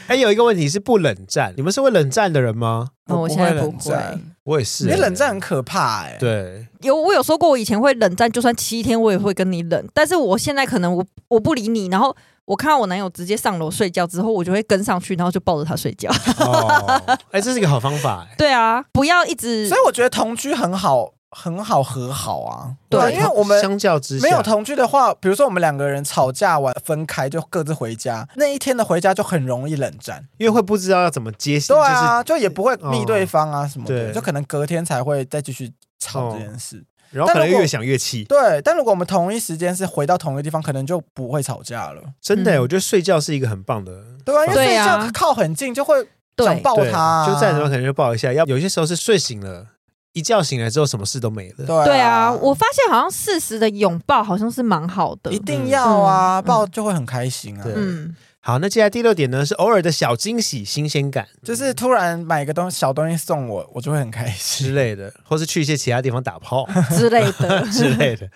Speaker 2: 哎，有一个问题是不冷战，你们是会冷战的人吗？
Speaker 3: 哦我现在不
Speaker 1: 冷
Speaker 3: 会，
Speaker 1: 战，
Speaker 2: 我也是
Speaker 1: 你
Speaker 2: 哎
Speaker 1: 冷战很可怕哎。
Speaker 2: 对，
Speaker 3: 有我有说过，我以前会冷战，就算七天我也会跟你冷，但是我现在可能我我不理你，然后我看到我男友直接上楼睡觉之后，我就会跟上去，然后就抱着他睡觉。
Speaker 2: 哦，哎，这是一个好方法。哎
Speaker 3: 对啊，不要一直
Speaker 1: 所以我觉得同居很好，很好和好啊。
Speaker 3: 对
Speaker 1: 因为我们
Speaker 2: 相较之下
Speaker 1: 没有同居的话，比如说我们两个人吵架完分开就各自回家，那一天的回家就很容易冷战。
Speaker 2: 因为会不知道要怎么接信，
Speaker 1: 对
Speaker 2: 就是哦
Speaker 1: 啊，就也不会密对方啊什么
Speaker 2: 对哦
Speaker 1: 的，就可能隔天才会再继续吵这件事。
Speaker 2: 然后可能
Speaker 1: 但如果
Speaker 2: 越想越气。
Speaker 1: 对，但如果我们同一时间是回到同一个地方，可能就不会吵架了，
Speaker 2: 真的哎，
Speaker 3: 嗯
Speaker 2: 我觉得睡觉是一个很棒的。
Speaker 1: 对吧、因为
Speaker 3: 对
Speaker 1: 睡
Speaker 3: 啊
Speaker 1: 觉靠很近就会想
Speaker 3: 对
Speaker 1: 抱
Speaker 2: 对
Speaker 1: 他啊、
Speaker 2: 就再怎么可能就抱一下。要有些时候是睡醒了，一觉醒来之后什么事都没了。
Speaker 1: 对
Speaker 3: 对啊，我发现好像适时的拥抱好像是蛮好的
Speaker 1: 一。定要啊，
Speaker 3: 嗯
Speaker 1: 抱就会很开心啊。
Speaker 2: 对
Speaker 3: 嗯，
Speaker 2: 好，那接下来第六点呢是偶尔的小惊喜、新鲜感
Speaker 1: 就是突然买个东小东西送我，我就会很开
Speaker 2: 之
Speaker 1: 心。
Speaker 2: 类的，或是去一些其他地方打炮。
Speaker 3: 之类的
Speaker 2: 之类的。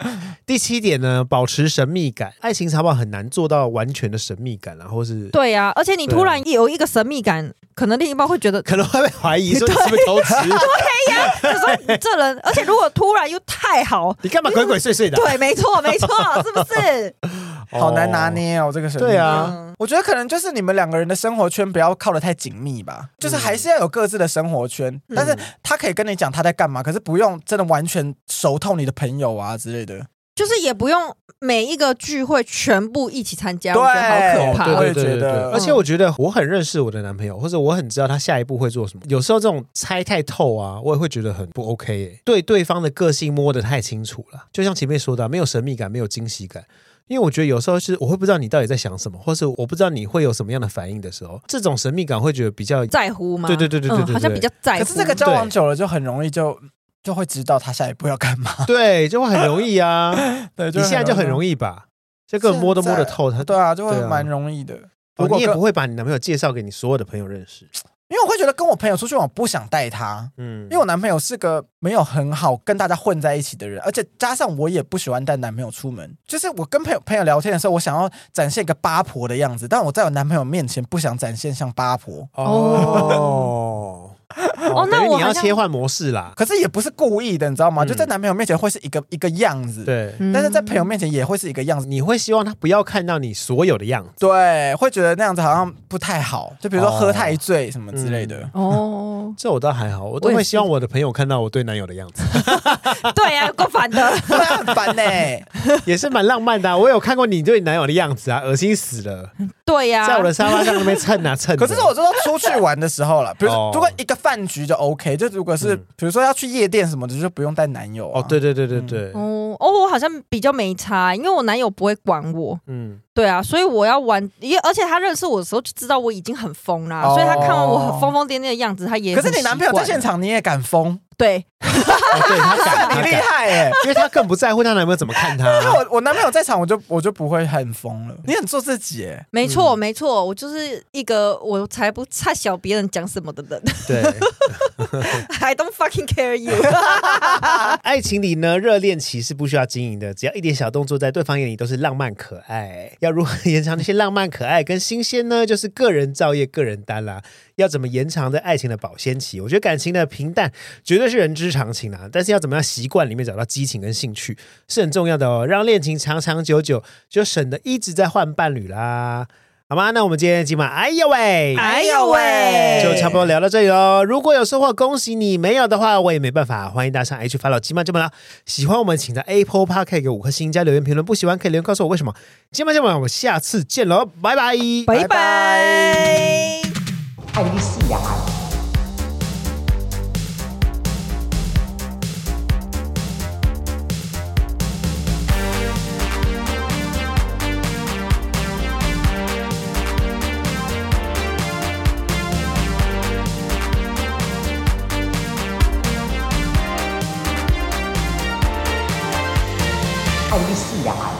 Speaker 2: 第七点呢，保持神秘感，爱情长跑很难做到完全的神秘感啊，然后是
Speaker 3: 对啊，而且你
Speaker 2: 对啊
Speaker 3: 突然有一个神秘感，可能另一半会 觉得，
Speaker 2: 可能会被怀疑说你是不是偷吃，
Speaker 3: 就说这人，而且如果突然又太 好，
Speaker 2: 你干嘛鬼鬼祟祟的啊？
Speaker 3: 对，没错，没错，是不是？
Speaker 1: 好难拿
Speaker 2: 哦
Speaker 1: 捏哦，这个神秘
Speaker 2: 对啊，
Speaker 3: 嗯，
Speaker 1: 我觉得可能就是你们两个人的生活圈不要靠得太紧密吧，就是还是要有各自的生活圈，但是他可以跟你讲他在干嘛，可是不用真的完全熟透你的朋友啊之类的。
Speaker 3: 就是也不用每一个聚会全部一起参加，
Speaker 1: 对
Speaker 3: 我觉得好
Speaker 1: 吧
Speaker 3: 可怕。
Speaker 1: 我
Speaker 2: 哦对对
Speaker 1: 也觉
Speaker 2: 对对对，
Speaker 1: 得
Speaker 2: 而且我觉得我很认识我的男朋友，或者我很知道他下一步会做什么。有时候这种猜太透啊，我也会觉得很不 OK 耶、对对方的个性摸得太清楚了。就像前面说的啊、没有神秘感，没有惊喜感。因为我觉得有时候是我会不知道你到底在想什么，或是我不知道你会有什么样的反应的时候，这种神秘感会觉得比较
Speaker 3: 在乎吗？
Speaker 2: 对对对对对对
Speaker 3: 嗯好像
Speaker 2: 对
Speaker 3: 比较在乎。
Speaker 1: 可是这个交往久了就很容易就就会知道他下一步要干嘛。
Speaker 2: 对，就会很容易啊。
Speaker 1: 对，
Speaker 2: 你现在就很容
Speaker 1: 易。
Speaker 2: 易吧，就根本摸都摸得透。他
Speaker 1: 对啊，就会
Speaker 2: 对啊
Speaker 1: 蛮容易的。
Speaker 2: 哦
Speaker 1: 如果
Speaker 2: 你也
Speaker 1: 跟
Speaker 2: 不会把你男朋友介绍给你所有的朋友认识，
Speaker 1: 因为我会觉得跟我朋友出去玩，我不想带他。
Speaker 2: 嗯，
Speaker 1: 因为我男朋友是个没有很好跟大家混在一起的人，而且加上我也不喜欢带男朋友出门。就是我跟朋友朋友聊天的时候，我想要展现一个八婆的样子，但我在我男朋友面前不想展现像八婆，
Speaker 2: 哦
Speaker 3: 哦。
Speaker 2: 哦
Speaker 3: 哦那
Speaker 2: 等于
Speaker 3: 我
Speaker 2: 你
Speaker 3: 好
Speaker 2: 要
Speaker 3: 像
Speaker 2: 切换模式啦。
Speaker 1: 可是也不是故意的，你知道吗？
Speaker 2: 嗯
Speaker 1: 就在男朋友面前会是一个一个样子，，
Speaker 2: 对，
Speaker 3: 嗯，
Speaker 1: 但是在朋友面前也会是一个样子。
Speaker 2: 你会希望他不要看到你所有的样子。
Speaker 1: 对，会觉得那样子好像不太好，就比如说喝
Speaker 2: 哦
Speaker 1: 太醉什么之类的。
Speaker 2: 嗯
Speaker 3: 哦，
Speaker 2: 这我倒还好，我都
Speaker 3: 我
Speaker 2: 会
Speaker 3: 也是
Speaker 2: 希望我的朋友看到我对男友的样子，
Speaker 3: 对啊，够烦的。
Speaker 1: 对啊 很烦呢、
Speaker 2: 也是蛮浪漫的、啊。我有看过你对你男友的样子啊，恶心死了，
Speaker 3: 对呀，
Speaker 2: 在我的沙发上那边蹭啊蹭 的。
Speaker 1: 可是我就说出去玩的时候 了，比如
Speaker 2: 哦
Speaker 1: 说如果一个饭局就 OK，就如果是
Speaker 2: 嗯
Speaker 1: 比如说要去夜店什么的，就不用带男友、啊。
Speaker 2: 哦，对对对对对，
Speaker 3: 哦哦，我好像比较没差，欸因为我男友不会管我。
Speaker 2: 嗯，
Speaker 3: 对啊，所以我要玩，因为而且他认识我的时候就知道我已经很疯啦，
Speaker 1: 哦
Speaker 3: 所以他看完我很疯疯癫癫的样子，他也
Speaker 1: 可是你男朋友在现
Speaker 3: 场
Speaker 1: 场，你也敢疯，
Speaker 3: 对
Speaker 2: 哦对 他敢，
Speaker 1: 你
Speaker 2: 他
Speaker 1: 厉
Speaker 2: 敢，
Speaker 1: 害哎、
Speaker 2: 因为他更不在乎他男朋友怎么看他
Speaker 1: 因为我我男朋友在场，我就我就不会很疯了。你很做自己哎、
Speaker 3: 没错，没错，我就是一个我才不差小别人讲什么的人
Speaker 2: 对，
Speaker 3: ，I don't fucking care you
Speaker 2: 啊爱情里呢，热恋期是不需要经营的，只要一点小动作，在对方眼里都是浪漫可爱。要如何 延长那些浪漫可爱跟新鲜呢？就是个人造业、个人单啦。要怎么延长这爱情的保鲜期？我觉得感情的平淡绝对是人之常情啊，但是要怎么样习惯里面找到激情跟兴趣是很重要的哦，让恋情长长久久，就省得一直在换伴侣啦，好吗？那我们今天的今晚，哎呦喂，
Speaker 3: 哎呦喂
Speaker 2: 就差不多聊到这里喽。如果有收获，恭喜你；没有的话，我也没办法。欢迎大家上 H 发老鸡妈这么啦。喜欢我们，请在 Apple Park 给五颗星加留言评论。不喜欢可以留言告诉我为什么。今晚今晚，我们下次见喽，拜拜，
Speaker 3: 拜拜
Speaker 4: 爱丽丝呀。爱丽丝呀。